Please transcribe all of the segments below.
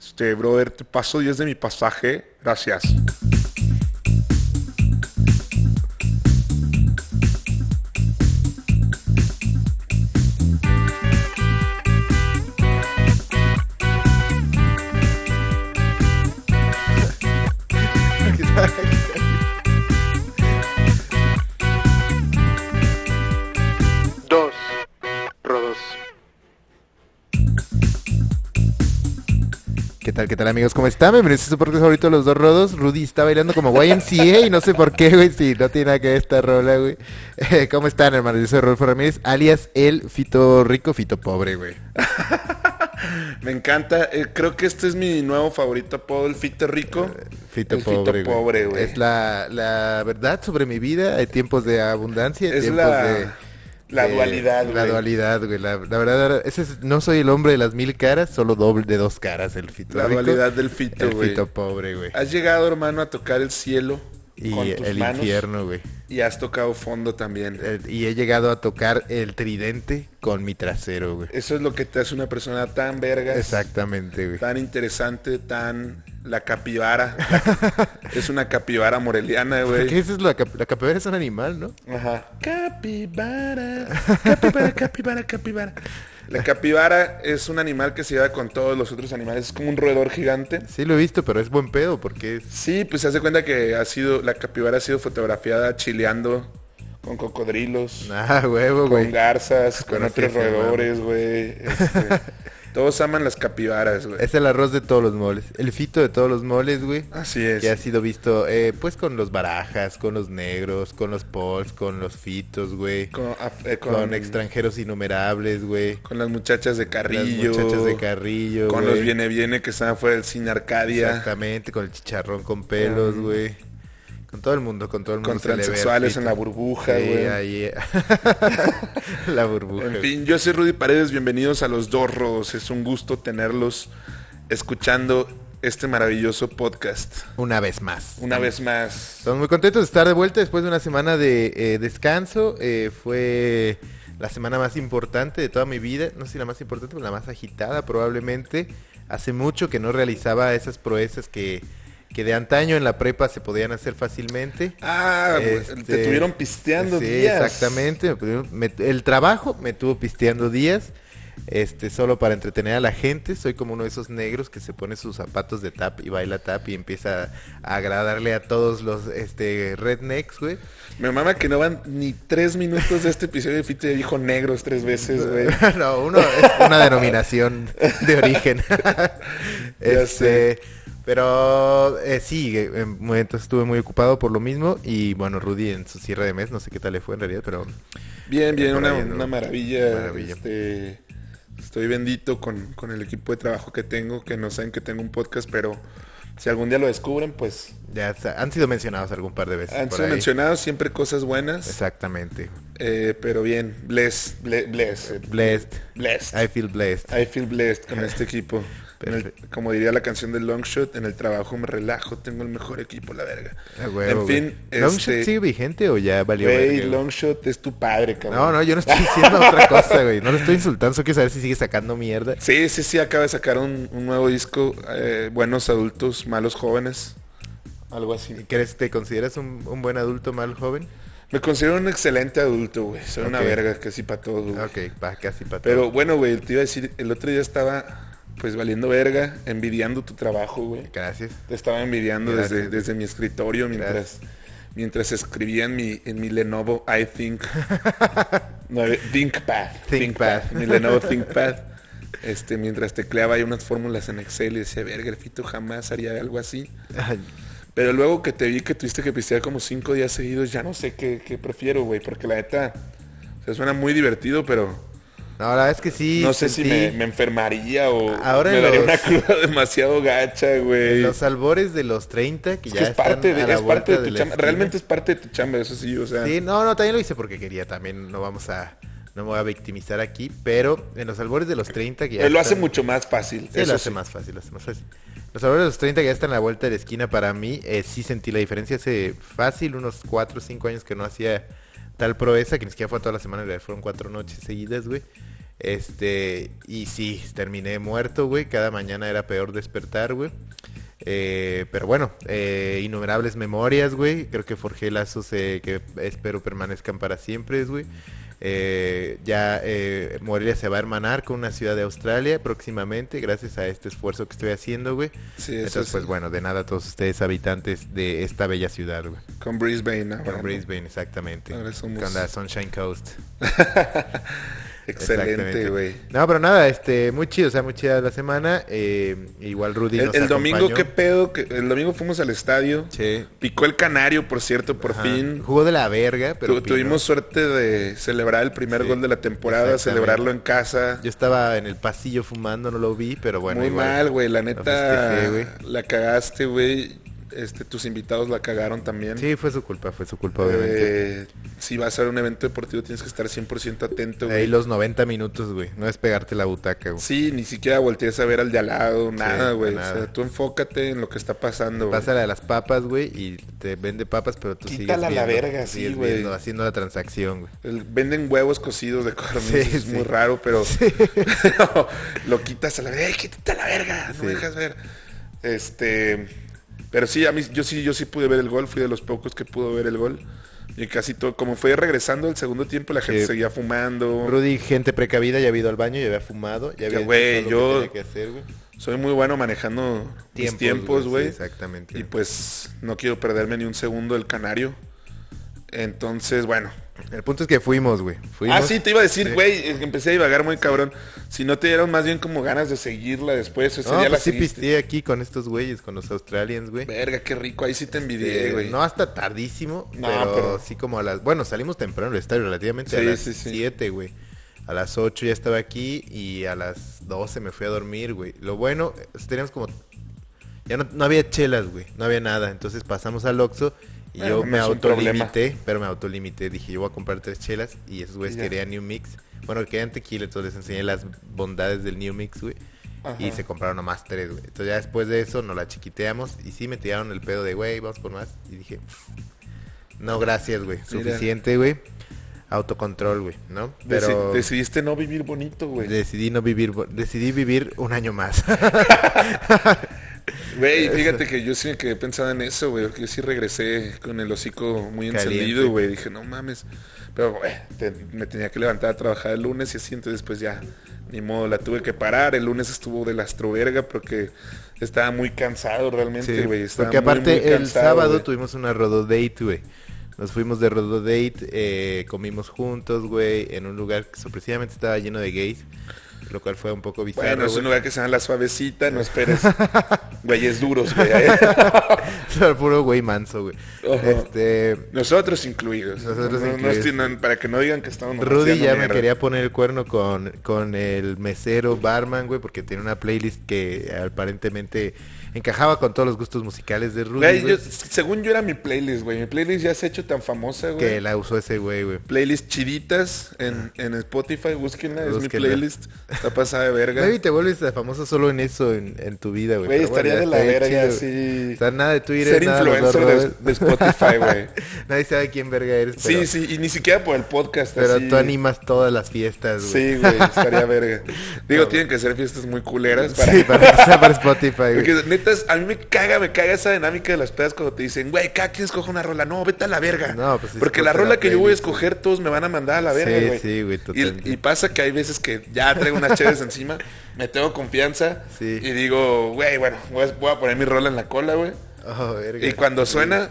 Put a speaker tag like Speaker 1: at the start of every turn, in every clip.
Speaker 1: Este, brother, te paso 10 de mi pasaje. Gracias.
Speaker 2: Dos rodos.
Speaker 3: ¿Qué tal, qué tal, amigos? ¿Cómo están? Bienvenidos a su podcast favorito de los dos rodos. Rudy está bailando como YMCA y no sé por qué, güey, si no tiene nada que ver esta rola, güey. Eh, ¿Cómo están, hermanos? Yo soy Rolfo Ramírez, alias el Fito Rico, Fito Pobre, güey.
Speaker 1: Me encanta. eh, creo que este es mi nuevo favorito apodo, el Fito Rico.
Speaker 3: Fito
Speaker 1: El
Speaker 3: Pobre, güey.
Speaker 1: Pobre, güey.
Speaker 3: Es la, la verdad sobre mi vida. Hay tiempos de abundancia, hay
Speaker 1: Es
Speaker 3: tiempos
Speaker 1: la,
Speaker 3: de...
Speaker 1: la
Speaker 3: de-
Speaker 1: dualidad, güey.
Speaker 3: Eh, La dualidad, güey. La, la verdad, ese es- no soy el hombre de las mil caras, solo doble de dos caras, el Fito
Speaker 1: La
Speaker 3: Rico,
Speaker 1: dualidad del Fito,
Speaker 3: El
Speaker 1: güey.
Speaker 3: Fito Pobre, güey.
Speaker 1: Has llegado, hermano, a tocar el cielo
Speaker 3: Y
Speaker 1: con tus
Speaker 3: el
Speaker 1: manos
Speaker 3: infierno, güey.
Speaker 1: y has tocado fondo también.
Speaker 3: El- Y he llegado a tocar el tridente con mi trasero, güey.
Speaker 1: Eso es lo que te hace una persona tan verga,
Speaker 3: Exactamente, güey.
Speaker 1: tan interesante, tan la capibara. es una capibara moreliana, güey.
Speaker 3: Porque esa es la, cap- la capibara es un animal, ¿no?
Speaker 1: Ajá. Capibara, capibara, capibara, capibara. La capibara es un animal que se lleva con todos los otros animales, es como un roedor gigante.
Speaker 3: Sí lo he visto, pero es buen pedo porque es...
Speaker 1: Sí, pues se hace cuenta que ha sido, la capibara ha sido fotografiada chileando con cocodrilos,
Speaker 3: Ah, huevo,
Speaker 1: con
Speaker 3: güey.
Speaker 1: garzas, con
Speaker 3: Con
Speaker 1: otros
Speaker 3: así se llama.
Speaker 1: roedores, güey. este, todos aman las capibaras, güey.
Speaker 3: Es el arroz de todos los moles. El fito de todos los moles, güey.
Speaker 1: Así es.
Speaker 3: Que ha sido visto, eh, pues, con los barajas, con los negros, con los pols, con los fitos, güey. Con,
Speaker 1: Con, af- eh, con-
Speaker 3: extranjeros innumerables, güey.
Speaker 1: con las muchachas de
Speaker 3: Las
Speaker 1: Carrillo.
Speaker 3: muchachas de Carrillo,
Speaker 1: Con
Speaker 3: güey.
Speaker 1: los viene viene que están afuera del cine Arcadia.
Speaker 3: Exactamente, con el chicharrón con pelos,
Speaker 1: Mm.
Speaker 3: güey. Con todo el mundo, con todo el mundo.
Speaker 1: Con
Speaker 3: se le ve al
Speaker 1: transexuales en
Speaker 3: pito.
Speaker 1: la burbuja,
Speaker 3: Sí,
Speaker 1: güey.
Speaker 3: ahí- eh. la burbuja.
Speaker 1: En
Speaker 3: güey.
Speaker 1: fin, yo soy Rudy Paredes, bienvenidos a Los Dos Rodos. Es un gusto tenerlos escuchando este maravilloso podcast.
Speaker 3: Una vez más.
Speaker 1: Una vez más.
Speaker 3: Estamos muy contentos de estar de vuelta después de una semana de eh, descanso. Eh, fue la semana más importante de toda mi vida. No sé si la más importante, pero la más agitada probablemente. Hace mucho que no realizaba esas proezas que, que de antaño en la prepa se podían hacer fácilmente.
Speaker 1: Ah,
Speaker 3: Este,
Speaker 1: te tuvieron pisteando
Speaker 3: sí,
Speaker 1: días.
Speaker 3: Exactamente. me tuvieron- me- el trabajo me tuvo pisteando días. Este, solo para entretener a la gente, soy como uno de esos negros que se pone sus zapatos de tap y baila tap y empieza a agradarle a todos los este rednecks, güey.
Speaker 1: Me mama que no van ni tres minutos de este episodio y Fite dijo negros tres veces, güey.
Speaker 3: Pues, no, uno es una denominación de origen. este, pero eh, sí, eh, en momentos estuve muy ocupado por lo mismo y bueno, Rudy en su cierre de mes, no sé qué tal le fue en realidad, pero
Speaker 1: Bien, bien,
Speaker 3: Por
Speaker 1: una,
Speaker 3: ahí, ¿no?
Speaker 1: una maravilla.
Speaker 3: Maravilla.
Speaker 1: este, estoy bendito con, con el equipo de trabajo que tengo, que no saben que tengo un podcast, pero si algún día lo descubren, pues
Speaker 3: ya sa- han sido mencionados algún par de veces.
Speaker 1: han
Speaker 3: por
Speaker 1: sido
Speaker 3: ahí.
Speaker 1: mencionados siempre cosas buenas,
Speaker 3: Exactamente.
Speaker 1: eh, pero bien, bless, ble- bless, eh,
Speaker 3: Blessed.
Speaker 1: blessed.
Speaker 3: I feel blessed.
Speaker 1: I feel blessed con este equipo. En el-
Speaker 3: Perfecto.
Speaker 1: como diría la canción de Longshot, en el trabajo me relajo, tengo el mejor equipo, la verga.
Speaker 3: A huevo,
Speaker 1: en
Speaker 3: güey.
Speaker 1: fin,
Speaker 3: ¿Longshot
Speaker 1: este,
Speaker 3: sigue vigente o ya valió?
Speaker 1: güey,
Speaker 3: verga, güey?
Speaker 1: Longshot es tu padre, cabrón.
Speaker 3: No, no, yo no estoy diciendo otra cosa, güey. No lo estoy insultando, solo quiero saber si sigue sacando mierda.
Speaker 1: Sí, sí, sí, acaba de sacar un, un nuevo disco, eh, Buenos Adultos, Malos Jóvenes. Algo así.
Speaker 3: ¿Crees, ¿Te consideras un, un buen adulto mal joven?
Speaker 1: Me considero un excelente adulto, güey. Soy una
Speaker 3: Ok.
Speaker 1: verga, casi para todo, güey.
Speaker 3: Ok, va casi para
Speaker 1: Pero bueno, güey, te iba a decir, el otro día estaba, pues, valiendo verga, envidiando tu trabajo, güey.
Speaker 3: Gracias.
Speaker 1: Te estaba envidiando
Speaker 3: Gracias,
Speaker 1: desde,
Speaker 3: güey.
Speaker 1: desde mi escritorio mientras, mientras escribía en mi, en mi Lenovo I Think. no, ThinkPad.
Speaker 3: ThinkPad.
Speaker 1: Mi Lenovo ThinkPad. Este, mientras tecleaba ahí unas fórmulas en Excel y decía, verga, el Fito jamás haría algo así.
Speaker 3: Ay,
Speaker 1: Pero luego que te vi que tuviste que pistear como cinco días seguidos, ya no sé qué, qué prefiero, güey. Porque la neta, o sea, suena muy divertido, pero
Speaker 3: No, la verdad es que sí.
Speaker 1: no sé si
Speaker 3: sentí
Speaker 1: me, me enfermaría o
Speaker 3: Ahora
Speaker 1: me
Speaker 3: en
Speaker 1: daría
Speaker 3: los-
Speaker 1: una cruda demasiado gacha, güey.
Speaker 3: Los albores de los 30 que
Speaker 1: Es
Speaker 3: ya
Speaker 1: que es
Speaker 3: están
Speaker 1: parte
Speaker 3: a
Speaker 1: de,
Speaker 3: la
Speaker 1: es parte
Speaker 3: vuelta
Speaker 1: de tu
Speaker 3: la
Speaker 1: chamba.
Speaker 3: esquina.
Speaker 1: Realmente es parte de tu chamba, eso sí, o sea.
Speaker 3: Sí, no, no, también lo hice porque quería, también no vamos a, no me voy a victimizar aquí, pero en los albores de los 30 que ya
Speaker 1: pero lo hace
Speaker 3: están-
Speaker 1: mucho más fácil.
Speaker 3: Sí,
Speaker 1: eso
Speaker 3: lo hace
Speaker 1: sí.
Speaker 3: más fácil, lo hace más fácil. Los sabores de los 30 que ya están a la vuelta de la esquina para mí, eh, sí sentí la diferencia. Hace fácil unos 4 o 5 años que no hacía tal proeza, que ni siquiera fue toda la semana, fueron 4 noches seguidas, güey. Este, y sí, terminé muerto, güey. Cada mañana era peor despertar, güey. Eh, pero bueno, eh, innumerables memorias, güey. Creo que forjé lazos eh, que espero permanezcan para siempre, güey. Eh, ya eh, Morelia se va a hermanar con una ciudad de Australia próximamente, gracias a este esfuerzo que estoy haciendo, güey.
Speaker 1: Sí, eso
Speaker 3: Entonces,
Speaker 1: sí.
Speaker 3: pues bueno, de nada a todos ustedes habitantes de esta bella ciudad, güey.
Speaker 1: Con Brisbane ahora,
Speaker 3: Con
Speaker 1: ¿no?
Speaker 3: Brisbane, exactamente.
Speaker 1: Ahora somos-
Speaker 3: Con la Sunshine Coast.
Speaker 1: Excelente,
Speaker 3: Exactamente.
Speaker 1: güey.
Speaker 3: No, pero nada, este, muy chido, o sea, muy chida la semana. eh, igual Rudy
Speaker 1: El,
Speaker 3: nos
Speaker 1: el domingo,
Speaker 3: acompañó.
Speaker 1: qué pedo. que- el domingo fuimos al estadio.
Speaker 3: Sí.
Speaker 1: Picó el canario, por cierto, por
Speaker 3: Ajá.
Speaker 1: fin.
Speaker 3: Jugó de la verga, pero
Speaker 1: Tu-
Speaker 3: vino.
Speaker 1: tuvimos suerte de celebrar el primer
Speaker 3: Sí,
Speaker 1: gol de la temporada,
Speaker 3: exactamente.
Speaker 1: celebrarlo en casa.
Speaker 3: Yo estaba en el pasillo fumando, no lo vi, pero bueno.
Speaker 1: Muy
Speaker 3: igual.
Speaker 1: mal, güey. La
Speaker 3: lo
Speaker 1: neta,
Speaker 3: festejé, güey.
Speaker 1: la cagaste, güey. Este, tus invitados la cagaron también.
Speaker 3: Sí, fue su culpa, fue su culpa, obviamente.
Speaker 1: Eh, si vas a un evento deportivo tienes que estar 100% atento, güey.
Speaker 3: Ahí los 90 minutos, güey. No es pegarte la butaca, güey.
Speaker 1: Sí, ni siquiera voltees a ver al de al lado, nada, güey. O
Speaker 3: nada.
Speaker 1: sea, tú enfócate en lo que está pasando. güey.
Speaker 3: Pasa la de las papas, güey, y te vende papas, pero tú sigues
Speaker 1: Quítala la
Speaker 3: viendo,
Speaker 1: verga, sí,
Speaker 3: sigues
Speaker 1: güey.
Speaker 3: viendo, haciendo la transacción, güey.
Speaker 1: El- venden huevos cocidos de codorniz,
Speaker 3: Sí,
Speaker 1: es
Speaker 3: sí.
Speaker 1: muy raro, pero lo quitas a la verga, "Ey, quítate a la verga, no
Speaker 3: Sí.
Speaker 1: dejas ver. Este, pero sí, a mí, yo sí, yo sí pude ver el gol, fui de los pocos que pudo ver el gol. Y casi todo, como fue regresando al segundo tiempo, la gente
Speaker 3: Sí.
Speaker 1: seguía fumando.
Speaker 3: Rudy, gente precavida, ya había ido al baño, ya había fumado, ya había hecho
Speaker 1: güey,
Speaker 3: todo
Speaker 1: yo-
Speaker 3: lo que tenía que hacer, güey.
Speaker 1: Soy muy bueno manejando mis tiempos,
Speaker 3: sí,
Speaker 1: güey.
Speaker 3: exactamente.
Speaker 1: y pues no quiero perderme ni un segundo del canario. Entonces, bueno,
Speaker 3: El punto es que fuimos, güey. Fuimos.
Speaker 1: Ah, sí, te iba a decir,
Speaker 3: Sí.
Speaker 1: güey, eh, empecé a divagar muy cabrón. Si no te dieron más bien como ganas de seguirla después, ese
Speaker 3: No,
Speaker 1: día la
Speaker 3: pues sí
Speaker 1: seguiste.
Speaker 3: pisteé aquí con estos güeyes, con los australians, güey.
Speaker 1: Verga, qué rico, ahí sí te
Speaker 3: Eh,
Speaker 1: envidié, güey.
Speaker 3: no hasta tardísimo,
Speaker 1: No,
Speaker 3: pero,
Speaker 1: pero-
Speaker 3: sí como a las... Bueno, salimos temprano del estadio, relativamente
Speaker 1: Sí,
Speaker 3: a las
Speaker 1: sí, sí.
Speaker 3: 7, güey. A las 8 ya estaba aquí y a las 12 me fui a dormir, güey. Lo bueno, eh, teníamos como... Ya no, no había chelas, güey. No había nada. Entonces pasamos al Oxxo y
Speaker 1: Bueno,
Speaker 3: yo
Speaker 1: no
Speaker 3: me
Speaker 1: es un
Speaker 3: autolimité, pero me autolimité. Dije, yo voy a comprar tres chelas y esos güeyes
Speaker 1: Ya.
Speaker 3: querían New Mix. Bueno, querían tequila, entonces les enseñé las bondades del New Mix, güey. Y
Speaker 1: Ajá.
Speaker 3: se compraron nomás tres, güey. Entonces ya después de eso nos la chiquiteamos y sí me tiraron el pedo de, güey, vamos por más. Y dije, no, gracias, güey. Suficiente, güey. Autocontrol, güey, ¿no?
Speaker 1: Deci-
Speaker 3: Pero
Speaker 1: decidiste no vivir bonito, güey.
Speaker 3: decidí no vivir, bo- decidí vivir un año más.
Speaker 1: Güey, fíjate que yo sí me quedé pensando en eso, güey. Porque yo sí regresé con el hocico muy
Speaker 3: Caliente.
Speaker 1: encendido, güey. Dije, no mames. Pero, güey, te- me tenía que levantar a trabajar el lunes y así, entonces pues ya, ni modo, la tuve que parar. El lunes estuvo de la astroverga porque estaba muy cansado realmente,
Speaker 3: Sí,
Speaker 1: güey. Estaba
Speaker 3: porque
Speaker 1: muy,
Speaker 3: aparte
Speaker 1: muy
Speaker 3: el
Speaker 1: cansado,
Speaker 3: sábado
Speaker 1: güey.
Speaker 3: tuvimos una rododate, güey. Nos fuimos de rododate, eh, comimos juntos, güey, en un lugar que sorpresivamente estaba lleno de gays, lo cual fue un poco bizarro.
Speaker 1: Bueno, es
Speaker 3: güey.
Speaker 1: un lugar que se llama La Suavecita, no esperes. Güeyes duros, güey.
Speaker 3: Era puro güey manso, güey.
Speaker 1: Ajá.
Speaker 3: Este.
Speaker 1: Nosotros incluidos.
Speaker 3: Nosotros
Speaker 1: No, no, no
Speaker 3: incluidos.
Speaker 1: estoy- no, para que no digan que estamos nomás
Speaker 3: Rudy
Speaker 1: haciendo
Speaker 3: ya me
Speaker 1: mierda.
Speaker 3: quería poner el cuerno con, con el mesero barman, güey, porque tiene una playlist que aparentemente encajaba con todos los gustos musicales de Rudy,
Speaker 1: Güey,
Speaker 3: güey,
Speaker 1: yo- según yo era mi playlist, güey. Mi playlist ya se ha hecho tan famosa, güey.
Speaker 3: que la usó ese güey, güey.
Speaker 1: Playlist chiditas en, en Spotify, búsquenla, es mi
Speaker 3: Búsquenla.
Speaker 1: playlist. Está pasada de verga.
Speaker 3: Maybe te vuelves famoso solo en eso, en, en tu vida, güey.
Speaker 1: Güey,
Speaker 3: pero bueno,
Speaker 1: estaría
Speaker 3: ya
Speaker 1: de la
Speaker 3: está bien
Speaker 1: verga
Speaker 3: chido, güey.
Speaker 1: así.
Speaker 3: O sea, nada de Twitter,
Speaker 1: Ser
Speaker 3: nada los
Speaker 1: influencer de,
Speaker 3: dos
Speaker 1: de Spotify, güey.
Speaker 3: Nadie sabe quién verga eres, pero,
Speaker 1: Sí, sí, y ni siquiera por el podcast.
Speaker 3: pero
Speaker 1: así.
Speaker 3: tú animas todas las fiestas, güey.
Speaker 1: Sí, güey, estaría verga. Digo, tienen que ser fiestas muy culeras para
Speaker 3: Sí, para, que sea para Spotify, güey.
Speaker 1: Porque neta, a mí me caga, me caga esa dinámica de las pedas cuando te dicen, güey, cada quien escoge una rola. No, vete a la verga.
Speaker 3: No, pues, sí,
Speaker 1: Porque
Speaker 3: escoge
Speaker 1: la rola
Speaker 3: la
Speaker 1: que yo voy a
Speaker 3: playlist,
Speaker 1: escoger, todos me van a mandar a la
Speaker 3: Sí,
Speaker 1: verga, güey.
Speaker 3: sí, güey, totalmente.
Speaker 1: Y, y pasa que hay veces que ya traigo unas chéves encima, me tengo confianza
Speaker 3: Sí.
Speaker 1: y digo, güey, bueno, voy a, voy a poner mi rola en la cola, güey.
Speaker 3: Oh, verga.
Speaker 1: Y cuando suena,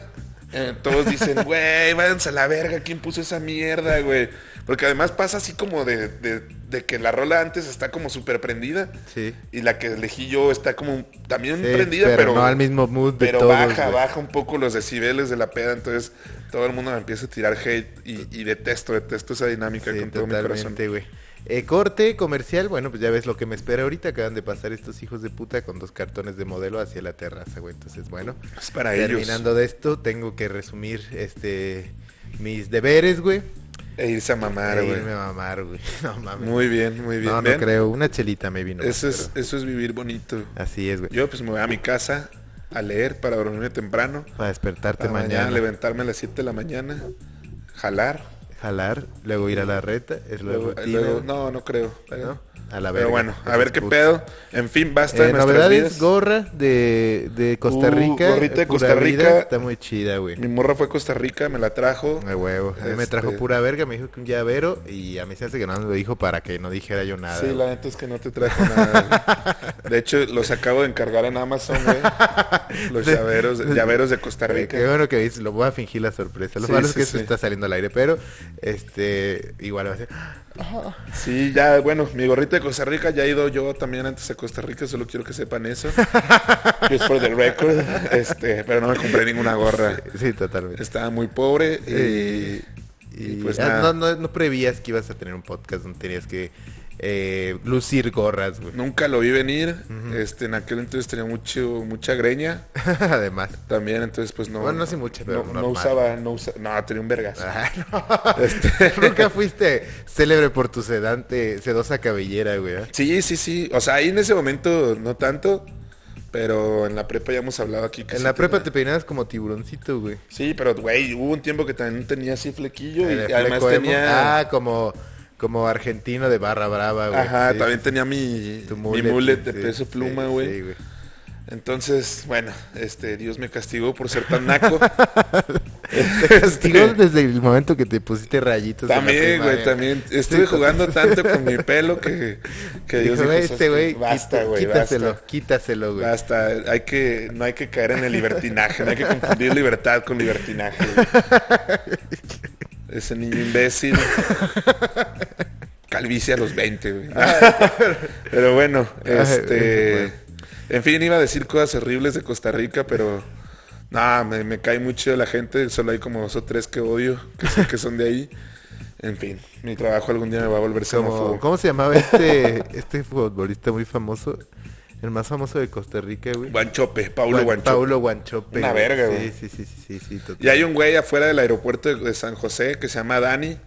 Speaker 1: eh, todos dicen, güey, váyanse a la verga, ¿quién puso esa mierda, güey? Porque además pasa así como de, de- de que la rola antes está como súper prendida.
Speaker 3: Sí.
Speaker 1: Y la que elegí yo está como también
Speaker 3: Sí,
Speaker 1: prendida, pero,
Speaker 3: no al mismo mood de
Speaker 1: pero
Speaker 3: todos,
Speaker 1: baja,
Speaker 3: güey.
Speaker 1: baja un poco los decibeles de la peda. Entonces todo el mundo me empieza a tirar hate y, y detesto, detesto esa dinámica
Speaker 3: Sí,
Speaker 1: con todo mi corazón.
Speaker 3: totalmente, güey. Eh, corte comercial, bueno, pues ya ves lo que me espera ahorita. Acaban de pasar estos hijos de puta con dos cartones de modelo hacia la terraza, güey. Entonces, bueno,
Speaker 1: Es para ellos.
Speaker 3: terminando de esto, tengo que resumir este mis deberes, güey.
Speaker 1: E irse a mamar,
Speaker 3: e
Speaker 1: güey.
Speaker 3: irme a mamar, güey. No mames.
Speaker 1: Muy bien, muy bien.
Speaker 3: no, no
Speaker 1: ¿Ven?
Speaker 3: creo. Una chelita me vino.
Speaker 1: Eso es, eso es vivir bonito.
Speaker 3: Así es, güey.
Speaker 1: Yo pues me voy a mi casa a leer para dormirme temprano. Ah,
Speaker 3: Para despertarte
Speaker 1: Para mañana,
Speaker 3: mañana.
Speaker 1: levantarme a las 7 de la mañana, jalar
Speaker 3: jalar, luego ir a la reta, es luego,
Speaker 1: Luego- luego- no, no creo.
Speaker 3: ¿no? A la
Speaker 1: Pero
Speaker 3: verga,
Speaker 1: bueno, a
Speaker 3: esa
Speaker 1: ver qué
Speaker 3: excusa.
Speaker 1: pedo. En fin, basta
Speaker 3: Eh,
Speaker 1: de nuestras
Speaker 3: novedades,
Speaker 1: vidas.
Speaker 3: gorra de, de Costa
Speaker 1: Uh,
Speaker 3: Rica. eh,
Speaker 1: gorrita de
Speaker 3: pura
Speaker 1: Costa Rica.
Speaker 3: vida, Está muy chida, güey.
Speaker 1: Mi morra fue a Costa Rica, me la trajo.
Speaker 3: A huevo. A mí me
Speaker 1: Este-
Speaker 3: trajo pura verga, me dijo que un llavero y a mí se hace que no me lo dijo para que no dijera yo nada.
Speaker 1: sí,
Speaker 3: güey.
Speaker 1: la neta es que no te trajo nada. güey. De hecho, los acabo de encargar en Amazon, güey. Los llaveros, llaveros de Costa
Speaker 3: Eh, Qué
Speaker 1: Rica.
Speaker 3: bueno que dices, lo voy a fingir la sorpresa. Lo
Speaker 1: Sí,
Speaker 3: malo es
Speaker 1: sí,
Speaker 3: que
Speaker 1: sí.
Speaker 3: eso está saliendo al aire, pero este igual va a ser.
Speaker 1: Sí, ya, bueno, mi gorrita de Costa Rica, ya he ido yo también antes a Costa Rica, solo quiero que sepan eso. Es por the record. Este, pero no me compré ninguna gorra.
Speaker 3: Sí, totalmente.
Speaker 1: Estaba muy pobre y...
Speaker 3: Eh, y
Speaker 1: y pues
Speaker 3: ah,
Speaker 1: nada.
Speaker 3: no, no, no prevías que ibas a tener un podcast donde tenías que eh, lucir gorras, güey.
Speaker 1: Nunca lo vi venir. Este, en aquel entonces tenía mucho, mucha greña
Speaker 3: Además.
Speaker 1: también, entonces pues no.
Speaker 3: Bueno, no sé mucho, pero
Speaker 1: no, no
Speaker 3: normal.
Speaker 1: usaba, no usaba, no, tenía un vergazo. Este,
Speaker 3: Ah, no. Nunca fuiste célebre por tu sedante, sedosa cabellera, güey. ¿eh?
Speaker 1: Sí, sí, sí. O sea, ahí en ese momento no tanto, pero en la prepa ya hemos hablado aquí. que
Speaker 3: En
Speaker 1: sí
Speaker 3: la prepa te
Speaker 1: tenía-
Speaker 3: peinabas como tiburoncito, güey.
Speaker 1: Sí, pero güey, hubo un tiempo que también tenía así flequillo
Speaker 3: El
Speaker 1: y además
Speaker 3: fleco emo.
Speaker 1: tenía...
Speaker 3: Ah, como, como argentino de barra brava, güey.
Speaker 1: Ajá,
Speaker 3: Sí,
Speaker 1: también
Speaker 3: sí,
Speaker 1: tenía mi,
Speaker 3: tu
Speaker 1: mi
Speaker 3: mullet,
Speaker 1: mullet de
Speaker 3: sí,
Speaker 1: peso
Speaker 3: sí,
Speaker 1: pluma, güey.
Speaker 3: sí, güey.
Speaker 1: Entonces, bueno, este, Dios me castigó por ser tan naco.
Speaker 3: Te castigó desde el momento que te pusiste rayitos. en
Speaker 1: Este,
Speaker 3: la
Speaker 1: También, güey,
Speaker 3: primaria.
Speaker 1: también. Estuve jugando tanto con mi pelo que, que Dios dijo,
Speaker 3: Dijo, "Güey,
Speaker 1: "Sos-
Speaker 3: este güey,
Speaker 1: basta,
Speaker 3: quita-
Speaker 1: güey,
Speaker 3: quítaselo,
Speaker 1: basta.
Speaker 3: quítaselo, güey.
Speaker 1: Basta, hay que, no hay que caer en el libertinaje, no hay que confundir libertad con libertinaje. güey. Ese niño imbécil. Calvicie a los 20, güey.
Speaker 3: Ah.
Speaker 1: Pero bueno, este... En fin, iba a decir cosas horribles de Costa Rica, pero... Nah, me, me cae mucho la gente, solo hay como dos o tres que odio, que sé que son de ahí. En fin, mi trabajo algún día me va a volver xenófobo.
Speaker 3: Como, ¿Cómo se llamaba este, este futbolista muy famoso? El más famoso de Costa Rica, güey.
Speaker 1: Guanchope, Paulo
Speaker 3: Guan-
Speaker 1: Guanchope.
Speaker 3: Paulo Guanchope.
Speaker 1: Una verga, güey.
Speaker 3: Sí, sí, sí, sí, sí, sí, total.
Speaker 1: Y hay un güey afuera del aeropuerto de- de San José que se llama Dani,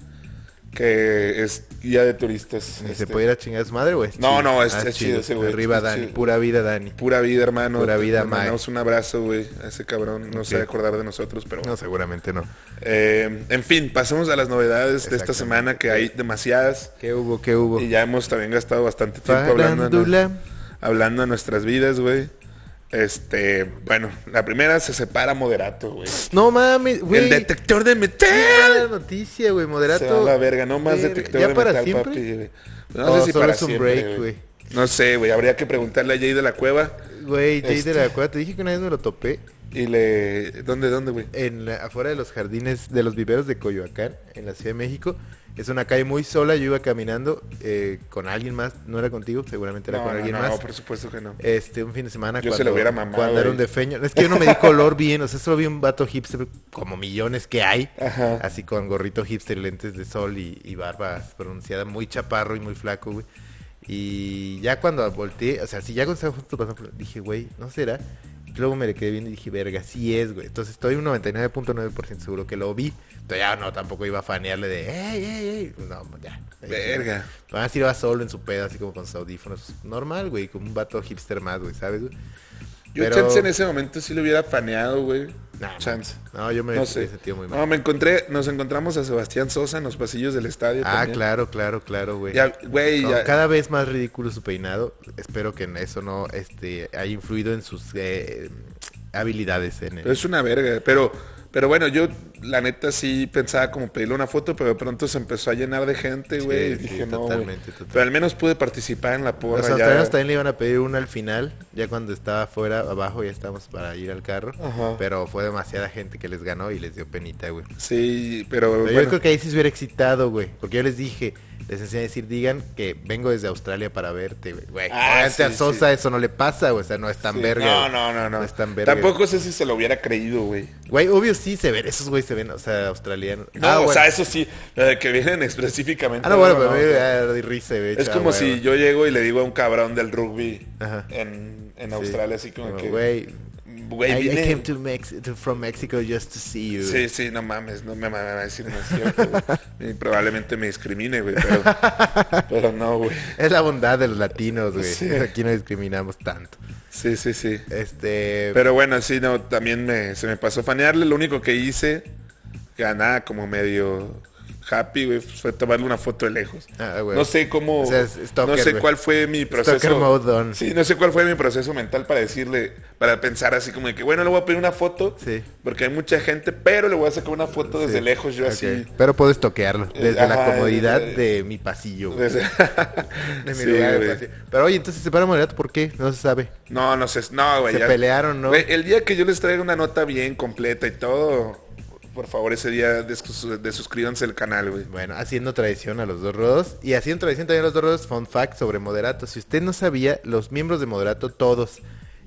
Speaker 1: que es guía de turistas.
Speaker 3: ¿Y
Speaker 1: este,
Speaker 3: ¿Se puede ir a chingar a su madre, güey? ah,
Speaker 1: No, no, es- es chido ese güey,
Speaker 3: Arriba
Speaker 1: es
Speaker 3: Dani,
Speaker 1: chido.
Speaker 3: pura vida Dani.
Speaker 1: Pura vida, hermano.
Speaker 3: Pura
Speaker 1: Te-
Speaker 3: vida,
Speaker 1: te
Speaker 3: mae.
Speaker 1: mandamos un abrazo, güey, a ese cabrón. No se va a
Speaker 3: Ok.
Speaker 1: acordar de nosotros, pero bueno.
Speaker 3: No, seguramente no.
Speaker 1: Eh, en fin, pasemos a las novedades de esta
Speaker 3: Exactamente.
Speaker 1: semana, que hay demasiadas.
Speaker 3: ¿Qué hubo? ¿Qué hubo?
Speaker 1: Y ya hemos también gastado bastante tiempo hablando, de-
Speaker 3: Farándula.
Speaker 1: hablando de nuestras vidas, güey. Este, bueno, la primera se separa moderato, güey.
Speaker 3: No mames, güey.
Speaker 1: El detector de
Speaker 3: Qué
Speaker 1: metal.
Speaker 3: mala noticia, güey, moderato.
Speaker 1: Se va a la verga, no más
Speaker 3: Verga.
Speaker 1: detector
Speaker 3: ¿Ya
Speaker 1: de
Speaker 3: para
Speaker 1: metal,
Speaker 3: siempre?
Speaker 1: papi. güey.
Speaker 3: O
Speaker 1: No sé si
Speaker 3: solo
Speaker 1: para
Speaker 3: es un
Speaker 1: siempre,
Speaker 3: break, güey.
Speaker 1: No sé, güey, habría que preguntarle a Jay de la Cueva
Speaker 3: Güey, Jay
Speaker 1: Este.
Speaker 3: de la Cueva, te dije que una vez me lo topé
Speaker 1: y le... ¿Dónde, dónde, güey?
Speaker 3: en la- afuera de los jardines de los viveros de Coyoacán, en la Ciudad de México. Es una calle muy sola, yo iba caminando eh, con alguien más, no era contigo, seguramente era
Speaker 1: No,
Speaker 3: con
Speaker 1: no,
Speaker 3: alguien
Speaker 1: no,
Speaker 3: más.
Speaker 1: por supuesto que no.
Speaker 3: Este, un fin de semana
Speaker 1: Yo se lo hubiera mamado,
Speaker 3: cuando era
Speaker 1: güey.
Speaker 3: un defeño. Es que yo no me di color bien, o sea, solo vi un vato hipster como millones que hay.
Speaker 1: Ajá.
Speaker 3: Así con gorrito hipster, lentes de sol y, y barba pronunciada, muy chaparro y muy flaco, güey. Y ya cuando volteé, o sea, si ya cuando estaba justo pasando, por- dije, güey, ¿no será? Y luego me le quedé viendo y dije, verga, sí es, güey. Entonces estoy un 99.9% seguro que lo vi. Entonces ya no, tampoco iba a fanearle de, ey, ey, ey. No, pues ya.
Speaker 1: Verga.
Speaker 3: Además iba solo en su pedo, así como con sus audífonos. Normal, güey, como un vato hipster más, güey, ¿sabes? güey?
Speaker 1: Yo
Speaker 3: Pero-
Speaker 1: chance en ese momento sí lo hubiera paneado, güey.
Speaker 3: Nah,
Speaker 1: chance.
Speaker 3: No, yo me
Speaker 1: No
Speaker 3: me
Speaker 1: sé.
Speaker 3: sentí muy mal.
Speaker 1: No, me encontré... Nos encontramos a Sebastián Sosa en los pasillos del estadio
Speaker 3: ah,
Speaker 1: también.
Speaker 3: claro, claro, claro, güey.
Speaker 1: Ya, güey,
Speaker 3: No,
Speaker 1: ya...
Speaker 3: Cada vez más ridículo su peinado. Espero que en eso no este, haya influido en sus eh, habilidades. En el-
Speaker 1: Pero es una verga, pero, pero bueno, yo la neta sí pensaba como pedirle una foto, pero de pronto se empezó a llenar de gente,
Speaker 3: Sí,
Speaker 1: güey. y
Speaker 3: sí,
Speaker 1: dije, no, güey.
Speaker 3: totalmente, totalmente.
Speaker 1: Pero al menos pude participar en la porra
Speaker 3: Los australianos
Speaker 1: ya.
Speaker 3: también le iban a pedir una al final, ya cuando estaba afuera, abajo, ya estábamos para ir al carro.
Speaker 1: Ajá.
Speaker 3: Pero fue demasiada gente que les ganó y les dio penita, güey.
Speaker 1: Sí, pero,
Speaker 3: Pero
Speaker 1: bueno,
Speaker 3: yo creo que ahí sí se hubiera excitado, güey. Porque yo les dije, les enseñé a decir, digan que vengo desde Australia para verte, güey. Güey,
Speaker 1: Ah,
Speaker 3: obviamente
Speaker 1: sí,
Speaker 3: a Sosa eso no le pasa, güey. O sea, no es tan
Speaker 1: sí.
Speaker 3: verga.
Speaker 1: No,
Speaker 3: güey.
Speaker 1: no, no, no.
Speaker 3: No es tan verga.
Speaker 1: Tampoco sé si se lo hubiera creído, güey.
Speaker 3: Güey, obvio sí se ven, esos güey se ven, o sea, australianos.
Speaker 1: No,
Speaker 3: Ah,
Speaker 1: o
Speaker 3: bueno.
Speaker 1: sea, eso sí, lo de que vienen específicamente.
Speaker 3: Ah, no, bueno, pero
Speaker 1: no,
Speaker 3: me
Speaker 1: no.
Speaker 3: da risa, güey.
Speaker 1: Es
Speaker 3: Ah,
Speaker 1: como
Speaker 3: güey,
Speaker 1: si
Speaker 3: güey.
Speaker 1: yo llego y le digo a un cabrón del rugby
Speaker 3: Ajá.
Speaker 1: en, en
Speaker 3: Sí.
Speaker 1: Australia, así como que...
Speaker 3: Güey,
Speaker 1: Güey,
Speaker 3: I, I
Speaker 1: vine-
Speaker 3: came to Mex to- from Mexico just to see you.
Speaker 1: Sí, sí, no mames, no me van a decir no es cierto, güey. Y probablemente me discrimine, güey, pero, pero no, güey.
Speaker 3: Es la bondad de los latinos, güey.
Speaker 1: Sí.
Speaker 3: Aquí no discriminamos tanto.
Speaker 1: Sí, sí, sí.
Speaker 3: Este...
Speaker 1: Pero bueno, sí, no, también me, se me pasó fanearle. Lo único que hice, ganaba como medio Happy, güey, fue tomarle una foto de lejos.
Speaker 3: Ah, güey.
Speaker 1: No sé cómo.
Speaker 3: O sea, es stalker,
Speaker 1: no sé
Speaker 3: güey.
Speaker 1: cuál fue mi proceso.
Speaker 3: Stalker mode on.
Speaker 1: Sí, no sé cuál fue mi proceso mental para decirle, para pensar así como de que, bueno, le voy a pedir una foto.
Speaker 3: Sí.
Speaker 1: Porque hay mucha gente, pero le voy a sacar una foto desde
Speaker 3: Sí.
Speaker 1: lejos, yo
Speaker 3: Ok.
Speaker 1: así.
Speaker 3: Pero puedes toquearlo desde la
Speaker 1: ajá,
Speaker 3: comodidad
Speaker 1: eh,
Speaker 3: de mi pasillo. güey.
Speaker 1: Desde-
Speaker 3: De mi
Speaker 1: Sí,
Speaker 3: lugar de
Speaker 1: güey.
Speaker 3: pasillo. Pero oye, entonces se para moderato, ¿por qué? No se sabe.
Speaker 1: No, no sé. No, güey.
Speaker 3: Se
Speaker 1: Pues ya-
Speaker 3: pelearon, ¿no?
Speaker 1: Güey, el día que yo les traiga una nota bien completa y todo, por favor, ese día desus- desuscríbanse al canal, güey.
Speaker 3: Bueno, haciendo traición a los dos rodos. Y haciendo traición también a los dos rodos, fun fact sobre Moderato. Si usted no sabía, los miembros de Moderato, todos,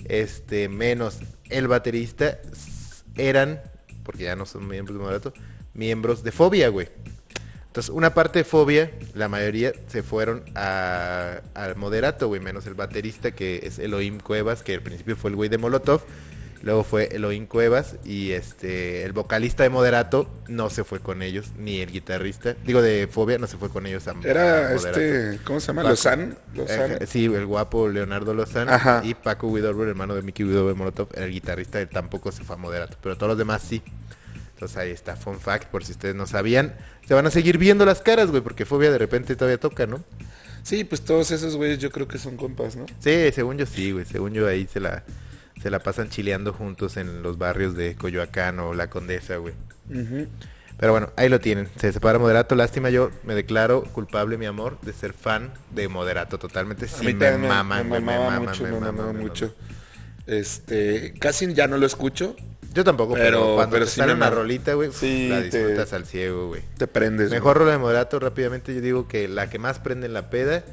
Speaker 3: este, menos el baterista, s- eran, porque ya no son miembros de Moderato, miembros de Fobia, güey. Entonces, una parte de Fobia, la mayoría se fueron a, al Moderato, güey, menos el baterista que es Elohim Cuevas, que al principio fue el güey de Molotov. Luego fue Elohim Cuevas y este el vocalista de Moderato no se fue con ellos, ni el guitarrista, digo de Fobia no se fue con ellos a, a
Speaker 1: Era
Speaker 3: Moderato.
Speaker 1: este, ¿cómo se llama?
Speaker 3: Paco. Eh,
Speaker 1: Lozán. Lozán.
Speaker 3: Ajá, Sí, el guapo Leonardo Lozano
Speaker 1: Ajá.
Speaker 3: y Paco Widorbo, el hermano de Mickey Widorbo de Molotov, era el guitarrista, él tampoco se fue a Moderato, pero todos los demás sí. Entonces ahí está, fun fact, por si ustedes no sabían. Se van a seguir viendo las caras, güey, porque Fobia de repente todavía toca, ¿no?
Speaker 1: Sí, pues todos esos güeyes yo creo que son compas, ¿no?
Speaker 3: Sí, según yo sí, güey, según yo ahí se la, se la pasan chileando juntos en los barrios de Coyoacán o La Condesa, güey. Pero bueno, ahí lo tienen. Se separa Moderato. Lástima, yo me declaro culpable, mi amor, de ser fan de Moderato totalmente.
Speaker 1: A
Speaker 3: Sí,
Speaker 1: mí
Speaker 3: me
Speaker 1: también me-
Speaker 3: maman,
Speaker 1: me
Speaker 3: güey, me
Speaker 1: mamaba
Speaker 3: maman,
Speaker 1: mucho,
Speaker 3: me
Speaker 1: me
Speaker 3: maman,
Speaker 1: mamaba
Speaker 3: me
Speaker 1: mucho.
Speaker 3: maman.
Speaker 1: Este, casi ya no lo escucho.
Speaker 3: Yo tampoco, pero,
Speaker 1: Pero-
Speaker 3: cuando
Speaker 1: pero
Speaker 3: te
Speaker 1: sí
Speaker 3: sale
Speaker 1: me
Speaker 3: una
Speaker 1: maman.
Speaker 3: rolita, güey,
Speaker 1: Sí,
Speaker 3: la
Speaker 1: te-
Speaker 3: disfrutas al ciego, güey.
Speaker 1: Te prendes. güey.
Speaker 3: Mejor rola de Moderato, rápidamente yo digo que la que más prende en la peda,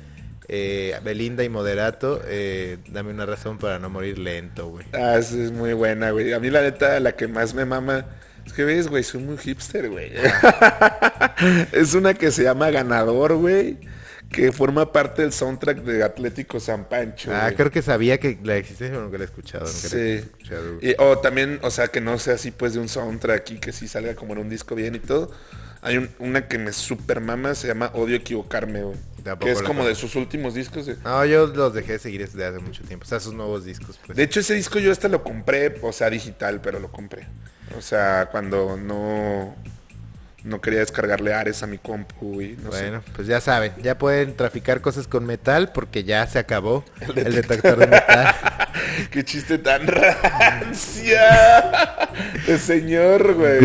Speaker 3: eh, Belinda y Moderato, eh, dame una razón para no morir lento, güey.
Speaker 1: Ah, esa es muy buena, güey. A mí la neta, la que más me mama. Es que ves, güey, soy muy hipster, güey. es una que se llama Ganador, güey. Que forma parte del soundtrack de Atlético San Pancho.
Speaker 3: Ah,
Speaker 1: güey.
Speaker 3: creo que sabía que la existencia, pero nunca la he escuchado. Nunca la he
Speaker 1: Sí.
Speaker 3: escuchado, güey.
Speaker 1: Y- o también, o sea, que no sea así pues de un soundtrack y que sí salga como en un disco bien y todo. Hay un- una que me super mama, se llama Odio Equivocarme, güey.
Speaker 3: Tampoco
Speaker 1: Que es
Speaker 3: la
Speaker 1: como de
Speaker 3: conozco.
Speaker 1: sus últimos discos. de-
Speaker 3: No, yo los dejé de seguir desde hace mucho tiempo. O sea, sus nuevos discos, pues.
Speaker 1: De hecho, ese disco yo hasta lo compré, o sea, digital, pero lo compré. O sea, cuando no, no quería descargarle Ares a mi compu y no
Speaker 3: bueno,
Speaker 1: sé.
Speaker 3: pues ya saben, ya pueden traficar cosas con metal porque ya se acabó el detector, de metal.
Speaker 1: Qué chiste tan rancia. De señor, güey.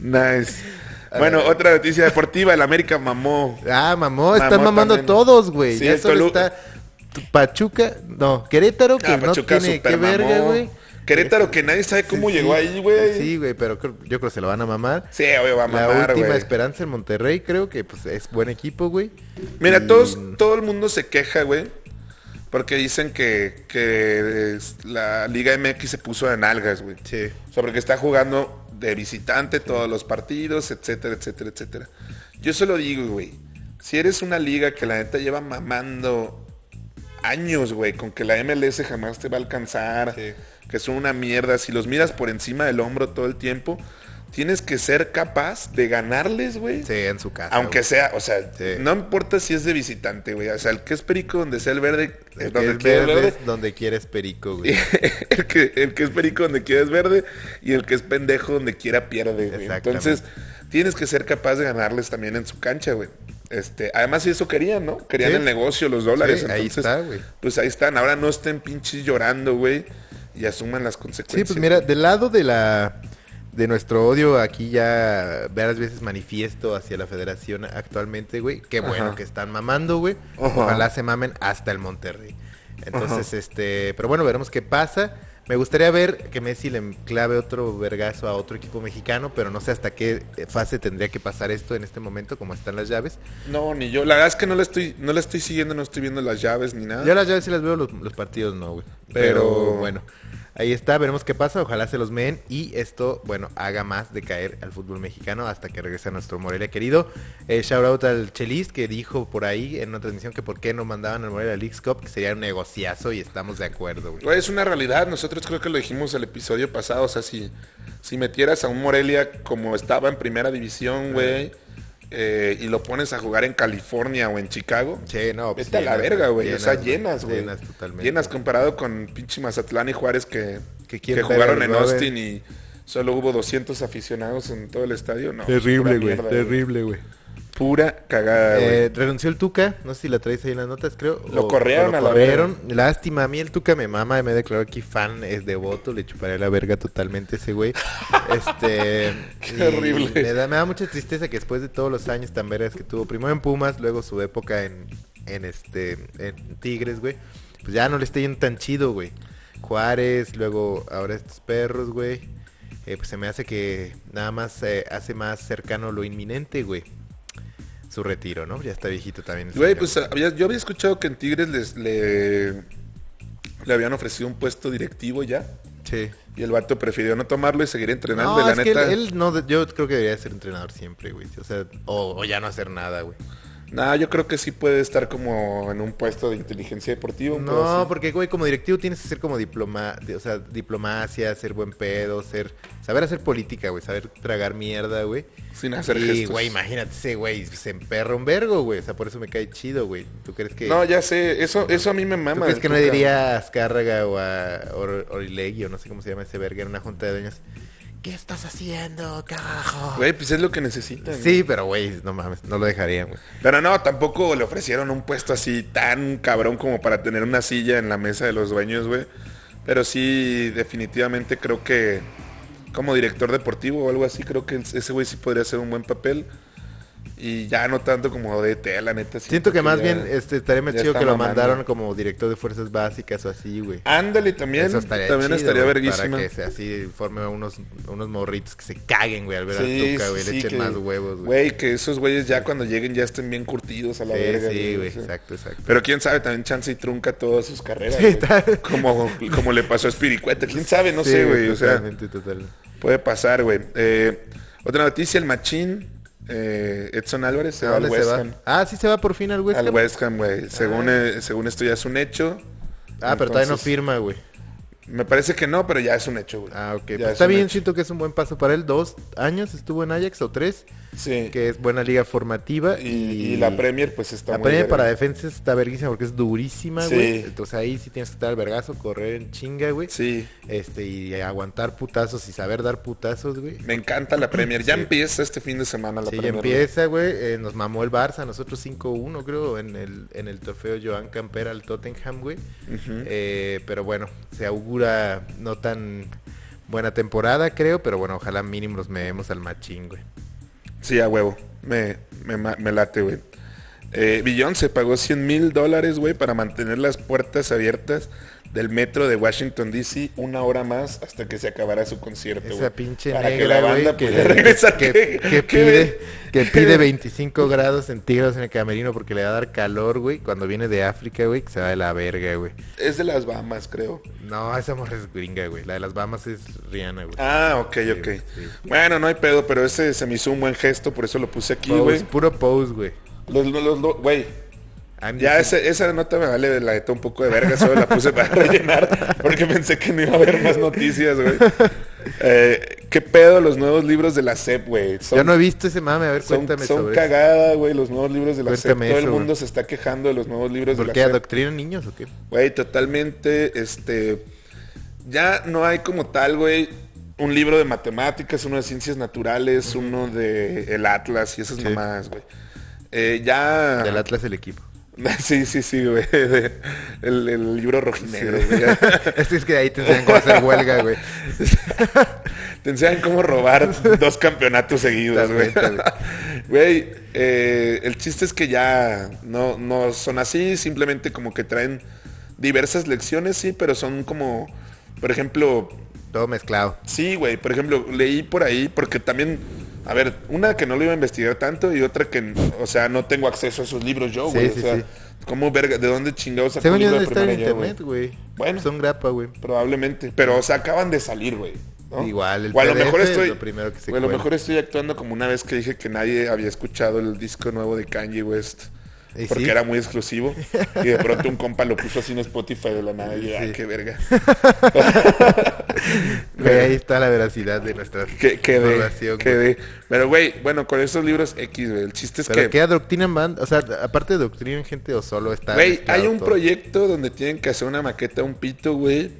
Speaker 1: nice. Bueno, otra noticia deportiva, el América mamó.
Speaker 3: Ah, mamó,
Speaker 1: Mamó
Speaker 3: están mamando
Speaker 1: también.
Speaker 3: todos, güey.
Speaker 1: Sí,
Speaker 3: ya
Speaker 1: el
Speaker 3: solo
Speaker 1: Tolu-
Speaker 3: está Pachuca, no, Querétaro, que
Speaker 1: Ah,
Speaker 3: no
Speaker 1: Pachuca
Speaker 3: tiene
Speaker 1: super
Speaker 3: qué verga,
Speaker 1: mamó.
Speaker 3: güey.
Speaker 1: Querétaro, que nadie sabe cómo
Speaker 3: Sí,
Speaker 1: llegó
Speaker 3: sí.
Speaker 1: ahí, güey.
Speaker 3: Sí,
Speaker 1: Sí,
Speaker 3: güey, pero creo- yo creo que se lo van a mamar.
Speaker 1: obvio, va a
Speaker 3: La
Speaker 1: mamar,
Speaker 3: última
Speaker 1: güey.
Speaker 3: esperanza en Monterrey, creo que pues es buen equipo, güey.
Speaker 1: Mira,
Speaker 3: Y-
Speaker 1: todos, todo el mundo se queja, güey. Porque dicen que, que es- la Liga MX se puso en algas, güey.
Speaker 3: Sí.
Speaker 1: O sea, porque está jugando de visitante todos los partidos, etcétera, etcétera, etcétera. Yo se lo digo, güey. Si eres una liga que la neta lleva mamando años, güey, con que la MLS jamás te va a alcanzar,
Speaker 3: Sí.
Speaker 1: que son una mierda, si los miras por encima del hombro todo el tiempo, tienes que ser capaz de ganarles, güey.
Speaker 3: Sí, en su casa.
Speaker 1: Aunque sea, o sea,
Speaker 3: Sí.
Speaker 1: no importa si es de visitante, güey. O sea, el que es perico donde sea el verde, eh,
Speaker 3: güey. El que
Speaker 1: donde
Speaker 3: es
Speaker 1: quiera el
Speaker 3: verde
Speaker 1: verde,
Speaker 3: es donde quieres perico, güey.
Speaker 1: el, que, el que es perico donde quiera es verde y el que es pendejo donde quiera pierde, güey.
Speaker 3: Exactamente.
Speaker 1: Entonces, tienes que ser capaz de ganarles también en su cancha, güey. Este, además eso querían, ¿no? Querían
Speaker 3: Sí.
Speaker 1: el negocio, los dólares.
Speaker 3: Sí, ahí
Speaker 1: entonces,
Speaker 3: está, güey.
Speaker 1: Pues ahí están. Ahora no estén pinches llorando, güey. Y asuman las
Speaker 3: Sí,
Speaker 1: consecuencias.
Speaker 3: pues mira, del lado de la de nuestro odio aquí ya varias veces manifiesto hacia la federación actualmente, güey. Qué bueno
Speaker 1: Ajá.
Speaker 3: que están mamando, güey.
Speaker 1: Ajá.
Speaker 3: Ojalá se mamen hasta el Monterrey. Entonces, este, pero bueno, veremos qué pasa. Me gustaría ver que Messi le clave otro vergazo a otro equipo mexicano, pero no sé hasta qué fase tendría que pasar esto en este momento, como están las llaves.
Speaker 1: No, ni yo. La verdad es que no la estoy, no la estoy siguiendo, no estoy viendo las llaves ni nada.
Speaker 3: ¿Ah? Yo las llaves sí las veo, los, los partidos no, güey. Pero,
Speaker 1: Pero-
Speaker 3: bueno, ahí está, veremos qué pasa, ojalá se los meen y esto, bueno, haga más de caer al fútbol mexicano hasta que regrese a nuestro Morelia querido. Eh, shout out al Chelis que dijo por ahí en una transmisión que por qué no mandaban al Morelia Leagues Cup, que sería un negociazo y estamos de acuerdo, güey.
Speaker 1: Güey, es una realidad. Nosotros creo que lo dijimos el episodio pasado. O sea, si, si metieras a un Morelia como estaba en primera división, güey, eh, y lo pones a jugar en California o en Chicago,
Speaker 3: Che, no, pues
Speaker 1: vete a la
Speaker 3: llenas,
Speaker 1: verga, güey. O sea,
Speaker 3: güey,
Speaker 1: llenas, güey.
Speaker 3: Llenas totalmente.
Speaker 1: Llenas comparado con pinche Mazatlán y Juárez que,
Speaker 3: Que
Speaker 1: que,
Speaker 3: quieren ver
Speaker 1: jugaron
Speaker 3: al
Speaker 1: en
Speaker 3: Robert.
Speaker 1: Austin y Solo hubo 200 aficionados en todo el estadio. No,
Speaker 4: Terrible,
Speaker 1: pura
Speaker 4: güey.
Speaker 1: mierda,
Speaker 4: Terrible, güey.
Speaker 1: Pura cagada, güey.
Speaker 3: Eh, renunció el Tuca, no sé si la traes ahí en las notas, creo.
Speaker 1: Lo corrieron
Speaker 3: o
Speaker 1: a
Speaker 3: lo
Speaker 1: la
Speaker 3: corrieron. Lástima, a mí el Tuca me mama, me declaró aquí fan, es devoto, le chuparé la verga totalmente a ese güey. Este.
Speaker 1: Qué
Speaker 3: y
Speaker 1: horrible.
Speaker 3: Me da, me da mucha tristeza que después de todos los años tan vergas que tuvo, primero en Pumas, luego su época en, en este, en Tigres, güey, pues ya no le esté yendo tan chido, güey. Juárez, luego ahora estos perros, güey. Eh, pues se me hace que nada más eh, hace más cercano lo inminente, güey su retiro, ¿no? Ya está viejito también. el
Speaker 1: Güey,
Speaker 3: señor,
Speaker 1: pues había- yo había escuchado que en Tigres les, le, le habían ofrecido un puesto directivo ya.
Speaker 3: Sí.
Speaker 1: Y el vato prefirió no tomarlo y seguir entrenando.
Speaker 3: No,
Speaker 1: y la
Speaker 3: es que él,
Speaker 1: neta.
Speaker 3: él no, de- yo creo que debería ser entrenador siempre, güey. O sea, o, o ya no hacer nada, güey.
Speaker 1: Nah, yo creo que sí puede estar como en un puesto de inteligencia deportiva. un pedo
Speaker 3: No,
Speaker 1: así.
Speaker 3: porque, güey, como directivo tienes que ser como diploma, de- o sea, diplomacia, ser buen pedo, ser, saber hacer política, güey, saber tragar mierda, güey.
Speaker 1: Sin hacer
Speaker 3: y,
Speaker 1: gestos.
Speaker 3: güey, imagínate ese güey, se emperra un vergo, güey. O sea, por eso me cae chido, güey. ¿Tú crees que...
Speaker 1: No, ya sé. Eso, eso a mí me
Speaker 3: ¿Tú
Speaker 1: mama.
Speaker 3: crees
Speaker 1: del
Speaker 3: que no le
Speaker 1: Tuca.
Speaker 3: diría a Azcárraga o a Or- Orilegui o no sé cómo se llama ese verga en una junta de dueños? ¿Qué estás haciendo, carajo?
Speaker 1: Güey, pues es lo que necesitan.
Speaker 3: Sí, pero güey, no mames, no lo dejarían, güey.
Speaker 1: Pero no, tampoco le ofrecieron un puesto así tan cabrón como para tener una silla en la mesa de los dueños, güey. Pero sí, definitivamente creo que como director deportivo o algo así, creo que ese güey sí podría hacer un buen papel. Y ya no tanto como de la neta.
Speaker 3: Siento que más
Speaker 1: ya-
Speaker 3: bien este, estaría más
Speaker 1: ya
Speaker 3: chido
Speaker 1: está
Speaker 3: que lo
Speaker 1: mamando.
Speaker 3: mandaron como director de fuerzas básicas o así, güey.
Speaker 1: Ándale también.
Speaker 3: Eso estaría
Speaker 1: también
Speaker 3: chido,
Speaker 1: estaría
Speaker 3: güey,
Speaker 1: verguísima.
Speaker 3: Para que se- así forme unos, unos morritos que se caguen, güey, al ver
Speaker 1: Sí,
Speaker 3: al Tuca, güey.
Speaker 1: sí,
Speaker 3: le echen
Speaker 1: que-
Speaker 3: más huevos, güey.
Speaker 1: Güey, que esos güeyes ya cuando lleguen ya estén bien curtidos a la verga.
Speaker 3: Sí, sí, güey,
Speaker 1: o sea.
Speaker 3: exacto, exacto.
Speaker 1: Pero quién sabe, también chance y trunca todas sus carreras.
Speaker 3: Sí,
Speaker 1: güey.
Speaker 3: tal.
Speaker 1: como, como le pasó a Spiricueta. Quién sabe, no
Speaker 3: Sí,
Speaker 1: sé, güey. O sea,
Speaker 3: Totalmente, total.
Speaker 1: puede pasar, güey. Eh, otra noticia, el machín. eh, Edson Álvarez se
Speaker 3: ¿A
Speaker 1: va al
Speaker 3: dónde se
Speaker 1: West
Speaker 3: va?
Speaker 1: Ham.
Speaker 3: Ah, sí se va por fin al West
Speaker 1: Al
Speaker 3: Ham.
Speaker 1: West Ham, güey. Según, eh, según esto ya es un hecho.
Speaker 3: Ah, pero todavía no
Speaker 1: Entonces,
Speaker 3: firma, güey.
Speaker 1: Me parece que no, pero ya es un hecho, güey.
Speaker 3: Ah, ok.
Speaker 1: Ya
Speaker 3: Pues
Speaker 1: es
Speaker 3: está
Speaker 1: un
Speaker 3: bien,
Speaker 1: hecho.
Speaker 3: siento que es un buen paso para él. Dos años estuvo en Ajax o tres,
Speaker 1: Sí.
Speaker 3: que es buena liga formativa.
Speaker 1: Y,
Speaker 3: Y,
Speaker 1: y la Premier, pues está
Speaker 3: La
Speaker 1: muy
Speaker 3: Premier
Speaker 1: verga.
Speaker 3: para defensas está verguísima porque es durísima,
Speaker 1: Sí.
Speaker 3: güey. Entonces ahí sí tienes que estar al vergazo, correr en chinga, güey.
Speaker 1: Sí.
Speaker 3: Este, y aguantar putazos y saber dar putazos, güey.
Speaker 1: Me encanta la Premier. Ya empieza este fin de semana la
Speaker 3: Sí, ya
Speaker 1: Premier.
Speaker 3: empieza, güey. Eh, nos mamó el Barça, nosotros 5-1, creo, en el, en el trofeo Joan Campera al Tottenham, güey. Eh, pero bueno, se augura no tan buena temporada, creo, pero bueno, ojalá mínimo nos vemos al machín, güey.
Speaker 1: Sí, a huevo. Me, me, ma- me late, güey. Eh, Billón se pagó 100 mil dólares, güey, para mantener las puertas abiertas del metro de Washington, D.C. una hora más hasta que se acabara su concierto.
Speaker 3: Esa
Speaker 1: güey.
Speaker 3: pinche
Speaker 1: Para
Speaker 3: negra,
Speaker 1: que la
Speaker 3: güey,
Speaker 1: banda pues,
Speaker 3: que,
Speaker 1: pudiera regresar.
Speaker 3: que-
Speaker 1: ¿Qué-
Speaker 3: que
Speaker 1: qué ven?
Speaker 3: pide, que pide 25 grados centígrados en el camerino porque le va a dar calor, güey. Cuando viene de África, güey, que se va de la verga, güey.
Speaker 1: Es de las Bahamas, creo.
Speaker 3: No, esa morra es gringa, güey. La de las Bahamas es Rihanna, güey.
Speaker 1: Ah, ok, ok.
Speaker 3: güey, sí.
Speaker 1: Bueno, no hay pedo, pero ese se me hizo un buen gesto, por eso lo puse aquí,
Speaker 3: Pose,
Speaker 1: güey.
Speaker 3: puro pose, güey.
Speaker 1: Los, los- los- güey,
Speaker 3: I'm
Speaker 1: Ya
Speaker 3: just-
Speaker 1: ese- esa nota me vale la neta un poco de verga, solo la puse para rellenar porque pensé que no iba a haber más noticias, güey. Eh, ¿Qué pedo los nuevos libros de la SEP, güey? Son,
Speaker 3: Yo no he visto ese mame, a ver,
Speaker 1: son-
Speaker 3: cuéntame
Speaker 1: son
Speaker 3: sobre eso.
Speaker 1: cagada, güey, los nuevos libros de la SEP.
Speaker 3: Cuéntame
Speaker 1: Todo el
Speaker 3: eso,
Speaker 1: mundo
Speaker 3: güey.
Speaker 1: se está quejando de los nuevos libros de
Speaker 3: ¿Por
Speaker 1: la
Speaker 3: qué
Speaker 1: SEP.
Speaker 3: adoctrinan niños o qué?
Speaker 1: Güey, totalmente, este... Ya no hay como tal, güey, un libro de matemáticas, uno de ciencias naturales, uno de el Atlas y esas
Speaker 3: Sí.
Speaker 1: mamadas, güey. Eh, ya...
Speaker 3: Del Atlas el equipo.
Speaker 1: Sí, sí, sí, güey. de- El, el libro rojinegro, güey.
Speaker 3: es que- es que ahí te enseñan cómo hacer huelga, güey.
Speaker 1: Te enseñan cómo robar dos campeonatos seguidos, güey.
Speaker 3: Totalmente,
Speaker 1: Güey, eh, el chiste es que ya no, no son así, simplemente como que traen diversas lecciones, sí, pero son como, por ejemplo,
Speaker 3: Todo mezclado.
Speaker 1: sí, güey, por ejemplo, leí por ahí, porque también, a ver, una que no lo iba a investigar tanto y otra que, o sea, no tengo acceso a esos libros yo,
Speaker 3: Sí,
Speaker 1: güey.
Speaker 3: sí,
Speaker 1: o sea,
Speaker 3: sí.
Speaker 1: ¿cómo verga? ¿De dónde chingados sacó
Speaker 3: Según
Speaker 1: un
Speaker 3: yo,
Speaker 1: libro de
Speaker 3: debe estar en
Speaker 1: primaria, güey?
Speaker 3: internet, güey.
Speaker 1: Bueno.
Speaker 3: Son grapa, güey.
Speaker 1: Probablemente. Pero, o sea, acaban de salir, güey. ¿no?
Speaker 3: Igual, el
Speaker 1: o a lo
Speaker 3: PDF
Speaker 1: mejor
Speaker 3: es
Speaker 1: estoy,
Speaker 3: lo primero que se
Speaker 1: o a lo
Speaker 3: cuela.
Speaker 1: mejor estoy actuando como una vez que dije que nadie había escuchado el disco nuevo de Kanye West.
Speaker 3: ¿Y
Speaker 1: Porque
Speaker 3: sí?
Speaker 1: era muy exclusivo. Y de pronto un compa lo puso así en Spotify de la nada. Y yo, ah,
Speaker 3: Sí.
Speaker 1: qué verga.
Speaker 3: Güey, ahí está la veracidad de nuestra
Speaker 1: Que, quedé,
Speaker 3: relación, güey.
Speaker 1: quedé. Pero, güey, bueno, con esos libros X, güey. El chiste es
Speaker 3: Pero
Speaker 1: que...
Speaker 3: que adoctrinan band, o sea, aparte de adoctrinan gente o solo está
Speaker 1: Güey,
Speaker 3: mezclado
Speaker 1: hay un
Speaker 3: todo?
Speaker 1: proyecto donde tienen que hacer una maqueta, un pito, güey.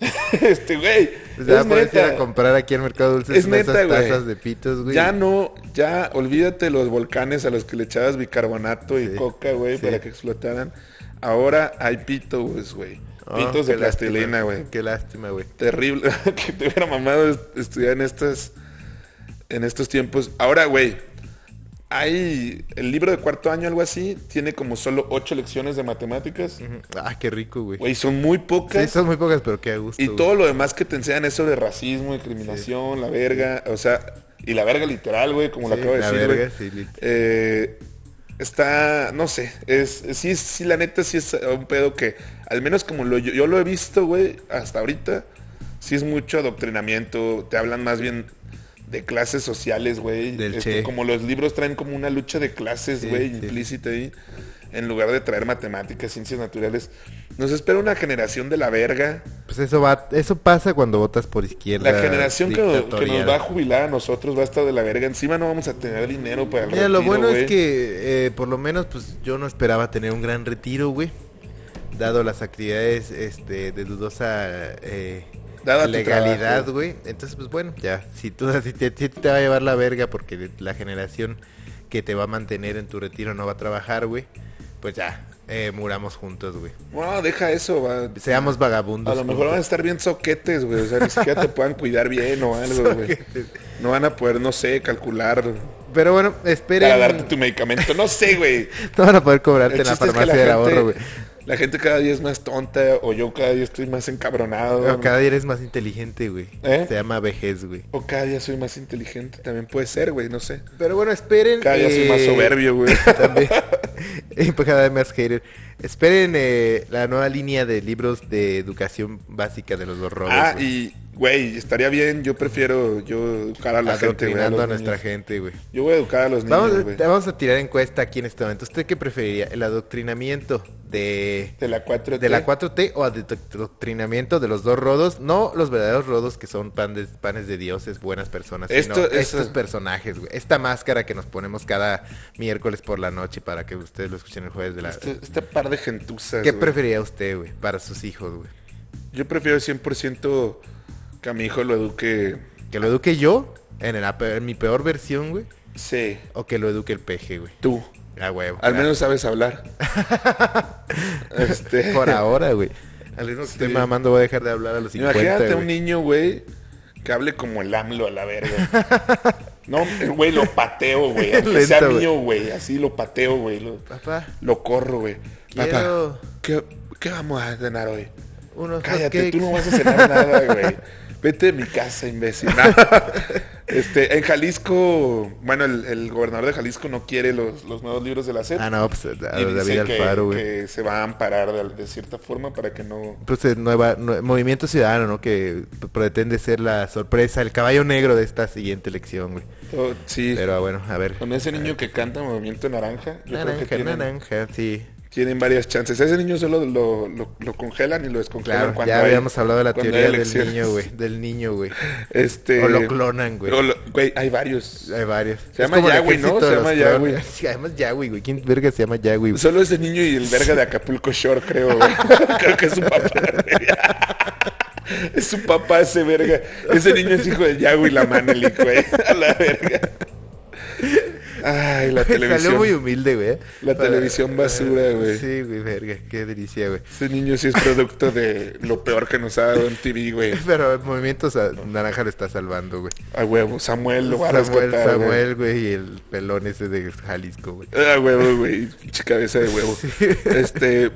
Speaker 1: este, güey.
Speaker 3: Pues ya
Speaker 1: es
Speaker 3: puedes ir
Speaker 1: neta.
Speaker 3: a comprar aquí al Mercado Dulce
Speaker 1: Es
Speaker 3: unas
Speaker 1: neta,
Speaker 3: esas
Speaker 1: güey.
Speaker 3: tazas de pitos, güey.
Speaker 1: Ya no, ya olvídate los volcanes a los que le echabas bicarbonato y
Speaker 3: Sí,
Speaker 1: coca, güey,
Speaker 3: sí.
Speaker 1: para que explotaran. Ahora hay pitos, güey.
Speaker 3: Oh,
Speaker 1: Pitos de
Speaker 3: qué lástima,
Speaker 1: plastilina, güey.
Speaker 3: Qué lástima, güey.
Speaker 1: Terrible que te hubiera mamado est- estudiar en estas en estos tiempos. Ahora, güey, hay el libro de cuarto año, algo así, tiene como solo ocho lecciones de matemáticas.
Speaker 3: Ah, qué rico, güey.
Speaker 1: Güey, son muy
Speaker 3: Sí,
Speaker 1: pocas.
Speaker 3: son muy pocas, pero qué a gusto.
Speaker 1: y
Speaker 3: güey.
Speaker 1: todo lo demás que te enseñan es sobre racismo, discriminación, la verga, o sea, y la verga literal, güey, como
Speaker 3: Sí,
Speaker 1: lo acabo de
Speaker 3: la
Speaker 1: decir,
Speaker 3: verga,
Speaker 1: güey.
Speaker 3: sí, lit-
Speaker 1: Eh, está, no sé, es, sí, es- sí, la neta sí es un pedo que, al menos como lo, yo, yo lo he visto, güey, hasta ahorita, sí es mucho adoctrinamiento, te hablan más bien de clases sociales, güey.
Speaker 3: Del
Speaker 1: Este,
Speaker 3: che.
Speaker 1: Como los libros traen como una lucha de clases,
Speaker 3: Sí,
Speaker 1: güey,
Speaker 3: sí.
Speaker 1: implícita ahí, en lugar de traer matemáticas, ciencias naturales. Nos espera una generación de la verga,
Speaker 3: Pues eso va, eso pasa cuando votas por izquierda.
Speaker 1: la generación que, nos- que nos
Speaker 3: dictatorial.
Speaker 1: va a jubilar a nosotros va a estar de la verga. Encima no vamos a tener dinero para el
Speaker 3: Mira, lo
Speaker 1: retiro,
Speaker 3: bueno
Speaker 1: güey.
Speaker 3: es que eh, por lo menos pues yo no esperaba tener un gran retiro, güey. Dado las actividades este, de dudosa eh,
Speaker 1: Dado tu
Speaker 3: legalidad,
Speaker 1: trabajo.
Speaker 3: güey. Entonces, pues bueno, ya, si tú si te, si te va a llevar la verga porque la generación que te va a mantener en tu retiro no va a trabajar, güey, pues ya, eh, muramos juntos, güey.
Speaker 1: No, deja eso, va.
Speaker 3: Seamos vagabundos.
Speaker 1: A lo mejor van a
Speaker 3: juntos.
Speaker 1: estar bien soquetes, güey. O sea, ni siquiera te puedan cuidar bien o algo, güey. No van a poder, no sé, calcular
Speaker 3: Pero bueno, esperen.
Speaker 1: para darte tu medicamento. No sé, güey.
Speaker 3: No van a poder cobrarte
Speaker 1: El
Speaker 3: en la
Speaker 1: chiste es que
Speaker 3: farmacia
Speaker 1: la
Speaker 3: del
Speaker 1: gente,
Speaker 3: ahorro, güey.
Speaker 1: la gente cada día es más tonta o yo cada día estoy más encabronado.
Speaker 3: Pero
Speaker 1: ¿no?
Speaker 3: Cada día eres más inteligente, güey.
Speaker 1: ¿Eh?
Speaker 3: Se llama vejez, güey.
Speaker 1: O cada día soy más inteligente. También puede ser, güey. No sé.
Speaker 3: Pero bueno, esperen.
Speaker 1: Cada día soy
Speaker 3: eh,
Speaker 1: más soberbio, güey.
Speaker 3: También. Y pues cada vez más hater. Esperen eh, la nueva línea de libros de educación básica de los dos robos.
Speaker 1: Ah,
Speaker 3: güey.
Speaker 1: y, güey, estaría bien. Yo prefiero yo educar a la gente, güey.
Speaker 3: Adoctrinando
Speaker 1: los
Speaker 3: a nuestra
Speaker 1: niños.
Speaker 3: gente, güey.
Speaker 1: Yo voy a educar a los
Speaker 3: Vamos, eh,
Speaker 1: niños, güey.
Speaker 3: vamos a tirar encuesta aquí en este momento. ¿Usted qué preferiría? ¿El adoctrinamiento de,
Speaker 1: De la este, 4
Speaker 3: de la 4T o adoctrinamiento de los dos rodos? No los verdaderos rodos que son pan de- panes de dioses, buenas personas, sino
Speaker 1: Esto- eso-
Speaker 3: estos personajes, güey. Esta máscara que nos ponemos cada miércoles por la noche para que ustedes lo escuchen el jueves de la...
Speaker 1: Este, este par de gentuzas,
Speaker 3: ¿Qué
Speaker 1: güey.
Speaker 3: preferiría usted, güey, para sus hijos, güey?
Speaker 1: Yo prefiero 100% que a mi hijo lo eduque.
Speaker 3: ¿Que lo eduque yo en, el- en mi peor versión, güey?
Speaker 1: Sí.
Speaker 3: ¿O que lo eduque el peje, güey?
Speaker 1: Tú.
Speaker 3: A huevo.
Speaker 1: Al
Speaker 3: claro.
Speaker 1: menos sabes hablar. este,
Speaker 3: Por ahora, güey. Al mismo que
Speaker 1: Sí.
Speaker 3: estoy mamando voy a dejar de hablar a los 50,
Speaker 1: Imagínate a un
Speaker 3: güey.
Speaker 1: niño, güey, que hable como el AMLO a la verga. No, eh, güey, lo pateo, güey. Aunque
Speaker 3: Lento,
Speaker 1: sea
Speaker 3: güey.
Speaker 1: mío, güey. Así lo pateo, güey. Lo,
Speaker 3: Papá,
Speaker 1: lo corro, güey.
Speaker 3: Quiero-
Speaker 1: Papá, ¿qué, qué vamos a cenar hoy?
Speaker 3: unos
Speaker 1: Cállate,
Speaker 3: hotcakes.
Speaker 1: tú no vas a cenar nada, güey. Vete de mi casa, imbécil. No. Este, en Jalisco, bueno, el, el gobernador de Jalisco no quiere los, los nuevos libros de la SEP.
Speaker 3: Ah, no, pues a
Speaker 1: y
Speaker 3: David
Speaker 1: dice que,
Speaker 3: Alfaro, güey.
Speaker 1: que se va a amparar de, de cierta forma para que no...
Speaker 3: Pues el nueva, nue- Movimiento Ciudadano, ¿no? Que p- pretende ser la sorpresa, el caballo negro de esta siguiente elección, güey.
Speaker 1: Oh, sí,
Speaker 3: Pero ah, bueno, a ver.
Speaker 1: con ese niño que canta Movimiento Naranja, yo creo que
Speaker 3: Naranja,
Speaker 1: tienen,
Speaker 3: naranja, sí.
Speaker 1: tienen varias chances. Ese niño solo lo, lo- lo congelan y lo descongelan
Speaker 3: Claro,
Speaker 1: cuando
Speaker 3: ya
Speaker 1: hay-
Speaker 3: habíamos hablado de la
Speaker 1: cuando
Speaker 3: teoría
Speaker 1: hay
Speaker 3: del
Speaker 1: elecciones.
Speaker 3: niño, güey. Del niño, güey.
Speaker 1: Este,
Speaker 3: O lo clonan, güey.
Speaker 1: o lo- Güey, hay varios.
Speaker 3: Hay varios.
Speaker 1: Se
Speaker 3: Es
Speaker 1: llama
Speaker 3: como el
Speaker 1: Yahweh, ¿no?
Speaker 3: ejército
Speaker 1: Se
Speaker 3: de los
Speaker 1: llama
Speaker 3: clones.
Speaker 1: Yahweh.
Speaker 3: Sí, además Yahweh, güey. ¿Quién verga se llama Yahweh, güey?
Speaker 1: Solo ese niño y el verga de Acapulco Shore, creo. güey. creo que es su papá. güey. es su papá ese verga. Ese niño es hijo de Yago y la Manelik, güey. A la verga. Ay, la televisión.
Speaker 3: Salió muy humilde, güey.
Speaker 1: La
Speaker 3: Para-
Speaker 1: televisión basura, güey.
Speaker 3: Sí, güey, verga, qué delicia, güey.
Speaker 1: Ese niño sí es producto de lo peor que nos ha dado en TV, güey.
Speaker 3: Pero el movimiento sa- naranja lo está salvando, güey.
Speaker 1: A huevo, Samuel lo va a
Speaker 3: Samuel,
Speaker 1: rescatar, güey.
Speaker 3: Samuel, güey, y el pelón ese de Jalisco, güey.
Speaker 1: Ah, huevo, güey. Pinche cabeza de huevo. Este.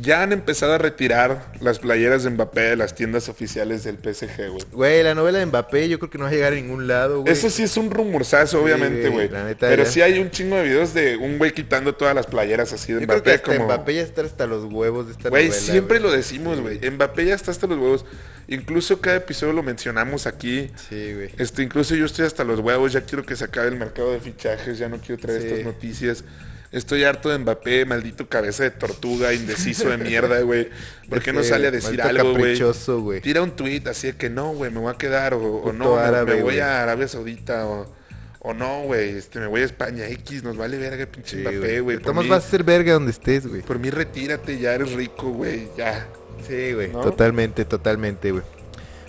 Speaker 1: Ya han empezado a retirar las playeras de Mbappé de las tiendas oficiales del PSG, güey.
Speaker 3: Güey, la novela de Mbappé yo creo que no va a llegar a ningún lado, güey.
Speaker 1: Eso sí es un rumorzazo, obviamente, güey.
Speaker 3: güey, la neta,
Speaker 1: Pero
Speaker 3: ya.
Speaker 1: sí hay un chingo de videos de un güey quitando todas las playeras así de
Speaker 3: Yo creo que
Speaker 1: Mbappé
Speaker 3: hasta
Speaker 1: como.
Speaker 3: Mbappé ya está hasta los huevos de esta
Speaker 1: Güey,
Speaker 3: novela,
Speaker 1: siempre
Speaker 3: güey.
Speaker 1: lo decimos, güey. Mbappé ya está hasta los huevos. Incluso cada episodio lo mencionamos aquí.
Speaker 3: Sí, güey.
Speaker 1: Este, incluso yo estoy hasta los huevos, ya quiero que se acabe el mercado de fichajes, ya no quiero traer
Speaker 3: Sí.
Speaker 1: estas noticias. Estoy harto de Mbappé, maldito cabeza de tortuga, indeciso de mierda, güey. ¿Por qué no
Speaker 3: Ese
Speaker 1: sale a decir
Speaker 3: Este, maldito
Speaker 1: algo, güey?
Speaker 3: caprichoso, güey.
Speaker 1: Tira un tweet así de que no, güey, me voy a quedar o, o
Speaker 3: Puto
Speaker 1: no, me-
Speaker 3: árabe,
Speaker 1: me voy
Speaker 3: güey.
Speaker 1: a Arabia Saudita o, O no, güey, este, me voy a España X, nos vale verga, pinche Mbappé, güey. Por,
Speaker 3: Tomás
Speaker 1: mí-
Speaker 3: vas a ser verga donde estés, güey.
Speaker 1: por mí retírate, ya eres rico, güey, ya.
Speaker 3: Sí, güey.
Speaker 1: ¿No?
Speaker 3: Totalmente, totalmente, güey.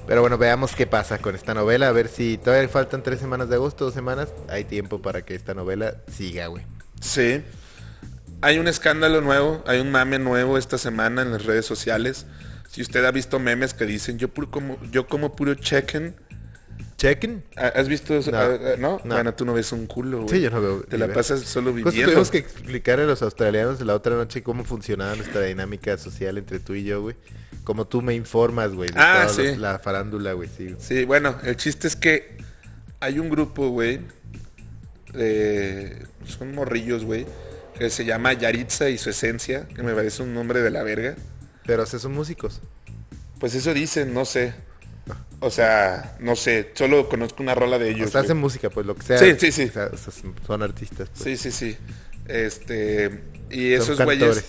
Speaker 3: Pero bueno, veamos qué pasa con esta novela. A ver si todavía faltan tres semanas de agosto, dos semanas. Hay tiempo para que esta novela siga, güey.
Speaker 1: Sí. Hay un escándalo nuevo, hay un mame nuevo esta semana en las redes sociales. Si usted ha visto memes que dicen, yo, puro como, yo como puro chicken.
Speaker 3: ¿Chequen?
Speaker 1: ¿Ha- ¿Has visto eso?
Speaker 3: No.
Speaker 1: Ah, ah, ¿No?
Speaker 3: No.
Speaker 1: Bueno, tú no ves un culo, güey.
Speaker 3: Sí, yo no veo
Speaker 1: Te la
Speaker 3: ni ver.
Speaker 1: pasas solo
Speaker 3: Pues
Speaker 1: viviendo.
Speaker 3: tuvimos que explicarle a los australianos la otra noche cómo funcionaba nuestra dinámica social entre tú y yo, güey. Como tú me informas, güey. de
Speaker 1: Ah,
Speaker 3: toda lo-
Speaker 1: sí.
Speaker 3: La farándula, güey, sí.
Speaker 1: Sí, bueno, el chiste es que hay un grupo, güey. eh, son morrillos, güey. Que se llama Yaritza y su esencia. Que me parece un nombre de la verga.
Speaker 3: Pero o sea, son músicos.
Speaker 1: Pues eso dicen, no sé. O sea, no sé. Solo conozco una rola de ellos.
Speaker 3: o sea,
Speaker 1: güey.
Speaker 3: hacen música, pues lo que sea.
Speaker 1: Sí, sí, sí.
Speaker 3: O sea, o sea, son- son artistas. pues.
Speaker 1: Sí, sí, sí. Este, y
Speaker 3: Son
Speaker 1: esos
Speaker 3: cantores.
Speaker 1: güeyes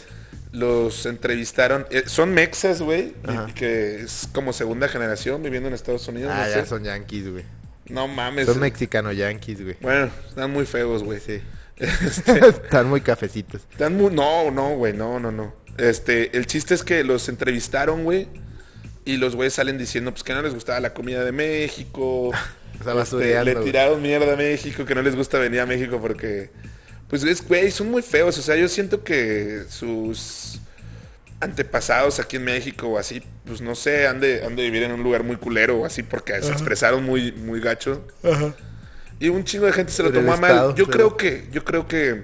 Speaker 1: los entrevistaron. eh, son mexas, güey, y-
Speaker 3: Ajá.
Speaker 1: que es como segunda generación viviendo en Estados Unidos.
Speaker 3: Ah,
Speaker 1: no,
Speaker 3: ya
Speaker 1: sé.
Speaker 3: son yankees, güey.
Speaker 1: no mames. eh.
Speaker 3: Son mexicano-yankees, güey.
Speaker 1: Bueno, están muy feos, güey.
Speaker 3: Sí.
Speaker 1: Este,
Speaker 3: Están muy cafecitos.
Speaker 1: están muy... No, no, güey, no, no, no. Este, el chiste es que los entrevistaron, güey, y los güeyes salen diciendo, pues que no les gustaba la comida de México.
Speaker 3: O sea,
Speaker 1: Este,
Speaker 3: basureando,
Speaker 1: le
Speaker 3: güey.
Speaker 1: tiraron mierda a México, que no les gusta venir a México porque... Pues es, güey, son muy feos. O sea, yo siento que sus antepasados aquí en México o así, pues no sé, han de, han de vivir en un lugar muy culero o así porque se expresaron muy, muy gacho. Y un chingo de gente se lo
Speaker 3: Pero el
Speaker 1: tomó a mal.
Speaker 3: Estado,
Speaker 1: Yo creo
Speaker 3: claro.
Speaker 1: que, yo creo que...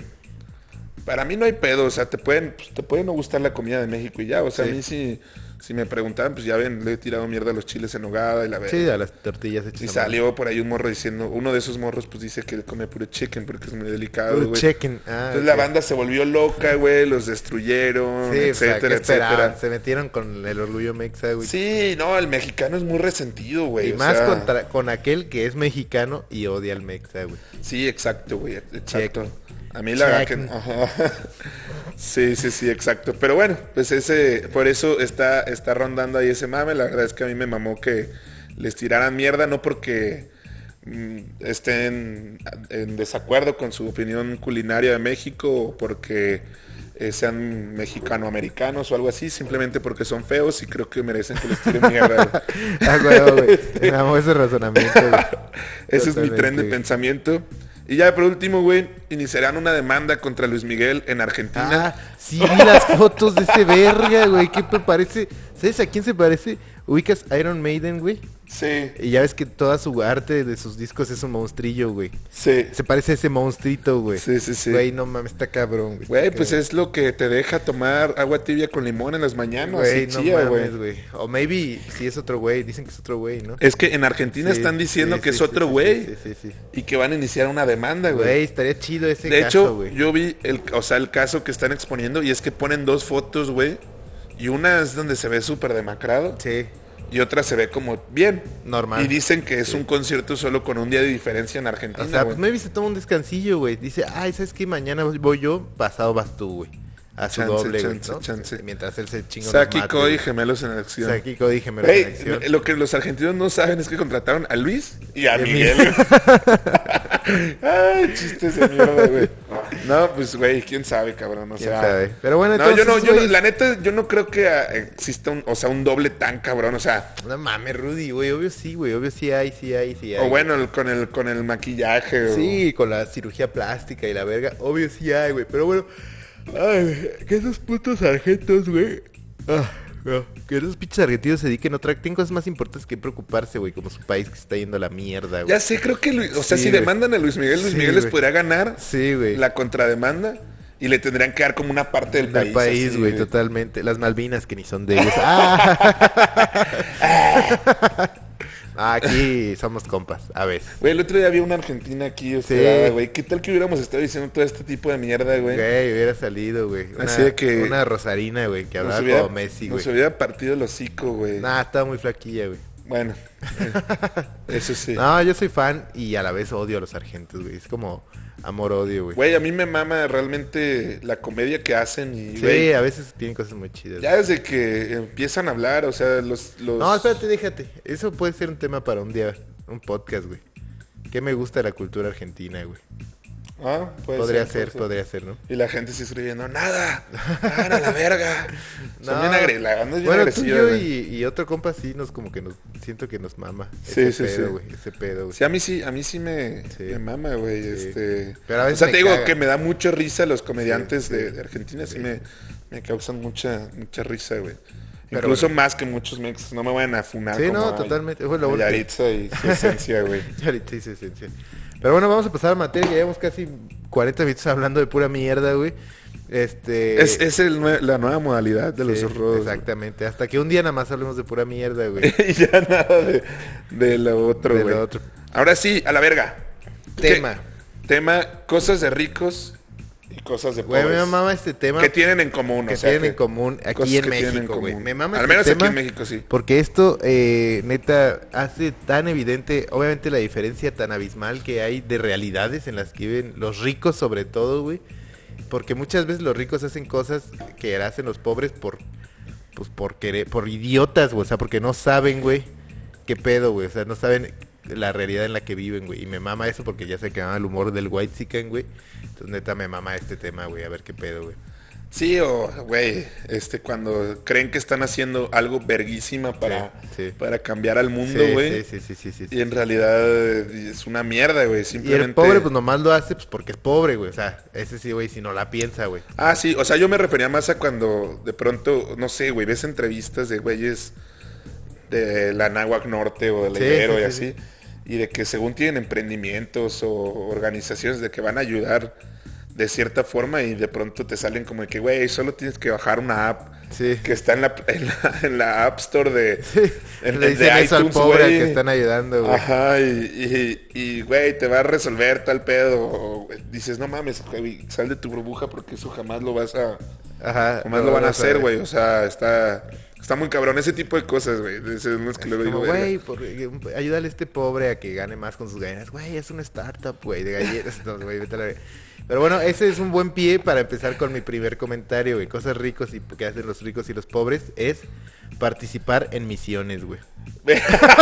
Speaker 1: Para mí no hay pedo, o sea, te pueden, pues, te puede no gustar la comida de México y ya. O sea,
Speaker 3: Sí.
Speaker 1: a mí sí, si me preguntaban, pues ya ven, le he tirado mierda a los chiles en hogada y la verdad.
Speaker 3: Sí, a las tortillas hechas.
Speaker 1: Y
Speaker 3: a mano.
Speaker 1: salió por ahí un morro diciendo, uno de esos morros pues dice que él come puro chicken porque es muy delicado,
Speaker 3: Puro
Speaker 1: güey.
Speaker 3: chicken. Ah,
Speaker 1: Entonces la
Speaker 3: ok.
Speaker 1: banda se volvió loca, güey, los destruyeron,
Speaker 3: Sí, o sea, ¿qué
Speaker 1: etcétera,
Speaker 3: esperaban?
Speaker 1: etcétera.
Speaker 3: Se metieron con el orgullo mexa, güey.
Speaker 1: Sí, no, el mexicano es muy resentido, güey.
Speaker 3: y
Speaker 1: o
Speaker 3: más
Speaker 1: sea,
Speaker 3: contra, con aquel que es mexicano y odia al mexa, güey.
Speaker 1: Sí, exacto, güey, exacto.
Speaker 3: Chicken.
Speaker 1: A mí la verdad que...
Speaker 3: Chicken.
Speaker 1: ajá. Sí, sí, sí, exacto. Pero bueno, pues ese, por eso está, está rondando ahí ese mame. La verdad es que a mí me mamó que les tiraran mierda, no porque mm, estén en desacuerdo con su opinión culinaria de México o porque eh, sean mexicanoamericanos o algo así, simplemente porque son feos y creo que merecen que les tiren mierda. güey.
Speaker 3: Ah, güey, güey. Me amó ese razonamiento, güey.
Speaker 1: Ah. Ese es mi tren de
Speaker 3: Totalmente.
Speaker 1: pensamiento. Y ya por último, güey, iniciarán una demanda contra Luis Miguel en Argentina.
Speaker 3: Ah, sí, vi las fotos de ese verga, güey. ¿Qué pe- parece? ¿Sabes a quién se parece? Ubicas Iron Maiden, güey.
Speaker 1: Sí,
Speaker 3: Y ya ves que toda su arte de sus discos es un monstrillo, güey.
Speaker 1: sí.
Speaker 3: Se parece a ese monstrito, güey.
Speaker 1: Sí, sí, sí.
Speaker 3: Güey, no mames, está cabrón, güey.
Speaker 1: Güey,
Speaker 3: está
Speaker 1: pues
Speaker 3: cabrón.
Speaker 1: es lo que te deja tomar agua tibia con limón en las mañanas.
Speaker 3: Güey,
Speaker 1: y
Speaker 3: no
Speaker 1: chía, güey.
Speaker 3: mames, güey. O maybe si es otro güey. Dicen que es otro güey, ¿no?
Speaker 1: Es que en Argentina
Speaker 3: Sí,
Speaker 1: Eh, están diciendo
Speaker 3: sí,
Speaker 1: que
Speaker 3: sí,
Speaker 1: es
Speaker 3: sí,
Speaker 1: otro
Speaker 3: sí,
Speaker 1: güey
Speaker 3: Sí, sí, sí.
Speaker 1: y que van a iniciar una demanda,
Speaker 3: Güey,
Speaker 1: güey.
Speaker 3: estaría chido ese
Speaker 1: De
Speaker 3: caso,
Speaker 1: hecho,
Speaker 3: güey.
Speaker 1: yo vi el, o sea, el caso que están exponiendo y es que ponen dos fotos, güey. Y una es donde se ve súper demacrado
Speaker 3: Sí.
Speaker 1: y otra se ve como bien.
Speaker 3: Normal.
Speaker 1: Y dicen que es un concierto solo con un día de diferencia en Argentina,
Speaker 3: O sea,
Speaker 1: güey.
Speaker 3: pues maybe se toma un descansillo, güey. Dice, ay, ¿sabes qué? Mañana voy yo, pasado vas tú, güey. A su
Speaker 1: Chance,
Speaker 3: doble, güey.
Speaker 1: chance,
Speaker 3: ¿no?
Speaker 1: chance.
Speaker 3: Mientras él se chinga
Speaker 1: Saki
Speaker 3: unos mates,
Speaker 1: Koi,
Speaker 3: güey.
Speaker 1: gemelos en acción.
Speaker 3: Saki Koi, dije, me lo
Speaker 1: Güey,
Speaker 3: conexiono.
Speaker 1: lo que los argentinos no saben es que contrataron a Luis y a
Speaker 3: Y a
Speaker 1: Miguel.
Speaker 3: Miguel.
Speaker 1: güey. Ay, chistes de mierda, güey. No, pues, güey, quién sabe, cabrón. O
Speaker 3: ¿Quién
Speaker 1: sea,
Speaker 3: sabe? Pero bueno,
Speaker 1: no, yo
Speaker 3: entonces,
Speaker 1: no, yo no,
Speaker 3: güey,
Speaker 1: la neta, yo no creo que ah, exista un, o sea, un doble tan cabrón. O sea,
Speaker 3: No mames, Rudy, güey. Obvio sí, güey. Obvio sí hay, sí hay, sí hay.
Speaker 1: o bueno, el- con el con el maquillaje. o-
Speaker 3: Sí, con la cirugía plástica y la verga. Obvio sí hay, güey. Pero bueno, ay, güey, que esos putos argentos, güey. Ah, no. Que esos pinches argentinos se dediquen a otra. Tienen cosas más importantes que preocuparse, güey. Como su país que se está yendo a la mierda, güey.
Speaker 1: Ya sé, creo que, Luis- o sea,
Speaker 3: Sí,
Speaker 1: si
Speaker 3: güey.
Speaker 1: demandan a Luis Miguel, Luis
Speaker 3: Sí,
Speaker 1: Miguel les
Speaker 3: güey.
Speaker 1: podría ganar
Speaker 3: Sí, güey.
Speaker 1: la contrademanda y le tendrían que dar como una parte del
Speaker 3: Del
Speaker 1: país.
Speaker 3: país,
Speaker 1: así,
Speaker 3: güey, totalmente. Las Malvinas que ni son de ellos. ¡Ah! Aquí somos compas, a veces.
Speaker 1: Güey, el otro día había una argentina aquí hospedada, güey. ¿Qué tal que hubiéramos estado diciendo todo este tipo de mierda, güey?
Speaker 3: Güey, hubiera salido, güey. Una,
Speaker 1: Así de que-
Speaker 3: una Rosarina, güey, que hablaba como Messi,
Speaker 1: nos
Speaker 3: güey.
Speaker 1: hubiera partido el hocico, güey.
Speaker 3: Nah, estaba muy flaquilla, güey.
Speaker 1: Bueno, eh, eso sí.
Speaker 3: No, yo soy fan y a la vez odio a los argentos, güey. Es como amor-odio, güey.
Speaker 1: Güey, a mí me mama realmente la comedia que hacen y,
Speaker 3: Sí,
Speaker 1: güey,
Speaker 3: a veces tienen cosas muy chidas.
Speaker 1: ya pues. desde que empiezan a hablar, o sea, los... los
Speaker 3: No, espérate, déjate. Eso puede ser un tema para un día, un podcast, güey. ¿Qué me gusta de la cultura argentina, güey?
Speaker 1: Ah, puede
Speaker 3: podría
Speaker 1: puede
Speaker 3: ser, podría ser, ¿no?
Speaker 1: Y la gente sí escribiendo, nada, nada, a la verga. Son bien agre- la banda es bien
Speaker 3: bueno, tú,
Speaker 1: agresiva,
Speaker 3: yo
Speaker 1: güey.
Speaker 3: y, y otro compa sí nos como que nos siento que nos mama.
Speaker 1: Sí,
Speaker 3: ese
Speaker 1: sí,
Speaker 3: pedo,
Speaker 1: sí.
Speaker 3: güey, ese pedo, güey.
Speaker 1: Sí, a mí sí, a mí sí me,
Speaker 3: Sí.
Speaker 1: me mama, güey. Este,
Speaker 3: Pero a veces
Speaker 1: o sea, te
Speaker 3: me
Speaker 1: digo
Speaker 3: caga.
Speaker 1: que me da mucha risa los comediantes
Speaker 3: Sí, sí.
Speaker 1: De, de Argentina, sí,
Speaker 3: Sí.
Speaker 1: me, me causan mucha, mucha risa, güey.
Speaker 3: Pero
Speaker 1: Incluso
Speaker 3: bueno.
Speaker 1: más que muchos mex, no me van a funar.
Speaker 3: Sí,
Speaker 1: como
Speaker 3: no,
Speaker 1: a-
Speaker 3: totalmente. Fue lo
Speaker 1: a
Speaker 3: último.
Speaker 1: Yaritza y su esencia, güey.
Speaker 3: Ya ahorita hice esencia. Pero bueno, vamos a pasar a materia. Ya llevamos casi 40 minutos hablando de pura mierda, güey. Este.
Speaker 1: es es el nue- la nueva modalidad de los
Speaker 3: sí,
Speaker 1: rodos. güey.
Speaker 3: Exactamente. Hasta que un día nada más hablemos de pura mierda, güey.
Speaker 1: y ya nada de, de lo otro,
Speaker 3: De
Speaker 1: güey.
Speaker 3: lo otro.
Speaker 1: Ahora sí, a la verga.
Speaker 3: Tema.
Speaker 1: ¿Qué- Tema, cosas de ricos y cosas de
Speaker 3: Güey,
Speaker 1: pobres.
Speaker 3: me mama este tema.
Speaker 1: Que tienen en común, o
Speaker 3: que
Speaker 1: sea,
Speaker 3: tienen en común
Speaker 1: cosas
Speaker 3: aquí en
Speaker 1: que tienen en
Speaker 3: México, güey.
Speaker 1: común.
Speaker 3: Me mama
Speaker 1: Al
Speaker 3: este
Speaker 1: menos aquí
Speaker 3: tema
Speaker 1: en México, sí.
Speaker 3: Porque esto, eh, neta, hace tan evidente, obviamente, la diferencia tan abismal que hay de realidades en las que viven los ricos, sobre todo, güey. Porque muchas veces los ricos hacen cosas que hacen los pobres por, pues, por, querer, por idiotas, güey. O sea, porque no saben, güey, qué pedo, güey. O sea, no saben la realidad en la que viven, güey. Y me mama eso porque ya se quemaba el humor del white chicken, güey. Entonces, neta, me mama este tema, güey. A ver qué pedo, güey.
Speaker 1: Sí, o, güey, este, cuando creen que están haciendo algo verguísima para,
Speaker 3: sí.
Speaker 1: para cambiar al mundo,
Speaker 3: Sí,
Speaker 1: güey.
Speaker 3: sí, sí, sí, sí, sí.
Speaker 1: Y en realidad eh, es una mierda, güey.
Speaker 3: Y
Speaker 1: Simplemente...
Speaker 3: el pobre, pues nomás lo hace pues, porque es pobre, güey. O sea, ese sí, güey, si no la piensa, güey.
Speaker 1: Ah, sí, o sea, yo me refería más a cuando de pronto, no sé, güey, ves entrevistas de güeyes de la Náhuac Norte o del
Speaker 3: Sí,
Speaker 1: Ibero
Speaker 3: sí,
Speaker 1: y
Speaker 3: sí,
Speaker 1: así, y de que según tienen emprendimientos o organizaciones de que van a ayudar de cierta forma y de pronto te salen como de que, güey, solo tienes que bajar una app
Speaker 3: Sí.
Speaker 1: que está en la, en la, en la App Store de, en-
Speaker 3: Le
Speaker 1: en- de
Speaker 3: dicen eso al
Speaker 1: iTunes,
Speaker 3: pobre al
Speaker 1: güey.
Speaker 3: que están ayudando, güey.
Speaker 1: Ajá, y, y, y, güey, te va a resolver tal pedo. o, güey, dices, no mames, güey, sal de tu burbuja porque eso jamás lo vas a...
Speaker 3: Ajá.
Speaker 1: Jamás
Speaker 3: no,
Speaker 1: lo van a
Speaker 3: no
Speaker 1: hacer,
Speaker 3: sabe.
Speaker 1: güey. O sea, está... Está muy cabrón ese tipo de cosas, güey. Es uno que luego digo,
Speaker 3: Como,
Speaker 1: "Verga".
Speaker 3: güey, por- eh, ayúdale a este pobre a que gane más con sus galletas. Güey, es una startup, güey, de galletas. No, güey, vete a la verga. Pero bueno, ese es un buen pie para empezar con mi primer comentario, güey. Cosas ricos y que hacen los ricos y los pobres es participar en misiones, güey.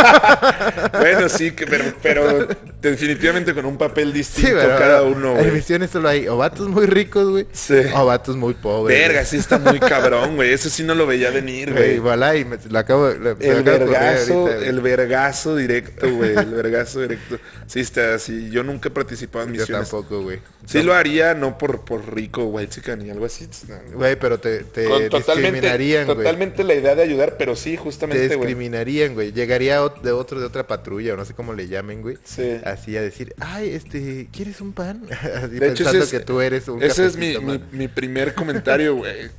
Speaker 1: Bueno, sí, que, pero, pero definitivamente con un papel distinto
Speaker 3: pero
Speaker 1: cada uno,
Speaker 3: En
Speaker 1: güey.
Speaker 3: misiones solo hay o vatos muy ricos, güey.
Speaker 1: Sí.
Speaker 3: O vatos muy pobres.
Speaker 1: Verga,
Speaker 3: Oh, güey.
Speaker 1: sí está muy cabrón, güey. Eso sí no lo veía venir,
Speaker 3: Güey,
Speaker 1: güey.
Speaker 3: voilà, y me, lo acabo lo- se me
Speaker 1: El
Speaker 3: acaba de ocurrir
Speaker 1: vergazo,
Speaker 3: ahorita, güey.
Speaker 1: el vergazo directo, güey. El vergazo directo. Sí, está así. Yo nunca he participado en
Speaker 3: Yo
Speaker 1: misiones.
Speaker 3: tampoco, güey.
Speaker 1: Sí lo haría, no por, por rico, güey, chica, ni algo así. no, güey. Eh,
Speaker 3: Güey, pero te, te
Speaker 1: Con totalmente,
Speaker 3: discriminarían, güey.
Speaker 1: totalmente la idea de ayudar, pero sí,
Speaker 3: Te
Speaker 1: justamente, güey.
Speaker 3: discriminarían, güey. Llegaría ot- de otro de otra patrulla, o no sé cómo le llamen, güey.
Speaker 1: Sí.
Speaker 3: Así a decir, ay, este, ¿quieres un pan? Así
Speaker 1: De hecho,
Speaker 3: pensando
Speaker 1: ese es-
Speaker 3: que tú eres un
Speaker 1: Ese es mi,
Speaker 3: cafecito,
Speaker 1: mi,
Speaker 3: man.
Speaker 1: mi primer comentario, güey.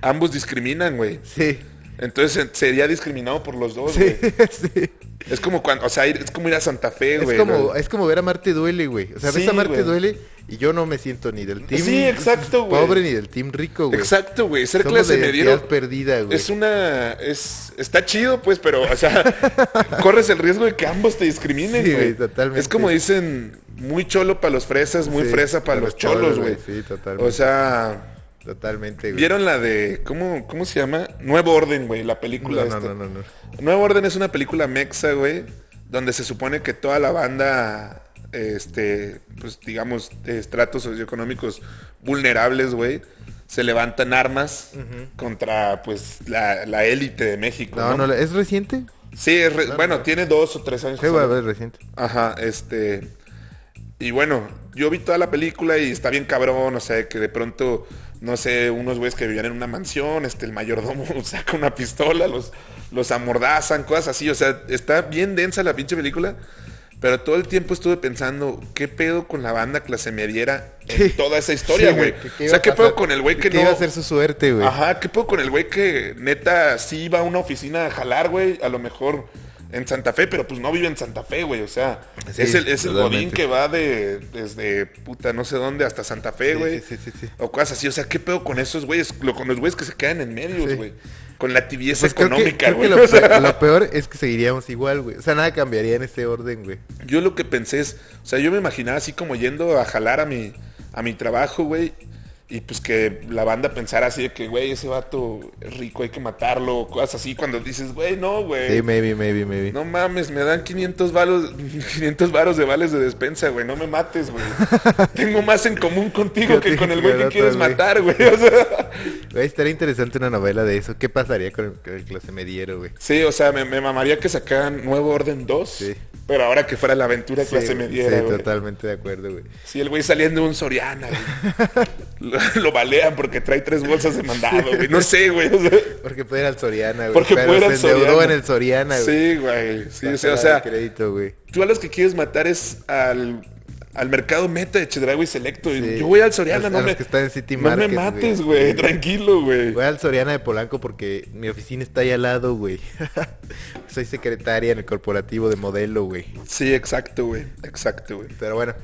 Speaker 1: Ambos discriminan, güey.
Speaker 3: Sí,
Speaker 1: Entonces se- sería discriminado por los dos,
Speaker 3: sí,
Speaker 1: güey.
Speaker 3: sí.
Speaker 1: Es como cuando, o sea, ir- es como eh, ir a Santa Fe,
Speaker 3: Es
Speaker 1: güey.
Speaker 3: como,
Speaker 1: ¿no?
Speaker 3: es como ver a Marte duele, güey. O sea,
Speaker 1: Sí,
Speaker 3: ves a Marte
Speaker 1: güey.
Speaker 3: duele y yo no me siento ni del team
Speaker 1: Sí, exacto, güey.
Speaker 3: pobre ni del team rico, güey.
Speaker 1: Exacto, güey. Ser
Speaker 3: Somos
Speaker 1: clase
Speaker 3: la
Speaker 1: mediero
Speaker 3: identidad perdida, güey.
Speaker 1: es una, es, está chido, pues, pero, o sea, corres el riesgo de que ambos te discriminen,
Speaker 3: Sí,
Speaker 1: güey.
Speaker 3: güey, totalmente.
Speaker 1: Es como dicen, muy cholo para los fresas, muy
Speaker 3: Sí,
Speaker 1: fresa para los cholos, güey.
Speaker 3: Sí, totalmente.
Speaker 1: O sea,
Speaker 3: totalmente, güey.
Speaker 1: ¿Vieron la de. ¿Cómo, cómo se llama? Nuevo Orden, güey, la película
Speaker 3: No, no,
Speaker 1: esta.
Speaker 3: no, no, no.
Speaker 1: Nuevo Orden es una película mexa, güey, donde se supone que toda la banda, este, pues digamos, de estratos socioeconómicos vulnerables, güey, se levantan armas contra, pues, la, la élite de México.
Speaker 3: No,
Speaker 1: No,
Speaker 3: no, ¿es reciente?
Speaker 1: Sí, es re- bueno, tiene dos o tres años.
Speaker 3: Sí,
Speaker 1: que
Speaker 3: güey,
Speaker 1: salió.
Speaker 3: es reciente.
Speaker 1: Ajá, este. Y bueno, yo vi toda la película y está bien cabrón, o sea, que de pronto, no sé, unos güeyes que vivían en una mansión, este, el mayordomo saca una pistola, los, los amordazan, cosas así, o sea, está bien densa la pinche película, pero todo el tiempo estuve pensando, ¿qué pedo con la banda clase mediera en
Speaker 3: Sí.
Speaker 1: toda esa historia,
Speaker 3: Sí,
Speaker 1: güey?
Speaker 3: ¿qué-
Speaker 1: o
Speaker 3: qué iba
Speaker 1: sea,
Speaker 3: a
Speaker 1: ¿qué
Speaker 3: pasar?
Speaker 1: pedo con el güey que
Speaker 3: ¿Qué
Speaker 1: no...
Speaker 3: iba a ser su suerte, güey?
Speaker 1: Ajá, ¿qué puedo con el güey que neta sí iba a una oficina a jalar, güey? A lo mejor en Santa Fe, pero pues no vive en Santa Fe, güey. O sea,
Speaker 3: Sí,
Speaker 1: es el, es el godín
Speaker 3: totalmente.
Speaker 1: que va de desde puta no sé dónde hasta Santa Fe,
Speaker 3: Sí,
Speaker 1: güey.
Speaker 3: sí, sí, sí, sí.
Speaker 1: O cosas así. O sea, ¿qué pedo con esos güeyes? Lo- con los güeyes que se quedan en medios,
Speaker 3: Sí.
Speaker 1: güey. Con la tibieza
Speaker 3: Pues creo que-
Speaker 1: económica,
Speaker 3: creo que
Speaker 1: güey.
Speaker 3: lo,
Speaker 1: O sea,
Speaker 3: peor- lo peor es que seguiríamos igual, güey. O sea, nada cambiaría en este orden, güey.
Speaker 1: Yo lo que pensé es, o sea, yo me imaginaba así como yendo a jalar a mi, a mi trabajo, güey. Y pues que la banda pensara así de que, güey, ese vato es rico, hay que matarlo, o cosas así, cuando dices, güey, no, güey.
Speaker 3: Sí, maybe, maybe, maybe.
Speaker 1: No mames, me dan 500 varos, 500 varos de vales de despensa, güey, no me mates, güey. Tengo más en común contigo
Speaker 3: Yo
Speaker 1: que
Speaker 3: te-
Speaker 1: con el güey que
Speaker 3: claro,
Speaker 1: quieres
Speaker 3: güey.
Speaker 1: matar, güey. O sea,
Speaker 3: Güey, estaría interesante una novela de eso. ¿Qué pasaría con el, con el clase mediero, güey?
Speaker 1: sí, o sea, me, me mamaría que sacaran Nuevo Orden 2,
Speaker 3: Sí.
Speaker 1: pero ahora que fuera la aventura
Speaker 3: Sí,
Speaker 1: clase
Speaker 3: güey,
Speaker 1: mediera,
Speaker 3: sí,
Speaker 1: güey.
Speaker 3: totalmente de acuerdo, güey.
Speaker 1: Sí, el güey saliendo de un Soriana, güey. lo, lo balean porque trae tres bolsas de mandado, güey. No sé, güey. o sea.
Speaker 3: Porque puede ir al Soriana, güey.
Speaker 1: Porque
Speaker 3: pero
Speaker 1: puede ir al
Speaker 3: se endeudó
Speaker 1: Soriana.
Speaker 3: en el Soriana, güey.
Speaker 1: Sí, güey. Sí, o sea, o
Speaker 3: Para
Speaker 1: sea,
Speaker 3: dar crédito, güey.
Speaker 1: tú a los que quieres matar es al, al mercado meta de Chedraui Selecto. Y
Speaker 3: Sí.
Speaker 1: Yo voy al Soriana,
Speaker 3: A los-
Speaker 1: no
Speaker 3: a los
Speaker 1: me.
Speaker 3: que están en City
Speaker 1: no
Speaker 3: Market,
Speaker 1: me mates, güey. Tranquilo, güey.
Speaker 3: Voy al Soriana de Polanco porque mi oficina está ahí al lado, güey. Soy secretaria en el corporativo de modelo, güey.
Speaker 1: Sí, exacto, güey. Exacto, güey.
Speaker 3: Pero bueno.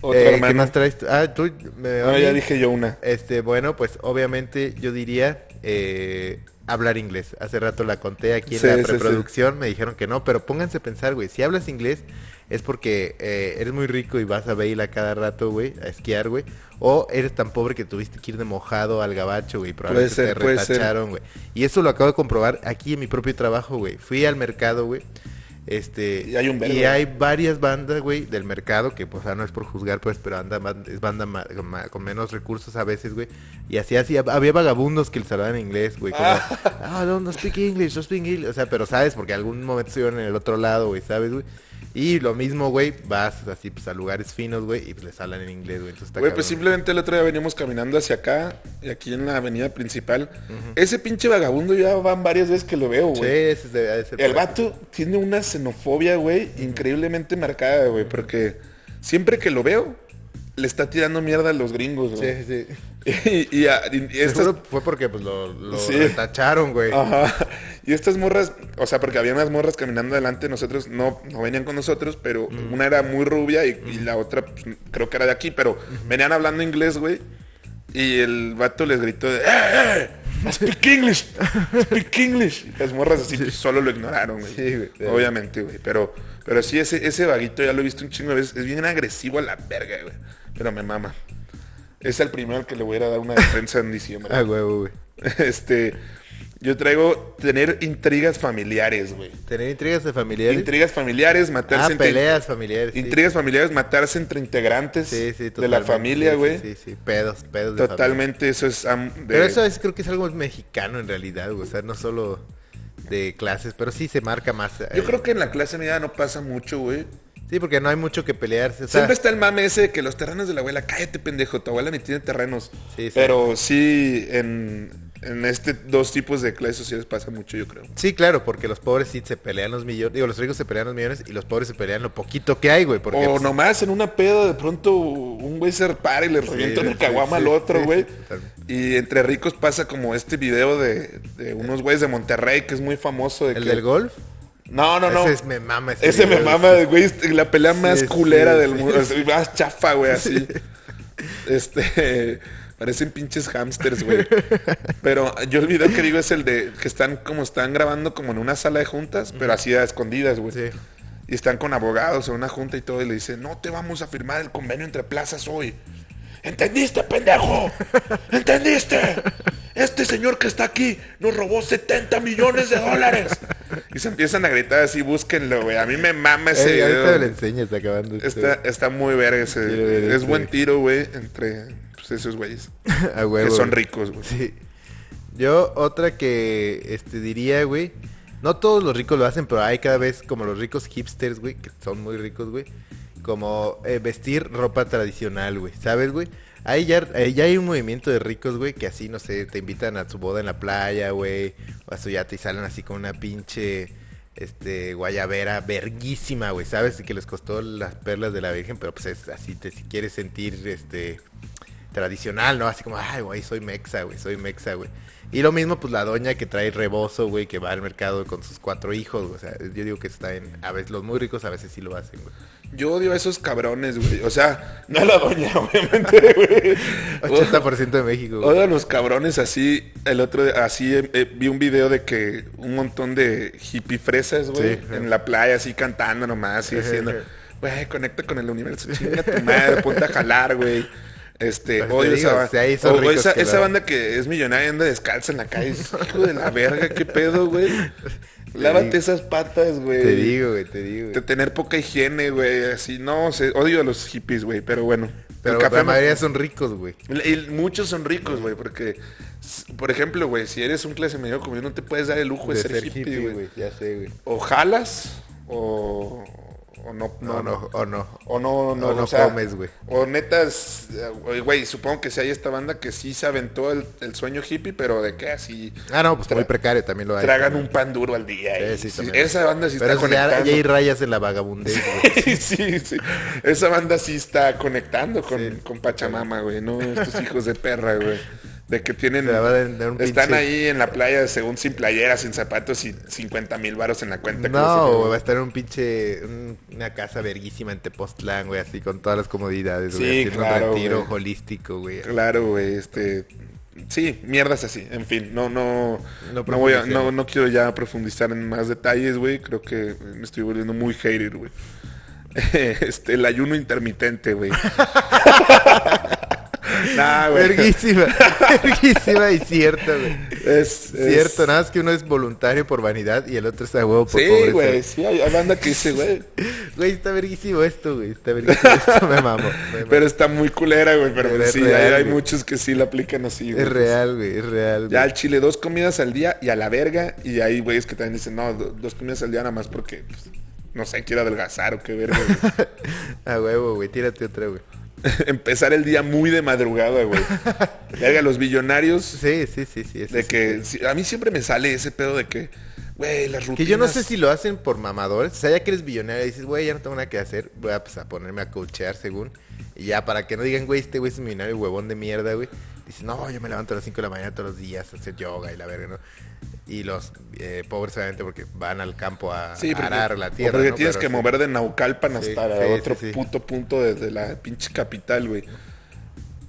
Speaker 1: Otra,
Speaker 3: Eh,
Speaker 1: hermano.
Speaker 3: ¿Qué más traes? tú? Ah, tú. Me,
Speaker 1: No, ya dije yo una.
Speaker 3: Este, bueno, pues obviamente yo diría eh, hablar inglés. Hace rato la conté aquí en
Speaker 1: Sí, sí,
Speaker 3: la
Speaker 1: sí.
Speaker 3: preproducción, me dijeron que no, pero pónganse a pensar, güey, si hablas inglés es porque eh, eres muy rico y vas a Bale a cada rato, güey, a esquiar, güey, o eres tan pobre que tuviste que ir de mojado al gabacho, güey, probablemente
Speaker 1: ser,
Speaker 3: te
Speaker 1: puede ser.
Speaker 3: retacharon, güey. Y eso lo acabo de comprobar aquí en mi propio trabajo, güey. Fui al mercado, güey. Este,
Speaker 1: Y hay un vergo.
Speaker 3: y hay varias bandas, güey, del mercado que, pues, ah, no es por juzgar, pues, pero anda, ban- es banda ma- ma- con menos recursos a veces, güey. Y así, así, hab- había vagabundos que les hablaban inglés, güey. Como, ah, no, no speak English, no speak English. O sea, pero sabes, porque algún momento estuvieron en el otro lado, güey, ¿sabes, güey? Y lo mismo, güey, vas así, pues, a lugares finos, güey, y pues les hablan en inglés, güey. Entonces está
Speaker 1: Güey, pues
Speaker 3: cabrón.
Speaker 1: simplemente el otro día veníamos caminando hacia acá, y aquí en la avenida principal. Ese pinche vagabundo ya van varias veces que lo veo,
Speaker 3: Sí,
Speaker 1: güey.
Speaker 3: ese debe de ser
Speaker 1: El
Speaker 3: por-
Speaker 1: vato tiene una xenofobia, güey, increíblemente marcada, güey, porque siempre que lo veo, le está tirando mierda a los gringos, güey.
Speaker 3: Sí, sí. sí.
Speaker 1: Y, y a- y- y estas,
Speaker 3: Seguro fue porque, pues, lo, lo
Speaker 1: Sí. Ah.
Speaker 3: retacharon, güey.
Speaker 1: Ajá. y estas morras, o sea, porque había unas morras caminando delante de nosotros, no, no venían con nosotros, pero una era muy rubia y, y la otra pues, creo que era de aquí, pero venían hablando inglés, güey. Y el vato les gritó, de, ¡Eh, eh! ¡Speak English! ¡Speak English! Y las morras así pues, solo lo ignoraron, güey.
Speaker 3: Sí, güey.
Speaker 1: Obviamente, güey. Pero, pero sí, ese, ese vaguito ya lo he visto un chingo de veces. Es bien agresivo a la verga, güey. Pero me mama. Es el primero al que le voy a ir a dar una defensa en diciembre.
Speaker 3: Ah, güey, güey.
Speaker 1: Este, yo traigo tener intrigas familiares, güey.
Speaker 3: Tener intrigas de familiares.
Speaker 1: Intrigas familiares,
Speaker 3: Ah,
Speaker 1: matarse entre-
Speaker 3: peleas familiares. sí.
Speaker 1: Intrigas familiares, matarse entre integrantes
Speaker 3: Sí,
Speaker 1: de
Speaker 3: sí,
Speaker 1: la
Speaker 3: totalmente,
Speaker 1: familia,
Speaker 3: sí,
Speaker 1: güey.
Speaker 3: Sí, sí, sí, pedos, pedos de familia.
Speaker 1: Totalmente, eso es... am- de-
Speaker 3: Pero eso es, creo que es algo mexicano en realidad, güey. O sea, no solo de clases, pero sí se marca más. eh,
Speaker 1: Yo creo que en la clase media no pasa mucho, güey.
Speaker 3: Sí, porque no hay mucho que pelearse. O sea,
Speaker 1: Siempre está el mame ese de que los terrenos de la abuela, cállate pendejo, tu abuela ni tiene terrenos.
Speaker 3: Sí, sí.
Speaker 1: Pero sí, en, en este dos tipos de clases sociales pasa mucho, yo creo.
Speaker 3: Sí, claro, porque los pobres sí se pelean los millones. Digo, los ricos se pelean los millones y los pobres se pelean lo poquito que hay, güey. Porque
Speaker 1: o
Speaker 3: pues,
Speaker 1: nomás en una peda de pronto un güey se repara y le revienta
Speaker 3: güey,
Speaker 1: una
Speaker 3: sí,
Speaker 1: caguama
Speaker 3: sí,
Speaker 1: al otro,
Speaker 3: sí,
Speaker 1: güey.
Speaker 3: sí, totalmente.
Speaker 1: y entre ricos pasa como este video de, de unos güeyes de Monterrey que es muy famoso. De
Speaker 3: el
Speaker 1: que-
Speaker 3: del golf,
Speaker 1: No, no, no.
Speaker 3: ese
Speaker 1: Ese,
Speaker 3: es, me mama.
Speaker 1: me
Speaker 3: video,
Speaker 1: mama,
Speaker 3: güey.
Speaker 1: güey. es La pelea más
Speaker 3: Sí,
Speaker 1: culera
Speaker 3: sí,
Speaker 1: del
Speaker 3: sí.
Speaker 1: mundo. así, Más chafa, güey, así. Este. Parecen pinches hamsters, güey. Pero yo el video que digo es el de que están como están grabando como en una sala de juntas, pero así a escondidas, güey.
Speaker 3: Sí.
Speaker 1: Y están con abogados en una junta y todo, y le dicen, no te vamos a firmar el convenio entre plazas hoy. ¿Entendiste, pendejo? ¿Entendiste? Este señor que está aquí nos robó 70 millones de dólares. Y se empiezan a gritar así, búsquenlo, güey. A mí me mama ese
Speaker 3: Ey,
Speaker 1: video.
Speaker 3: ahorita me lo
Speaker 1: güey.
Speaker 3: enseñas acabando. este,
Speaker 1: Está, está muy verga ese.
Speaker 3: Quiero ver
Speaker 1: es
Speaker 3: este.
Speaker 1: buen tiro, güey, entre pues, esos güeyes.
Speaker 3: a
Speaker 1: Que
Speaker 3: huevo,
Speaker 1: son
Speaker 3: güey.
Speaker 1: ricos, güey.
Speaker 3: Sí. Yo otra que este, diría, güey. No todos los ricos lo hacen, pero hay cada vez como los ricos hipsters, güey, que son muy ricos, güey. Como eh, vestir ropa tradicional, güey. ¿Sabes, güey? Ahí ya, eh, ya hay un movimiento de ricos, güey, que así, no sé, te invitan a su boda en la playa, güey. O a su yate y salen así con una pinche, este, guayabera verguísima, güey. ¿Sabes? Y que les costó las perlas de la Virgen, pero pues es así, te, si quieres sentir, este, tradicional, ¿no? Así como, ay, güey, soy mexa, güey, soy mexa, güey. Y lo mismo, pues, la doña que trae rebozo, güey, que va al mercado con sus cuatro hijos, güey. O sea, yo digo que está en... A veces los muy ricos a veces sí lo hacen, güey.
Speaker 1: Yo odio a esos cabrones, güey. O sea, no a la doña, obviamente, güey.
Speaker 3: 80% de México, güey.
Speaker 1: Odio a los cabrones así. El otro día- así eh, eh, vi un video de que un montón de hippie fresas, güey,
Speaker 3: Sí.
Speaker 1: en la playa así cantando nomás y diciendo, güey, conecta con el universo, chinga tu madre, ponte a jalar, güey. Este,
Speaker 3: Pues te
Speaker 1: odio
Speaker 3: digo,
Speaker 1: esa, ba-
Speaker 3: o sea, hay esos
Speaker 1: o- o
Speaker 3: ricos
Speaker 1: esa,
Speaker 3: que
Speaker 1: esa
Speaker 3: la-
Speaker 1: banda que es millonaria y anda descalza en la calle. Hijo de la verga, qué pedo, güey. Lávate
Speaker 3: digo.
Speaker 1: esas patas, güey.
Speaker 3: Te digo, güey, te digo. güey.
Speaker 1: De tener poca higiene, güey. Así, no, sé, odio a los hippies, güey, pero bueno.
Speaker 3: Pero
Speaker 1: el café
Speaker 3: la
Speaker 1: no-
Speaker 3: mayoría son ricos, güey.
Speaker 1: y muchos son ricos, güey, porque, s- por ejemplo, güey, si eres un clase medio como yo, no te puedes dar el lujo de,
Speaker 3: de
Speaker 1: ser, hippie, güey.
Speaker 3: Ya sé, güey.
Speaker 1: O jalas, o, o no,
Speaker 3: No, no, o no.
Speaker 1: O no, no,
Speaker 3: O no
Speaker 1: o sea,
Speaker 3: comes, güey.
Speaker 1: O netas, eh, güey, supongo que si hay esta banda que sí se aventó el, el sueño hippie, pero de qué así
Speaker 3: Ah, no, pues muy
Speaker 1: Tra-
Speaker 3: precario también lo hay.
Speaker 1: tragan un pan duro al día. y
Speaker 3: Eh, sí,
Speaker 1: sí,
Speaker 3: también.
Speaker 1: esa banda sí
Speaker 3: Pero
Speaker 1: está
Speaker 3: eso ya,
Speaker 1: conectando.
Speaker 3: ya hay rayas en la vagabundez, güey.
Speaker 1: sí, sí. Esa banda sí está conectando con, con Pachamama, güey, ¿no? Estos hijos de perra, güey. De que tienen...
Speaker 3: Se la va a dar un
Speaker 1: están
Speaker 3: pinche-
Speaker 1: ahí en la playa, según sin playera, sin zapatos y 50 mil varos en la cuenta. que
Speaker 3: No,
Speaker 1: sé qué,
Speaker 3: güey, va a estar en un pinche. un- una casa verguísima en Tepoztlán, güey, así con todas las comodidades, güey.
Speaker 1: Sí,
Speaker 3: haciendo
Speaker 1: claro,
Speaker 3: un retiro
Speaker 1: güey.
Speaker 3: holístico, güey.
Speaker 1: Claro, güey, este... Sí, mierdas así, en fin, no, no,
Speaker 3: No
Speaker 1: no, voy a-
Speaker 3: profundicemos.
Speaker 1: no, no quiero ya profundizar en más detalles, güey, creo que me estoy volviendo muy hater, güey. Este, el ayuno intermitente, güey. nah, Ah, güey.
Speaker 3: Verguísima, verguísima y cierto, güey.
Speaker 1: Es, es-
Speaker 3: Cierto, nada más que uno es voluntario por vanidad y el otro está huevo por
Speaker 1: Sí,
Speaker 3: pobreza.
Speaker 1: güey, sí, hay, hay banda que dice, güey.
Speaker 3: Güey, está verguísimo esto, güey. Está verguísimo esto, me mamo. me mamo.
Speaker 1: Pero está muy culera, güey, pero
Speaker 3: Pero es
Speaker 1: sí, hay-
Speaker 3: real,
Speaker 1: hay,
Speaker 3: güey.
Speaker 1: muchos que sí la aplican así, güey. pues,
Speaker 3: es real, güey, es real.
Speaker 1: Ya
Speaker 3: güey.
Speaker 1: al chile, dos comidas al día y a la verga. Y hay güeyes que también dicen, no, do- dos comidas al día nada más porque, pues, no sé, quiero adelgazar o qué verga. güey".
Speaker 3: A huevo, güey, tírate otra, güey.
Speaker 1: Empezar el día muy de madrugada, güey. Verga, los billonarios,
Speaker 3: Sí, sí, sí, sí. eso
Speaker 1: de
Speaker 3: sí.
Speaker 1: que, si- a mí siempre me sale ese pedo de que, güey, las
Speaker 3: Que
Speaker 1: rutinas.
Speaker 3: yo no sé si lo hacen por mamadores. O sea, ya que eres billonario y dices, güey, ya no tengo nada que hacer. Voy a, pues, a ponerme a coachear según. Y ya, para que no digan, güey, este güey es un millonario huevón de mierda, güey. Dices, no, yo me levanto a las 5 de la mañana todos los días a hacer yoga y la verga, ¿no? Y los eh, pobres, obviamente, porque van al campo a
Speaker 1: Sí, porque,
Speaker 3: arar la
Speaker 1: o
Speaker 3: tierra.
Speaker 1: porque
Speaker 3: ¿no?
Speaker 1: tienes
Speaker 3: Pero
Speaker 1: que
Speaker 3: sí.
Speaker 1: mover de Naucalpan
Speaker 3: Sí,
Speaker 1: hasta
Speaker 3: sí, sí,
Speaker 1: otro
Speaker 3: sí.
Speaker 1: puto punto de, de la pinche capital, güey.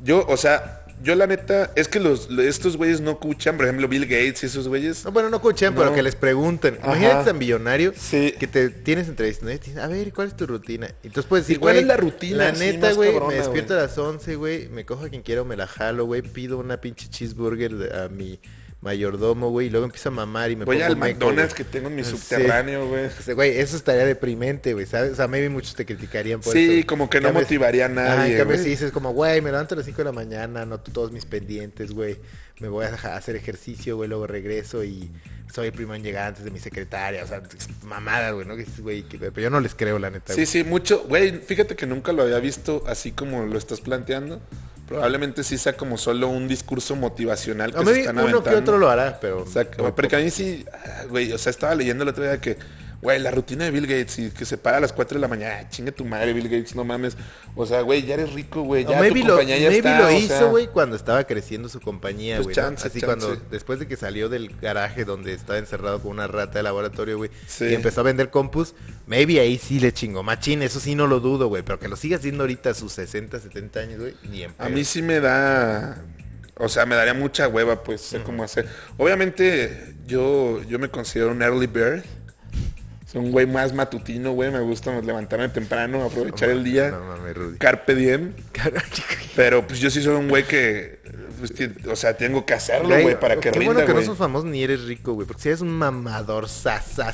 Speaker 1: Yo, o sea, yo la neta, es que los, estos güeyes no escuchan, por ejemplo, Bill Gates y esos güeyes.
Speaker 3: Pues, No, bueno, no coachean, pero
Speaker 1: No.
Speaker 3: que les pregunten.
Speaker 1: Ajá.
Speaker 3: Imagínate tan billonario
Speaker 1: Sí.
Speaker 3: que te tienes entrevistando y te dicen, a ver, ¿cuál es tu rutina? Y entonces puedes decir,
Speaker 1: ¿Y cuál
Speaker 3: güey,
Speaker 1: es la rutina
Speaker 3: La
Speaker 1: así
Speaker 3: neta,
Speaker 1: más
Speaker 3: güey,
Speaker 1: cabrona,
Speaker 3: me despierto
Speaker 1: güey?
Speaker 3: a las 11, güey, me cojo a quien quiero, me la jalo, güey, pido una pinche cheeseburger de- a mi mayordomo, güey, y luego empiezo a mamar y me
Speaker 1: Voy
Speaker 3: pongo
Speaker 1: al
Speaker 3: meco,
Speaker 1: McDonald's que
Speaker 3: güey.
Speaker 1: tengo en mi
Speaker 3: Sí.
Speaker 1: subterráneo, güey.
Speaker 3: O sea, Este, Güey, eso estaría deprimente, güey, ¿sabes? O sea, maybe muchos te criticarían por
Speaker 1: Sí,
Speaker 3: eso. güey.
Speaker 1: como que
Speaker 3: En
Speaker 1: no motivaría a
Speaker 3: Ajá,
Speaker 1: nadie,
Speaker 3: en cambio,
Speaker 1: güey.
Speaker 3: si dices como, güey, me levanto a las 5 de la mañana, noto todos mis pendientes, güey. Me voy a dejar hacer ejercicio, güey, luego regreso y soy el primero en llegar antes de mi secretaria. O sea, mamadas, güey, ¿no? Que dices, güey, que- pero yo no les creo, la neta,
Speaker 1: Sí,
Speaker 3: güey.
Speaker 1: sí, mucho. Güey, fíjate que nunca lo había visto así como lo estás planteando. Probablemente sí sea como solo un discurso motivacional que
Speaker 3: O
Speaker 1: se
Speaker 3: maybe
Speaker 1: están
Speaker 3: uno que
Speaker 1: aventando.
Speaker 3: otro lo hará, pero...
Speaker 1: O sea, que-
Speaker 3: Pues, muy
Speaker 1: porque a
Speaker 3: poco.
Speaker 1: mí sí, ah, güey, o sea, estaba leyendo el otro día que, güey, la rutina de Bill Gates y que se para a las 4 de la mañana, ah, chinga tu madre, Bill Gates, no mames. O sea, güey, ya eres rico, güey,
Speaker 3: O
Speaker 1: ya
Speaker 3: maybe
Speaker 1: tu
Speaker 3: lo,
Speaker 1: compañía ya
Speaker 3: maybe
Speaker 1: está,
Speaker 3: lo
Speaker 1: o sea,
Speaker 3: hizo, güey, cuando estaba creciendo su compañía,
Speaker 1: Pues
Speaker 3: güey. ¿no?
Speaker 1: chance,
Speaker 3: Así
Speaker 1: chance.
Speaker 3: cuando, después de que salió del garaje donde estaba encerrado con una rata de laboratorio, güey,
Speaker 1: Sí.
Speaker 3: y empezó a vender compus, maybe ahí sí le chingó. Machín, eso sí no lo dudo, güey, pero que lo siga haciendo ahorita a sus 60, 70 años, güey, ni en
Speaker 1: A
Speaker 3: pedo.
Speaker 1: mí sí me da. O sea, me daría mucha hueva, pues, sé cómo hacer. Obviamente, yo, yo me considero un early bird. Soy un güey más matutino, güey. Me gusta levantarme temprano, aprovechar el día.
Speaker 3: No mames, Rudy.
Speaker 1: Carpe diem.
Speaker 3: Caray,
Speaker 1: Pero pues yo sí soy un güey que. pues, ti- o sea, tengo que hacerlo,
Speaker 3: güey,
Speaker 1: güey, para que
Speaker 3: Qué
Speaker 1: rinda,
Speaker 3: bueno que
Speaker 1: güey.
Speaker 3: no sos famoso ni eres rico, güey, porque si eres un mamador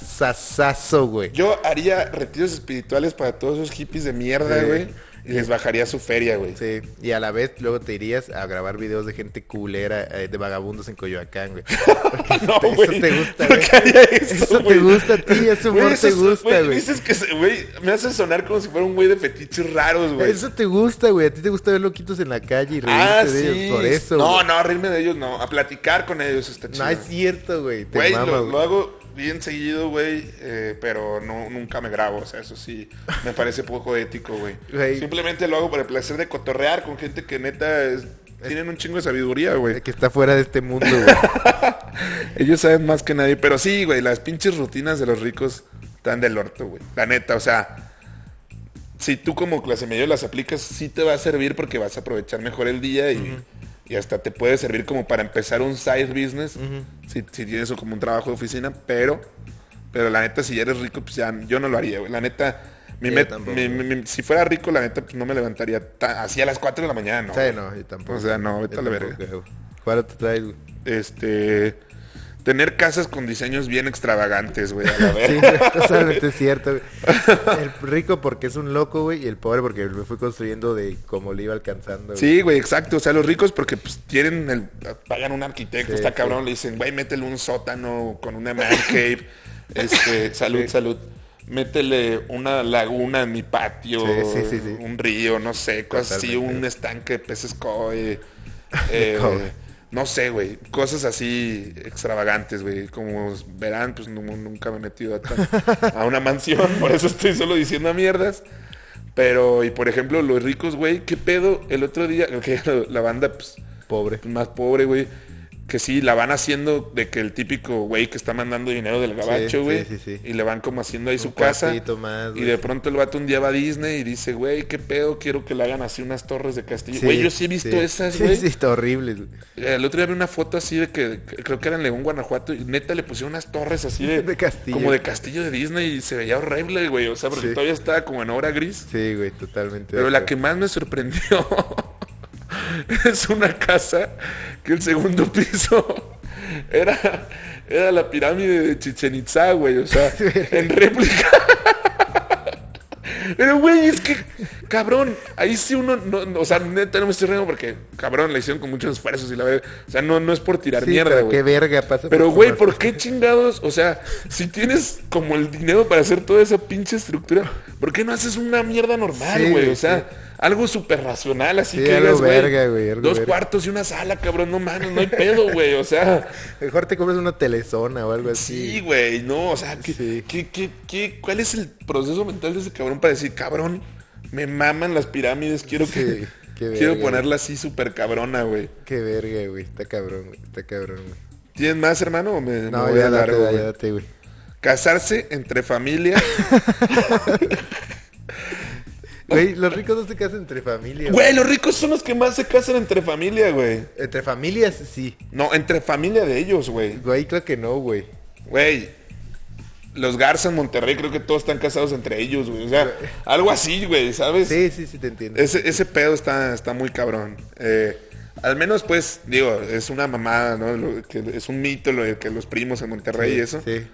Speaker 3: sasasasazo, güey.
Speaker 1: Yo haría retiros espirituales para todos esos hippies de mierda,
Speaker 3: Sí.
Speaker 1: güey. Y les bajaría su feria, güey.
Speaker 3: Sí, y a la vez luego te irías a grabar videos de gente culera, eh, de vagabundos en Coyoacán, güey. Porque
Speaker 1: No,
Speaker 3: te-
Speaker 1: güey.
Speaker 3: Eso te
Speaker 1: ¿Por
Speaker 3: gusta, güey.
Speaker 1: qué haría esto,
Speaker 3: Eso
Speaker 1: güey?
Speaker 3: te gusta a ti, ese humor
Speaker 1: Güey, eso
Speaker 3: te
Speaker 1: es-
Speaker 3: gusta, güey.
Speaker 1: Dices que, se- güey, me hace sonar como si fuera un güey de fetiches raros, güey.
Speaker 3: Eso te gusta, güey. A ti te gusta ver loquitos en la calle y reírte
Speaker 1: Ah,
Speaker 3: de
Speaker 1: sí.
Speaker 3: ellos. Por eso,
Speaker 1: no,
Speaker 3: güey.
Speaker 1: no, reírme de ellos, no. A platicar con ellos está chido.
Speaker 3: No, es cierto, güey. Te
Speaker 1: Güey,
Speaker 3: mama,
Speaker 1: lo,
Speaker 3: güey.
Speaker 1: lo hago bien seguido, güey, eh, pero no, nunca me grabo. O sea, eso sí, me parece poco ético, güey.
Speaker 3: Güey.
Speaker 1: Simplemente lo hago por el placer de cotorrear con gente que neta es- tienen un chingo de sabiduría, güey.
Speaker 3: Que está fuera de este mundo, güey.
Speaker 1: Ellos saben más que nadie. Pero sí, güey, las pinches rutinas de los ricos están del orto, güey. La neta, o sea, si tú como clase medio las aplicas, sí te va a servir porque vas a aprovechar mejor el día y, y hasta te puede servir como para empezar un side business. si, si tienes como un trabajo de oficina, pero, pero la neta, si ya eres rico, pues ya yo no lo haría, güey. La neta. Mi
Speaker 3: Yo
Speaker 1: met-
Speaker 3: tampoco.
Speaker 1: mi- mi- mi- si fuera rico, la neta, pues no me levantaría ta- así a las 4 de la mañana, ¿no?
Speaker 3: Sí, no, yo tampoco.
Speaker 1: O sea, no, vete
Speaker 3: Yo
Speaker 1: a la
Speaker 3: tampoco,
Speaker 1: verga.
Speaker 3: güey. ¿Cuál te traes, güey?
Speaker 1: Este. Tener casas con diseños bien extravagantes, güey. a la verga.
Speaker 3: Sí, güey, totalmente cierto, güey. El rico porque es un loco, güey, y el pobre porque me fui construyendo de como le iba alcanzando. güey.
Speaker 1: Sí, güey, exacto. O sea, los ricos porque pues, tienen el, pagan un arquitecto,
Speaker 3: Sí,
Speaker 1: está
Speaker 3: sí.
Speaker 1: cabrón, le dicen, güey, métele un sótano con una man cave. este, salud, salud. Métele una laguna en mi patio,
Speaker 3: Sí, sí, sí, sí.
Speaker 1: un río, no sé, cosas así,
Speaker 3: Totalmente.
Speaker 1: un estanque de peces koi. eh,
Speaker 3: Koi.
Speaker 1: no sé, güey, cosas así extravagantes, güey. Como verán, pues nu- nunca me he metido a, tan- a una mansión, por eso estoy solo diciendo mierdas. Pero, y por ejemplo, los ricos, güey, ¿qué pedo? El otro día, que la banda pues,
Speaker 3: Pobre.
Speaker 1: más pobre, güey, que sí, la van haciendo de que el típico güey que está mandando dinero del gabacho,
Speaker 3: sí,
Speaker 1: güey,
Speaker 3: sí, sí.
Speaker 1: y le van como haciendo ahí
Speaker 3: Un
Speaker 1: su casa.
Speaker 3: cuartito más,
Speaker 1: y
Speaker 3: güey.
Speaker 1: de pronto el vato un día va a Disney y dice, güey, ¿qué pedo? Quiero que le hagan así unas torres de castillo. Güey, yo sí he visto esas, güey.
Speaker 3: Sí, sí, está horrible. güey.
Speaker 1: El otro día vi una foto así de que que creo que era en León, Guanajuato, y neta le pusieron unas torres así de,
Speaker 3: De castillo.
Speaker 1: Como de castillo de Disney y se veía horrible, güey. O sea, porque
Speaker 3: Sí.
Speaker 1: todavía estaba como en obra gris.
Speaker 3: Sí, güey, totalmente.
Speaker 1: Pero
Speaker 3: de
Speaker 1: la que
Speaker 3: acuerdo.
Speaker 1: más me sorprendió es una casa que el segundo piso era, era la pirámide de Chichen Itza, güey. O sea, en réplica. Pero, güey, es que, cabrón, ahí sí uno, no, no, o sea, neta, no me estoy riendo porque, cabrón, la hicieron con muchos esfuerzos y la verdad, o sea, no, no es por tirar
Speaker 3: Sí,
Speaker 1: mierda,
Speaker 3: pero
Speaker 1: güey.
Speaker 3: qué verga pasa.
Speaker 1: Pero,
Speaker 3: por tu
Speaker 1: güey,
Speaker 3: mente.
Speaker 1: ¿por qué chingados? O sea, si tienes como el dinero para hacer toda esa pinche estructura, ¿por qué no haces una mierda normal,
Speaker 3: Sí,
Speaker 1: güey? o
Speaker 3: güey,
Speaker 1: sea, algo súper racional, así
Speaker 3: Sí,
Speaker 1: que
Speaker 3: algo
Speaker 1: digas, güey,
Speaker 3: verga, güey, algo
Speaker 1: dos
Speaker 3: verga.
Speaker 1: cuartos y una sala, cabrón, no mames, no hay pedo, güey. O sea,
Speaker 3: Mejor te compras una telezona o algo
Speaker 1: sí,
Speaker 3: así.
Speaker 1: güey, no, o sea, ¿qué,
Speaker 3: Sí.
Speaker 1: qué- qué- qué- cuál es el proceso mental de ese cabrón para decir, cabrón, me maman las pirámides, quiero
Speaker 3: Sí,
Speaker 1: que...
Speaker 3: qué
Speaker 1: Quiero
Speaker 3: verga,
Speaker 1: ponerla así súper cabrona, güey.
Speaker 3: Qué verga, güey. Está cabrón, güey. Está cabrón, güey.
Speaker 1: ¿Tienes más, hermano? o me, me
Speaker 3: No,
Speaker 1: voy
Speaker 3: ya
Speaker 1: a
Speaker 3: date,
Speaker 1: largo,
Speaker 3: ya
Speaker 1: güey?
Speaker 3: date, güey.
Speaker 1: Casarse entre familia.
Speaker 3: Güey, los ricos no se casan entre familias.
Speaker 1: Güey, los ricos son los que más se casan entre familia, güey.
Speaker 3: Entre familias, sí.
Speaker 1: No, entre familia de ellos, güey.
Speaker 3: Güey, claro que no, güey.
Speaker 1: Güey. Los Garza en Monterrey creo que todos están casados entre ellos, güey. O sea, algo así, güey, ¿sabes?
Speaker 3: Sí, sí, sí, te entiendo.
Speaker 1: Ese, ese pedo está, está muy cabrón. Eh, al menos, pues, digo, es una mamada, ¿no? Lo que es un mito lo de que los primos en Monterrey y eso.
Speaker 3: Sí.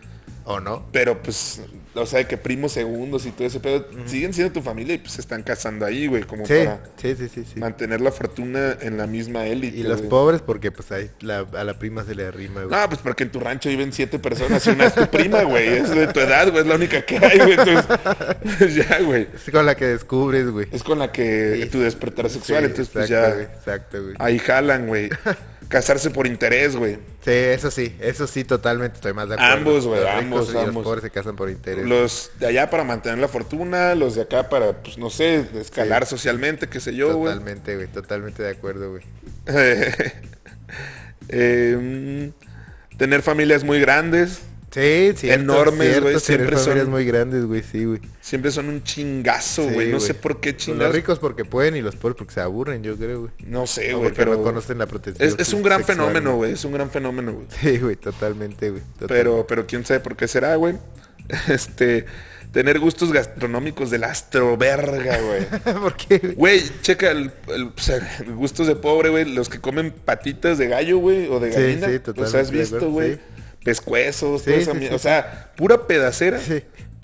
Speaker 3: ¿O no?
Speaker 1: Pero, pues, o sea, que primos segundos y todo ese pedo siguen siendo tu familia y pues se están casando ahí, güey, como
Speaker 3: Sí,
Speaker 1: para
Speaker 3: sí, sí, sí, sí.
Speaker 1: mantener la fortuna en la misma élite.
Speaker 3: Y los
Speaker 1: güey.
Speaker 3: pobres porque pues ahí la- a la prima se le arrima, güey.
Speaker 1: No, pues porque en tu rancho viven siete personas y una es tu prima, güey. Es de tu edad, güey. Es la única que hay, güey. Entonces, ya, güey.
Speaker 3: Es con la que descubres, güey.
Speaker 1: Es con la que
Speaker 3: Sí.
Speaker 1: tu despertar sexual.
Speaker 3: Sí,
Speaker 1: entonces, pues
Speaker 3: exacto,
Speaker 1: ya.
Speaker 3: güey, exacto, güey.
Speaker 1: Ahí jalan, güey. Casarse por interés, güey.
Speaker 3: Sí, eso sí, eso sí, totalmente estoy más de acuerdo.
Speaker 1: Ambos, güey,
Speaker 3: Los ricos
Speaker 1: ambos,
Speaker 3: y
Speaker 1: ambos.
Speaker 3: Los pobres se casan por interés.
Speaker 1: Los de allá para mantener la fortuna, los de acá para, pues, no sé, escalar socialmente, qué sé yo, güey.
Speaker 3: totalmente, güey, totalmente de acuerdo, güey.
Speaker 1: Eh, mm, tener familias muy grandes.
Speaker 3: Sí, sí.
Speaker 1: Enormes, güey, siempre
Speaker 3: Siempre familias
Speaker 1: son-
Speaker 3: muy grandes, güey, sí, güey.
Speaker 1: Siempre son un chingazo,
Speaker 3: Sí,
Speaker 1: güey. no sé por qué
Speaker 3: Son
Speaker 1: chingazo.
Speaker 3: Los ricos porque pueden y los pobres porque se aburren, yo creo, güey.
Speaker 1: No sé,
Speaker 3: O
Speaker 1: güey,
Speaker 3: porque
Speaker 1: pero...
Speaker 3: no conocen la protección.
Speaker 1: Es, es un gran
Speaker 3: sexual,
Speaker 1: fenómeno, güey. Es un gran fenómeno, güey.
Speaker 3: Sí, güey, totalmente, güey. total-
Speaker 1: Pero, pero quién sabe por qué será, güey. Este, tener gustos gastronómicos del astroverga, güey.
Speaker 3: ¿Por qué, güey?
Speaker 1: Güey, checa el, el- o sea, gustos de pobre, güey. Los que comen patitas de gallo, güey, o de
Speaker 3: Sí,
Speaker 1: gallina.
Speaker 3: sí,
Speaker 1: O sea, has
Speaker 3: totalmente de
Speaker 1: visto,
Speaker 3: acuerdo,
Speaker 1: güey.
Speaker 3: sí.
Speaker 1: Pescuezos,
Speaker 3: Sí,
Speaker 1: toda esa
Speaker 3: sí,
Speaker 1: mier-
Speaker 3: sí,
Speaker 1: O
Speaker 3: sí.
Speaker 1: sea, pura pedacera.
Speaker 3: Sí.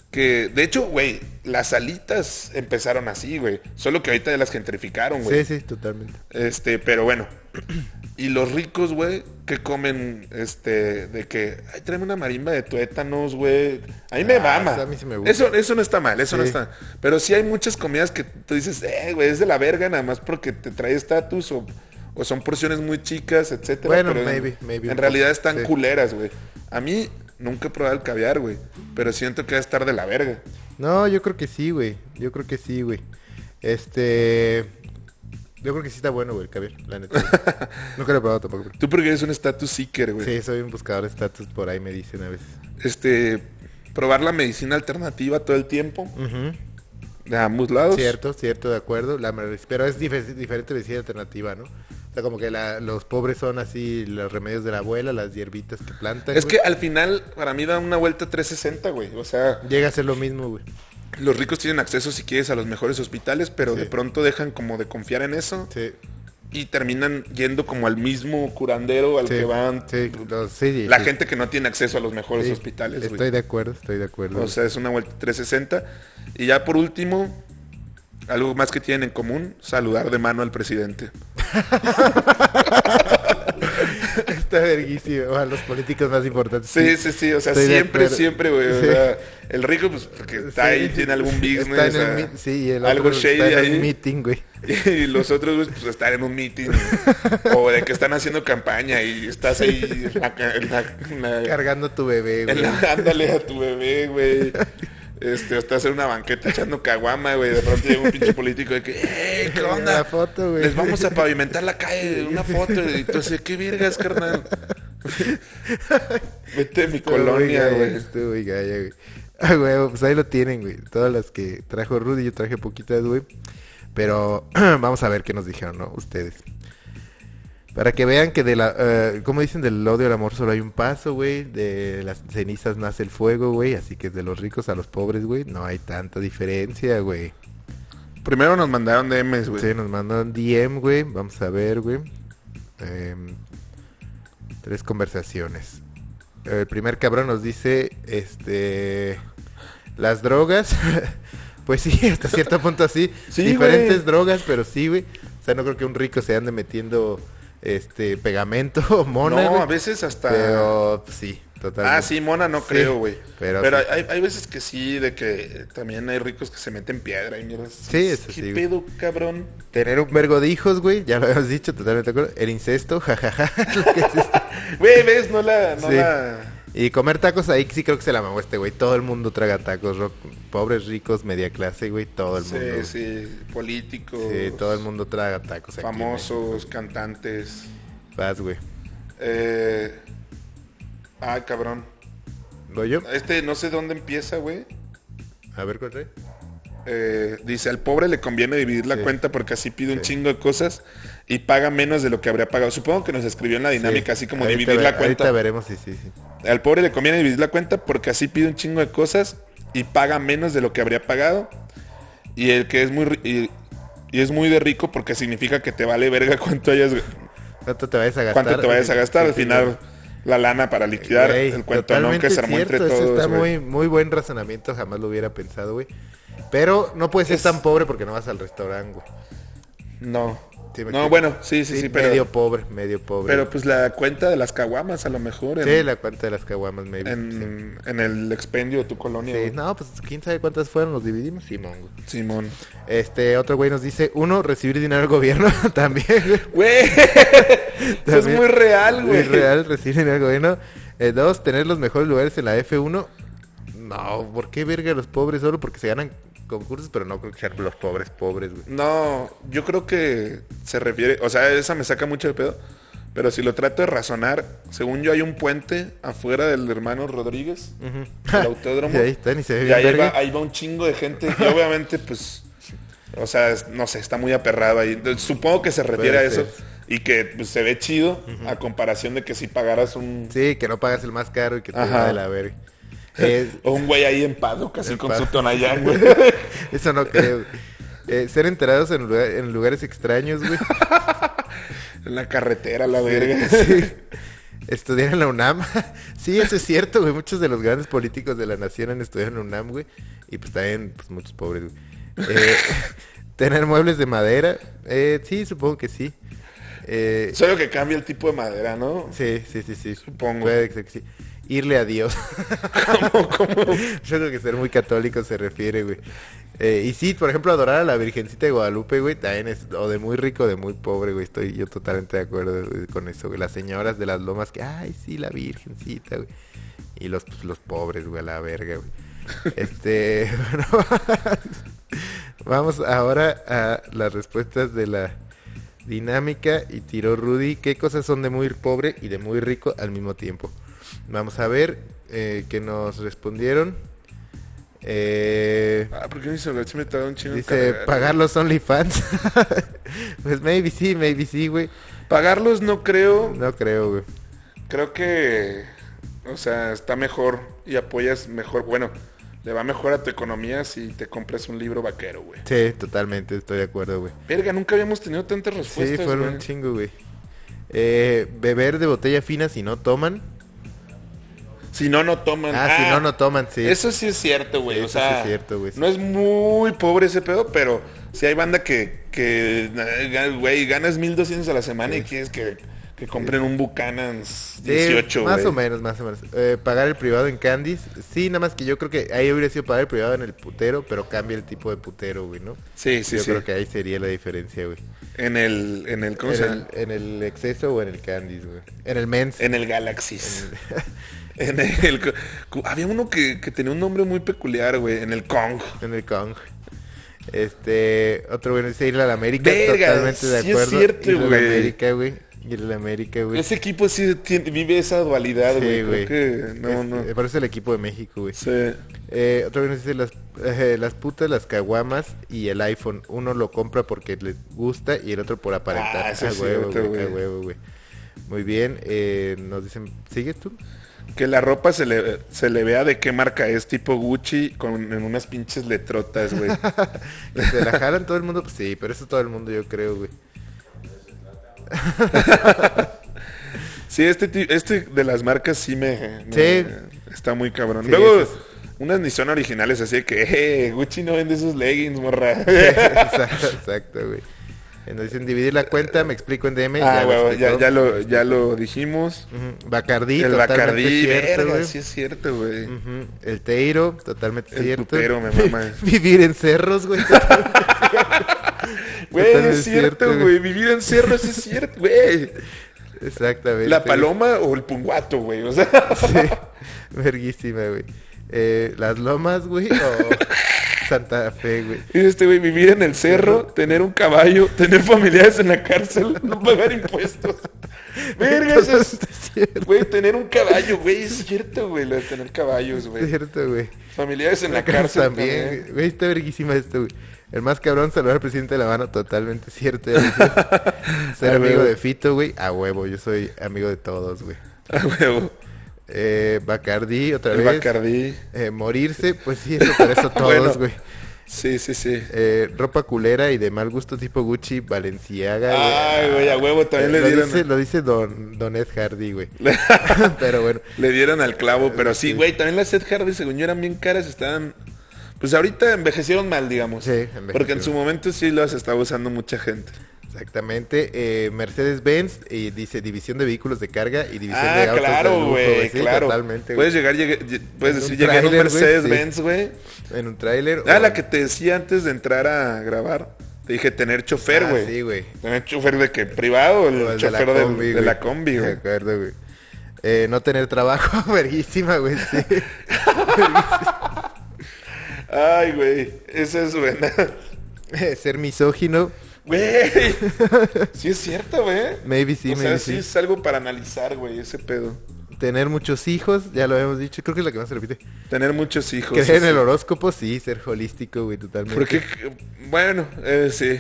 Speaker 1: Que, de hecho, güey, las alitas empezaron así, güey. Solo que ahorita ya las gentrificaron, güey.
Speaker 3: Sí, sí, totalmente.
Speaker 1: Este, pero bueno. Y los ricos, güey, que comen, este, de que, ay, tráeme una marimba de tuétanos, güey. A mí me
Speaker 3: Ah,
Speaker 1: mama.
Speaker 3: eso a mí sí me gusta.
Speaker 1: Eso, eso no está mal, eso no
Speaker 3: Sí.
Speaker 1: está. Pero sí hay muchas comidas que tú dices, eh, güey, es de la verga nada más porque te trae estatus o, o son porciones muy chicas, etcétera.
Speaker 3: Bueno,
Speaker 1: pero en-
Speaker 3: maybe, maybe un
Speaker 1: En realidad
Speaker 3: poco,
Speaker 1: están
Speaker 3: sí.
Speaker 1: culeras, güey. A mí nunca he probado el caviar, güey. Pero siento que va a estar de la verga.
Speaker 3: No, yo creo que sí, güey. Yo creo que sí, güey. Este. Yo creo que sí está bueno, güey, el caviar, la neta. güey. Nunca lo he probado tampoco. güey.
Speaker 1: Tú porque eres un status seeker, güey.
Speaker 3: Sí, soy un buscador de estatus, por ahí me dicen a veces.
Speaker 1: Este, probar la medicina alternativa todo el tiempo. De ambos lados.
Speaker 3: Cierto, cierto, de acuerdo. La, mer- pero es dife- diferente medicina alternativa, ¿no? O sea, como que la- los pobres son así los remedios de la abuela, las hierbitas que plantan.
Speaker 1: Es
Speaker 3: güey.
Speaker 1: que al final, para mí da una vuelta 360, güey. O sea,
Speaker 3: Llega a ser lo mismo, güey.
Speaker 1: los ricos tienen acceso, si quieres, a los mejores hospitales, pero
Speaker 3: Sí.
Speaker 1: de pronto dejan como de confiar en eso
Speaker 3: Sí,
Speaker 1: y terminan yendo como al mismo curandero al
Speaker 3: sí,
Speaker 1: que van
Speaker 3: sí, no, sí,
Speaker 1: la
Speaker 3: sí,
Speaker 1: gente que no tiene acceso a los mejores
Speaker 3: sí.
Speaker 1: hospitales. güey.
Speaker 3: Estoy de acuerdo, estoy de acuerdo.
Speaker 1: O sea, es una vuelta 360. Y ya por último, algo más que tienen en común, saludar de mano al presidente.
Speaker 3: Está verguísimo. A los políticos más importantes.
Speaker 1: Sí, sí, sí, o sea,
Speaker 3: Estoy de
Speaker 1: siempre,
Speaker 3: acuerdo.
Speaker 1: siempre, güey. o
Speaker 3: Sí.
Speaker 1: sea, el rico, pues, porque está
Speaker 3: Sí,
Speaker 1: ahí, tiene algún
Speaker 3: está
Speaker 1: business,
Speaker 3: en el
Speaker 1: o sea,
Speaker 3: mi- sí, y el
Speaker 1: algo
Speaker 3: otro
Speaker 1: shady
Speaker 3: está en el
Speaker 1: ahí.
Speaker 3: meeting, güey.
Speaker 1: Y los otros, güey, pues están en un meeting. o de que están haciendo campaña y estás ahí en la- en la- en la-
Speaker 3: Cargando a tu bebé,
Speaker 1: en
Speaker 3: güey. Este,
Speaker 1: la- ándale a tu bebé, güey. Este, o estás en una banqueta echando caguama, güey. De pronto llega un pinche político de que, ¡eh, qué onda!
Speaker 3: La foto, güey.
Speaker 1: Les vamos a pavimentar la calle, una foto. Y tú así, ¿qué vergas, carnal? Vete de mi
Speaker 3: Estuvo muy
Speaker 1: colonia,
Speaker 3: gaya,
Speaker 1: güey.
Speaker 3: estuvo muy gaya, este, güey. Ah, güey, pues ahí lo tienen, güey. Todas las que trajo Rudy, yo traje poquitas, güey. Pero vamos a ver qué nos dijeron, ¿no? Ustedes. Para que vean que de la... eh, como dicen, del odio al amor solo hay un paso, güey. De las cenizas nace el fuego, güey. Así que de los ricos a los pobres, güey, no hay tanta diferencia, güey.
Speaker 1: Primero nos mandaron DMs, güey.
Speaker 3: Sí, nos mandan DM, güey. Vamos a ver, güey. Em, tres conversaciones. El primer cabrón nos dice, este, las drogas. pues sí, hasta cierto punto así.
Speaker 1: Sí,
Speaker 3: Diferentes
Speaker 1: güey.
Speaker 3: drogas, pero sí, güey. O sea, no creo que un rico se ande metiendo, este, pegamento o mona.
Speaker 1: no,
Speaker 3: güey.
Speaker 1: a veces hasta...
Speaker 3: Pero pues, sí, totalmente.
Speaker 1: Ah, sí, mona no
Speaker 3: Sí,
Speaker 1: creo, güey.
Speaker 3: pero
Speaker 1: Pero,
Speaker 3: sí.
Speaker 1: hay, hay veces que sí, de que también hay ricos que se meten piedra y mierdas.
Speaker 3: Sí, eso
Speaker 1: ¿Qué
Speaker 3: sí, güey.
Speaker 1: pedo, cabrón?
Speaker 3: Tener un vergo de hijos, güey. Ya lo habíamos dicho, totalmente de acuerdo. El incesto, jajaja. lo que es esto.
Speaker 1: Güey, ves, no la... No
Speaker 3: Sí.
Speaker 1: la...
Speaker 3: Y comer tacos ahí sí creo que se la mamó este güey. Todo el mundo traga tacos. ro- Pobres, ricos, media clase, güey. Todo el
Speaker 1: Sí,
Speaker 3: mundo. Sí,
Speaker 1: sí, políticos,
Speaker 3: todo el mundo traga tacos. aquí,
Speaker 1: famosos, cantantes.
Speaker 3: güey. Vas, güey.
Speaker 1: Eh... Ah, cabrón.
Speaker 3: ¿Voy yo?
Speaker 1: Este, no sé dónde empieza, güey.
Speaker 3: A ver, ¿cuál trae?
Speaker 1: Eh, dice, al pobre le conviene dividir la
Speaker 3: Sí.
Speaker 1: cuenta porque así pide un
Speaker 3: Sí.
Speaker 1: chingo de cosas y paga menos de lo que habría pagado. Supongo que nos escribió en la dinámica,
Speaker 3: Sí.
Speaker 1: así como
Speaker 3: Ahorita
Speaker 1: dividir
Speaker 3: ve-
Speaker 1: la cuenta.
Speaker 3: Ahorita veremos, sí, sí, sí.
Speaker 1: Al pobre le conviene dividir la cuenta porque así pide un chingo de cosas y paga menos de lo que habría pagado. Y el que es muy ri- y, y es muy de rico porque significa que te vale verga cuánto hayas
Speaker 3: ¿Cuánto te vayas a gastar?
Speaker 1: cuánto te vayas a gastar al
Speaker 3: Sí, sí,
Speaker 1: final
Speaker 3: güey.
Speaker 1: la lana para liquidar
Speaker 3: Güey,
Speaker 1: el cuentonón que
Speaker 3: totalmente
Speaker 1: se armó entre
Speaker 3: cierto, eso
Speaker 1: todos.
Speaker 3: Está
Speaker 1: güey.
Speaker 3: muy, muy buen razonamiento, jamás lo hubiera pensado, güey. Pero no puedes ser
Speaker 1: Es-
Speaker 3: tan pobre porque no vas al restaurante, güey.
Speaker 1: No.
Speaker 3: Sí, me
Speaker 1: no,
Speaker 3: explico.
Speaker 1: bueno, sí, sí, sí, pero
Speaker 3: Medio pobre, medio pobre.
Speaker 1: pero pues la cuenta de las caguamas a lo mejor en,
Speaker 3: sí, la cuenta de las caguamas, maybe. sí.
Speaker 1: en, en el expendio de tu colonia.
Speaker 3: Sí,
Speaker 1: güey.
Speaker 3: no, pues quién sabe cuántas fueron, nos dividimos. Simón, güey.
Speaker 1: Simón.
Speaker 3: Este, otro güey nos dice, uno, recibir dinero del gobierno también, güey.
Speaker 1: Güey, eso es
Speaker 3: También.
Speaker 1: muy real,
Speaker 3: Muy
Speaker 1: güey.
Speaker 3: real, recibir dinero del gobierno. Eh, dos, tener los mejores lugares en la F1. No, ¿por qué verga los pobres? Solo porque se ganan concursos, pero no creo que sean los pobres pobres, güey.
Speaker 1: No, yo creo que se refiere, o sea, esa me saca mucho de pedo, pero si lo trato de razonar, según yo hay un puente afuera del hermano Rodríguez, el autódromo,
Speaker 3: Y ahí están y se ve
Speaker 1: y
Speaker 3: bien
Speaker 1: ahí
Speaker 3: verga.
Speaker 1: va, ahí va un chingo de gente, y obviamente pues, o sea, es- no sé, está muy aperrado ahí, Entonces, supongo que se refiere a
Speaker 3: Puede
Speaker 1: eso,
Speaker 3: ser.
Speaker 1: y que pues, se ve chido a comparación de que si pagaras un,
Speaker 3: Sí, que no pagas el más caro y que te
Speaker 1: Ajá.
Speaker 3: va de la verga. Eh,
Speaker 1: o un güey ahí en Pado, casi
Speaker 3: En
Speaker 1: con
Speaker 3: Pado.
Speaker 1: su tonallán, güey.
Speaker 3: eso no creo. Eh, ser enterados en, lugar- en lugares extraños, güey.
Speaker 1: en la carretera, la verga.
Speaker 3: Sí. Estudiar en la UNAM. sí, eso es cierto, güey. Muchos de los grandes políticos de la nación han estudiado en la UNAM, güey. Y pues también, pues muchos pobres, güey. Eh, tener muebles de madera. Eh, sí, supongo que sí. Eh,
Speaker 1: Solo que cambia el tipo de madera, ¿no?
Speaker 3: sí, sí, sí, sí.
Speaker 1: Supongo.
Speaker 3: Puede ser que sí. Irle a Dios.
Speaker 1: ¿Cómo, cómo?
Speaker 3: Yo creo que ser muy católico se refiere, güey. Eh, y sí, por ejemplo, adorar a la Virgencita de Guadalupe, güey, también es o de muy rico o de muy pobre, güey. Estoy yo totalmente de acuerdo güey, con eso, güey. Las señoras de las lomas que, ay, sí, la Virgencita, güey. Y los, pues, los pobres, güey, a la verga, güey. Este, bueno, vamos ahora a las respuestas de la dinámica y tiró Rudy. ¿Qué cosas son de muy pobre y de muy rico al mismo tiempo? Vamos a ver eh, qué nos respondieron. Eh,
Speaker 1: Ah, ¿por qué mi celular se me tarda un chingo en
Speaker 3: dice,
Speaker 1: cargar?
Speaker 3: pagar los OnlyFans. pues maybe sí, maybe sí, güey.
Speaker 1: Pagarlos no creo.
Speaker 3: No creo, güey.
Speaker 1: Creo que, o sea, está mejor y apoyas mejor. Bueno, le va mejor a tu economía si te compras un libro vaquero, güey.
Speaker 3: Sí, totalmente, estoy de acuerdo, güey.
Speaker 1: Verga, nunca habíamos tenido tantas
Speaker 3: Sí,
Speaker 1: respuestas.
Speaker 3: fueron un
Speaker 1: güey.
Speaker 3: chingo, güey. Eh, beber de botella fina si no toman.
Speaker 1: Si no, no toman.
Speaker 3: Ah, si no, no toman, sí.
Speaker 1: Eso sí es cierto, güey.
Speaker 3: Sí,
Speaker 1: o
Speaker 3: eso
Speaker 1: sea,
Speaker 3: sí es cierto, güey, sí.
Speaker 1: no es muy pobre ese pedo, pero si hay banda que, que eh, güey, ganas 1200 a la semana y quieres que, que compren un Buchanan's
Speaker 3: Sí,
Speaker 1: 18,
Speaker 3: más
Speaker 1: güey.
Speaker 3: o menos, más o menos. Eh, pagar el privado en Candies. Sí, nada más que yo creo que ahí hubiera sido pagar el privado en el putero, pero cambia el tipo de putero, güey, ¿no?
Speaker 1: Sí, sí,
Speaker 3: yo
Speaker 1: sí.
Speaker 3: creo que ahí sería la diferencia, güey.
Speaker 1: En el, en el, ¿cómo
Speaker 3: En
Speaker 1: se llama?
Speaker 3: el, en el exceso o en el Candies, güey. En el mens.
Speaker 1: En el Galaxies. En el... cu- había uno que, que tenía un nombre muy peculiar, güey. En el Kong.
Speaker 3: En el Kong. Este, otro bueno dice ir a la América,
Speaker 1: Verga,
Speaker 3: totalmente de
Speaker 1: sí es
Speaker 3: acuerdo.
Speaker 1: cierto,
Speaker 3: ir a la
Speaker 1: güey.
Speaker 3: América, güey. Ir a la América, güey.
Speaker 1: Ese equipo sí tiene- vive esa dualidad,
Speaker 3: Sí,
Speaker 1: güey.
Speaker 3: güey.
Speaker 1: Creo que... No,
Speaker 3: Es-
Speaker 1: no.
Speaker 3: eh, Parece el equipo de México, güey.
Speaker 1: Sí.
Speaker 3: Eh, otra vez nos dice las, eh, las putas, las caguamas y el iPhone. Uno lo compra porque le gusta y el otro por aparentar.
Speaker 1: Ah, eso
Speaker 3: A
Speaker 1: es
Speaker 3: huevo,
Speaker 1: cierto,
Speaker 3: güey, a
Speaker 1: güey.
Speaker 3: huevo, güey. Muy bien, eh, nos dicen, ¿sigues tú?
Speaker 1: Que la ropa se le, se le vea de qué marca es, tipo Gucci, con en unas pinches letrotas, güey.
Speaker 3: ¿Que ¿Se la jalan todo el mundo? Pues sí, pero eso todo el mundo yo creo, güey.
Speaker 1: Sí, este, ti- este de las marcas sí me... me-
Speaker 3: Sí.
Speaker 1: Está muy cabrón.
Speaker 3: Sí,
Speaker 1: Luego,
Speaker 3: eso
Speaker 1: unas ni son originales, así de que, eh, Gucci no vende esos leggings, morra.
Speaker 3: exacto, exacto, güey. Eh, Nos dicen dividir la cuenta, me explico en DM.
Speaker 1: ah,
Speaker 3: lo
Speaker 1: huevo, ya,
Speaker 3: explicó.
Speaker 1: ya lo, ya lo dijimos.
Speaker 3: Ujú, Bacardí,
Speaker 1: el
Speaker 3: totalmente
Speaker 1: Bacardí,
Speaker 3: cierto,
Speaker 1: verga,
Speaker 3: güey. Mm,
Speaker 1: sí es cierto, güey.
Speaker 3: Ujú, El Teiro, totalmente
Speaker 1: El
Speaker 3: cierto.
Speaker 1: putero, me mama.
Speaker 3: Vivir en cerros, güey.
Speaker 1: Güey,
Speaker 3: Totalmente
Speaker 1: es cierto,
Speaker 3: cierto,
Speaker 1: güey. Vivir en cerros es cierto, güey.
Speaker 3: Exactamente.
Speaker 1: La
Speaker 3: güey.
Speaker 1: paloma o el punguato, güey. O sea,
Speaker 3: Sí, verguísima, güey. Eh, Las Lomas, güey, o Santa Fe, güey.
Speaker 1: Dice este güey, vivir en el cerro, tener un caballo, tener familiares en la cárcel, no pagar impuestos. Verga, eso es...
Speaker 3: Totalmente cierto,
Speaker 1: Güey, tener un caballo, güey, es cierto, güey, lo de tener caballos, güey.
Speaker 3: cierto, güey.
Speaker 1: Familiares en la cárcel también. Ah,
Speaker 3: También, güey. güey, está verguísima esto, güey. El más cabrón, saludar al presidente de La Habana, totalmente cierto. ya dije. Ser
Speaker 1: A
Speaker 3: amigo
Speaker 1: huevo.
Speaker 3: de Fito, güey, a huevo. Yo soy amigo de todos, güey.
Speaker 1: A Ah, huevo.
Speaker 3: Eh, Bacardí, otra
Speaker 1: El
Speaker 3: vez.
Speaker 1: Bacardí.
Speaker 3: Eh, morirse, pues sí, eso para eso todos,
Speaker 1: Bueno.
Speaker 3: güey.
Speaker 1: Sí, sí, sí.
Speaker 3: Eh, ropa culera y de mal gusto tipo Gucci, Valenciaga, güey.
Speaker 1: Ay, güey, a huevo también
Speaker 3: Eh,
Speaker 1: le
Speaker 3: lo
Speaker 1: dieron.
Speaker 3: Dice, lo dice Don, don Ed Hardy, güey. Pero bueno,
Speaker 1: Le dieron al clavo, pero sí, güey, también las Ed Hardy, según yo, eran bien caras, estaban... Pues ahorita envejecieron mal, digamos.
Speaker 3: Sí, envejecieron.
Speaker 1: Porque en su momento sí las estaba usando mucha gente.
Speaker 3: exactamente. eh, Mercedes-Benz y dice división de vehículos de carga y división
Speaker 1: Ah,
Speaker 3: de autos de
Speaker 1: claro,
Speaker 3: lujo,
Speaker 1: güey,
Speaker 3: Sí,
Speaker 1: claro. Pues,
Speaker 3: Totalmente, güey.
Speaker 1: Puedes llegar, llegué- lle- puedes
Speaker 3: En un
Speaker 1: decir, llegué en un
Speaker 3: tráiler, güey, sí.
Speaker 1: Mercedes-Benz, güey.
Speaker 3: En un tráiler.
Speaker 1: Ah,
Speaker 3: o
Speaker 1: la
Speaker 3: en-
Speaker 1: que te decía antes de entrar a grabar. Te dije tener chofer,
Speaker 3: Ah,
Speaker 1: güey.
Speaker 3: sí, güey.
Speaker 1: ¿Tener chofer de qué? ¿Privado o el,
Speaker 3: o el
Speaker 1: chofer del- de la combi,
Speaker 3: güey. De
Speaker 1: güey?
Speaker 3: acuerdo, güey. Eh, no tener trabajo, verguísima, güey, sí.
Speaker 1: Ay, güey. Esa es buena.
Speaker 3: Eh, Ser misógino,
Speaker 1: Güey. Sí es cierto, güey.
Speaker 3: maybe sí,
Speaker 1: o
Speaker 3: maybe
Speaker 1: sea, sí.
Speaker 3: sí.
Speaker 1: es algo para analizar, güey, ese pedo.
Speaker 3: Tener muchos hijos, ya lo habíamos dicho, creo que es la que más se repite.
Speaker 1: Tener muchos hijos.
Speaker 3: Creer en
Speaker 1: sí.
Speaker 3: el horóscopo, sí, ser holístico, güey, totalmente.
Speaker 1: Porque, bueno, eh, sí.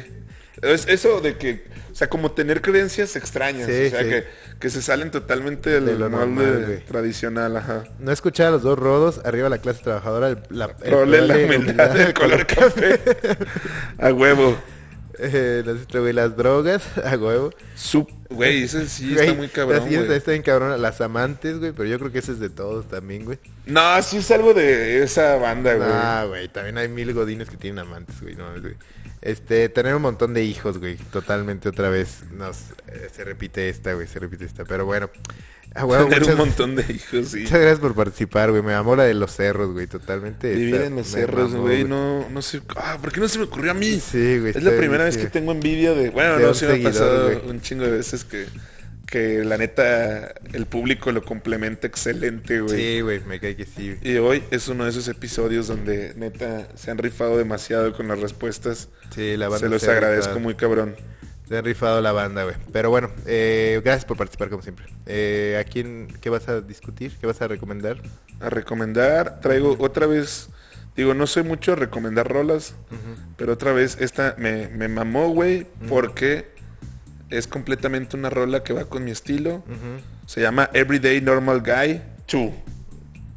Speaker 1: Es eso de que, o sea, como tener creencias extrañas,
Speaker 3: Sí,
Speaker 1: o sea,
Speaker 3: sí.
Speaker 1: que, que se salen totalmente del
Speaker 3: De lo
Speaker 1: molde
Speaker 3: normal, güey.
Speaker 1: tradicional, ajá.
Speaker 3: No escuchaba a los dos rodos, arriba la clase trabajadora, el, la, el
Speaker 1: Prole la
Speaker 3: prole,
Speaker 1: humildad del color café. A huevo.
Speaker 3: Eh, no sé, este güey, las drogas, a huevo.
Speaker 1: Su- Güey, ese sí está
Speaker 3: Güey,
Speaker 1: muy
Speaker 3: la
Speaker 1: cabrón,
Speaker 3: siguiente
Speaker 1: güey.
Speaker 3: está bien cabrón, las amantes, güey, pero yo creo que ese es de todos también, güey.
Speaker 1: No, sí es algo de esa banda, güey.
Speaker 3: Ah, güey, también hay mil godines que tienen amantes, güey, no mames, güey. Este, tener un montón de hijos, güey, totalmente otra vez nos, eh, se repite esta, güey, se repite esta, pero bueno. A huevo,
Speaker 1: Tener
Speaker 3: muchas,
Speaker 1: un montón de hijos, sí.
Speaker 3: muchas gracias por participar, güey, me amó la de los cerros, güey, totalmente.
Speaker 1: Vivir
Speaker 3: esa
Speaker 1: en los
Speaker 3: me
Speaker 1: cerros,
Speaker 3: mamó,
Speaker 1: güey, no, no sé. Ah, ¿por qué no se me ocurrió a mí?
Speaker 3: Sí, güey,
Speaker 1: Es la
Speaker 3: está
Speaker 1: primera vez
Speaker 3: bien,
Speaker 1: que
Speaker 3: sí.
Speaker 1: tengo envidia de. Bueno,
Speaker 3: De un
Speaker 1: no, sí me ha
Speaker 3: seguidor,
Speaker 1: pasado
Speaker 3: güey.
Speaker 1: un chingo de veces que, que la neta el público lo complementa excelente, güey.
Speaker 3: Sí, güey, me cae que sí, güey.
Speaker 1: Y hoy es uno de esos episodios donde neta se han rifado demasiado con las respuestas.
Speaker 3: Sí, la banda
Speaker 1: Se los
Speaker 3: ha
Speaker 1: agradezco
Speaker 3: rifado.
Speaker 1: muy cabrón.
Speaker 3: Se ha rifado la banda, güey. Pero bueno, eh, gracias por participar como siempre. Eh, ¿A quién, qué vas a discutir? ¿Qué vas a recomendar?
Speaker 1: A recomendar, traigo otra vez, digo, no soy mucho a recomendar rolas, pero otra vez esta me, me mamó, güey, porque es completamente una rola que va con mi estilo. Se llama Everyday Normal Guy 2.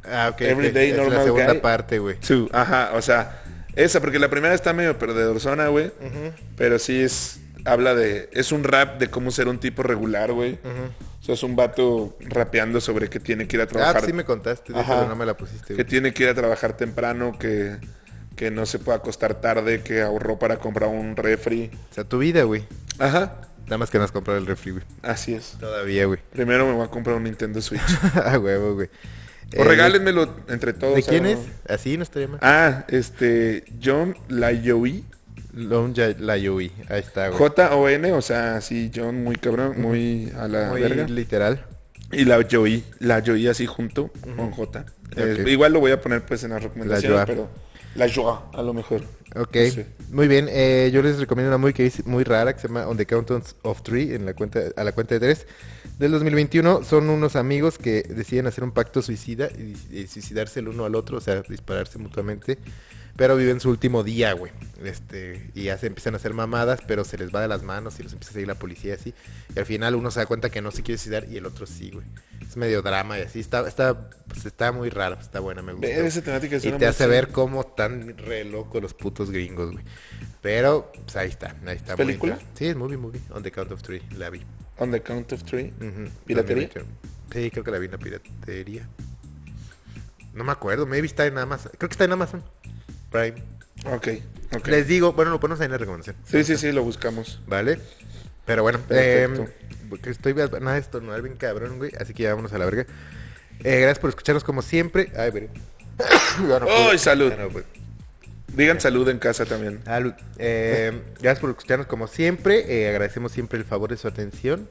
Speaker 3: Ah, ok.
Speaker 1: Everyday
Speaker 3: ok. es la
Speaker 1: normal
Speaker 3: segunda
Speaker 1: guy.
Speaker 3: parte, güey.
Speaker 1: Two, ajá, o sea, esa, porque la primera está medio perdedorzona, güey. Pero sí es, habla de, es un rap de cómo ser un tipo regular, güey. O sea, es un vato rapeando sobre que tiene que ir a
Speaker 3: Ah,
Speaker 1: trabajar.
Speaker 3: sí me contaste, de
Speaker 1: Ajá.
Speaker 3: eso, pero no me la pusiste,
Speaker 1: Que
Speaker 3: güey.
Speaker 1: tiene que ir a trabajar temprano, que, que no se puede acostar tarde, que ahorró para comprar un refri.
Speaker 3: O sea, tu vida, güey.
Speaker 1: Ajá,
Speaker 3: Nada más que no has comprado el refri, güey.
Speaker 1: así es.
Speaker 3: Todavía, güey.
Speaker 1: Primero me voy a comprar un Nintendo Switch.
Speaker 3: A huevo, güey.
Speaker 1: O
Speaker 3: Eh,
Speaker 1: regálenmelo entre
Speaker 3: ¿De,
Speaker 1: todos.
Speaker 3: de quién
Speaker 1: ¿no?
Speaker 3: es? Así no estaría mal.
Speaker 1: Ah, este, John Layoui.
Speaker 3: Lon Ya- la Yui. Ahí está, güey.
Speaker 1: J-O-N, o sea, sí, John, muy cabrón, muy a la
Speaker 3: Muy
Speaker 1: verga.
Speaker 3: literal.
Speaker 1: Y la Joey, la Joey así junto con J. Eh,
Speaker 3: Ok.
Speaker 1: igual lo voy a poner pues en las recomendaciones,
Speaker 3: Joa.
Speaker 1: pero la Joa, a lo mejor.
Speaker 3: Ok,
Speaker 1: Sí.
Speaker 3: muy bien. eh, yo les recomiendo una movie que es muy rara que se llama On the Countdowns of Three en la cuenta, a la cuenta de tres del 2021. Son unos amigos que deciden hacer un pacto suicida y, y suicidarse el uno al otro, o sea, dispararse mutuamente. Pero viven su último día, güey. Este, y hace, empiezan a hacer mamadas, pero se les va de las manos y los empieza a seguir la policía así. Y al final uno se da cuenta que no se quiere suicidar y el otro sí, güey. Es medio drama y así. Está, está, pues, está muy raro, está buena, me gusta.
Speaker 1: Ver esa temática
Speaker 3: Y
Speaker 1: suena
Speaker 3: te
Speaker 1: muy
Speaker 3: hace
Speaker 1: chida.
Speaker 3: ver cómo tan re loco los putos gringos, güey. Pero, pues ahí está, ahí está.
Speaker 1: ¿Película?
Speaker 3: bonita. Sí, es movie, movie. On the Count of Three, la vi.
Speaker 1: On the count of three.
Speaker 3: Ujú.
Speaker 1: ¿Piratería?
Speaker 3: Sí, creo que la vi en la piratería. No me acuerdo, maybe está en Amazon. Creo que está en Amazon Prime.
Speaker 1: Ok, ok.
Speaker 3: Les digo, bueno, lo ponemos ahí en la recomendación.
Speaker 1: Sí, sí, sí, lo buscamos.
Speaker 3: ¿Vale? Pero bueno,
Speaker 1: Perfecto.
Speaker 3: eh, porque estoy nada de estornudar bien cabrón, güey. Así que ya vámonos a la verga. Eh, gracias por escucharnos como siempre. Ay, veré. Ya no pude.
Speaker 1: ¡Ay, salud!
Speaker 3: Ya no pude.
Speaker 1: Digan salud en casa también.
Speaker 3: Salud. Eh, gracias por escucharnos como siempre. Eh, agradecemos siempre el favor de su atención.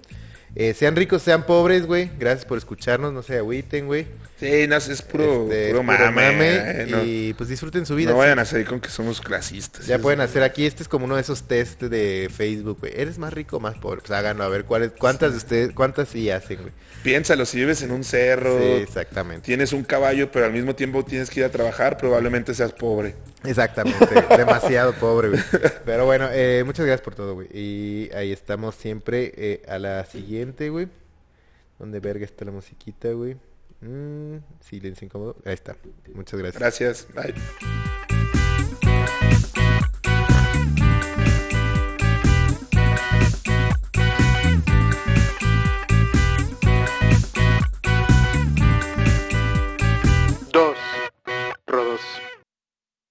Speaker 3: Eh, sean ricos, sean pobres, güey. Gracias por escucharnos. No se agüiten, güey.
Speaker 1: Sí, no, es puro,
Speaker 3: Este,
Speaker 1: puro mame. eh, no,
Speaker 3: Y pues disfruten su vida.
Speaker 1: no
Speaker 3: sí.
Speaker 1: vayan a salir con que somos clasistas.
Speaker 3: Ya
Speaker 1: Es-
Speaker 3: pueden hacer aquí, este es como uno de esos test de Facebook, güey. ¿Eres más rico o más pobre? Pues háganlo, a ver cuáles, cuántas de ustedes, cuántas sí hacen, güey.
Speaker 1: Piénsalo, si vives en un cerro,
Speaker 3: Sí, exactamente.
Speaker 1: tienes un caballo, pero al mismo tiempo tienes que ir a trabajar, probablemente seas pobre.
Speaker 3: Exactamente. güey. Demasiado pobre, güey. Pero bueno, eh, muchas gracias por todo, güey. Y ahí estamos siempre eh, a la siguiente, güey. ¿Dónde verga está la musiquita, güey? Mm, silencio incómodo. Ahí está. Muchas gracias.
Speaker 1: Gracias. Bye.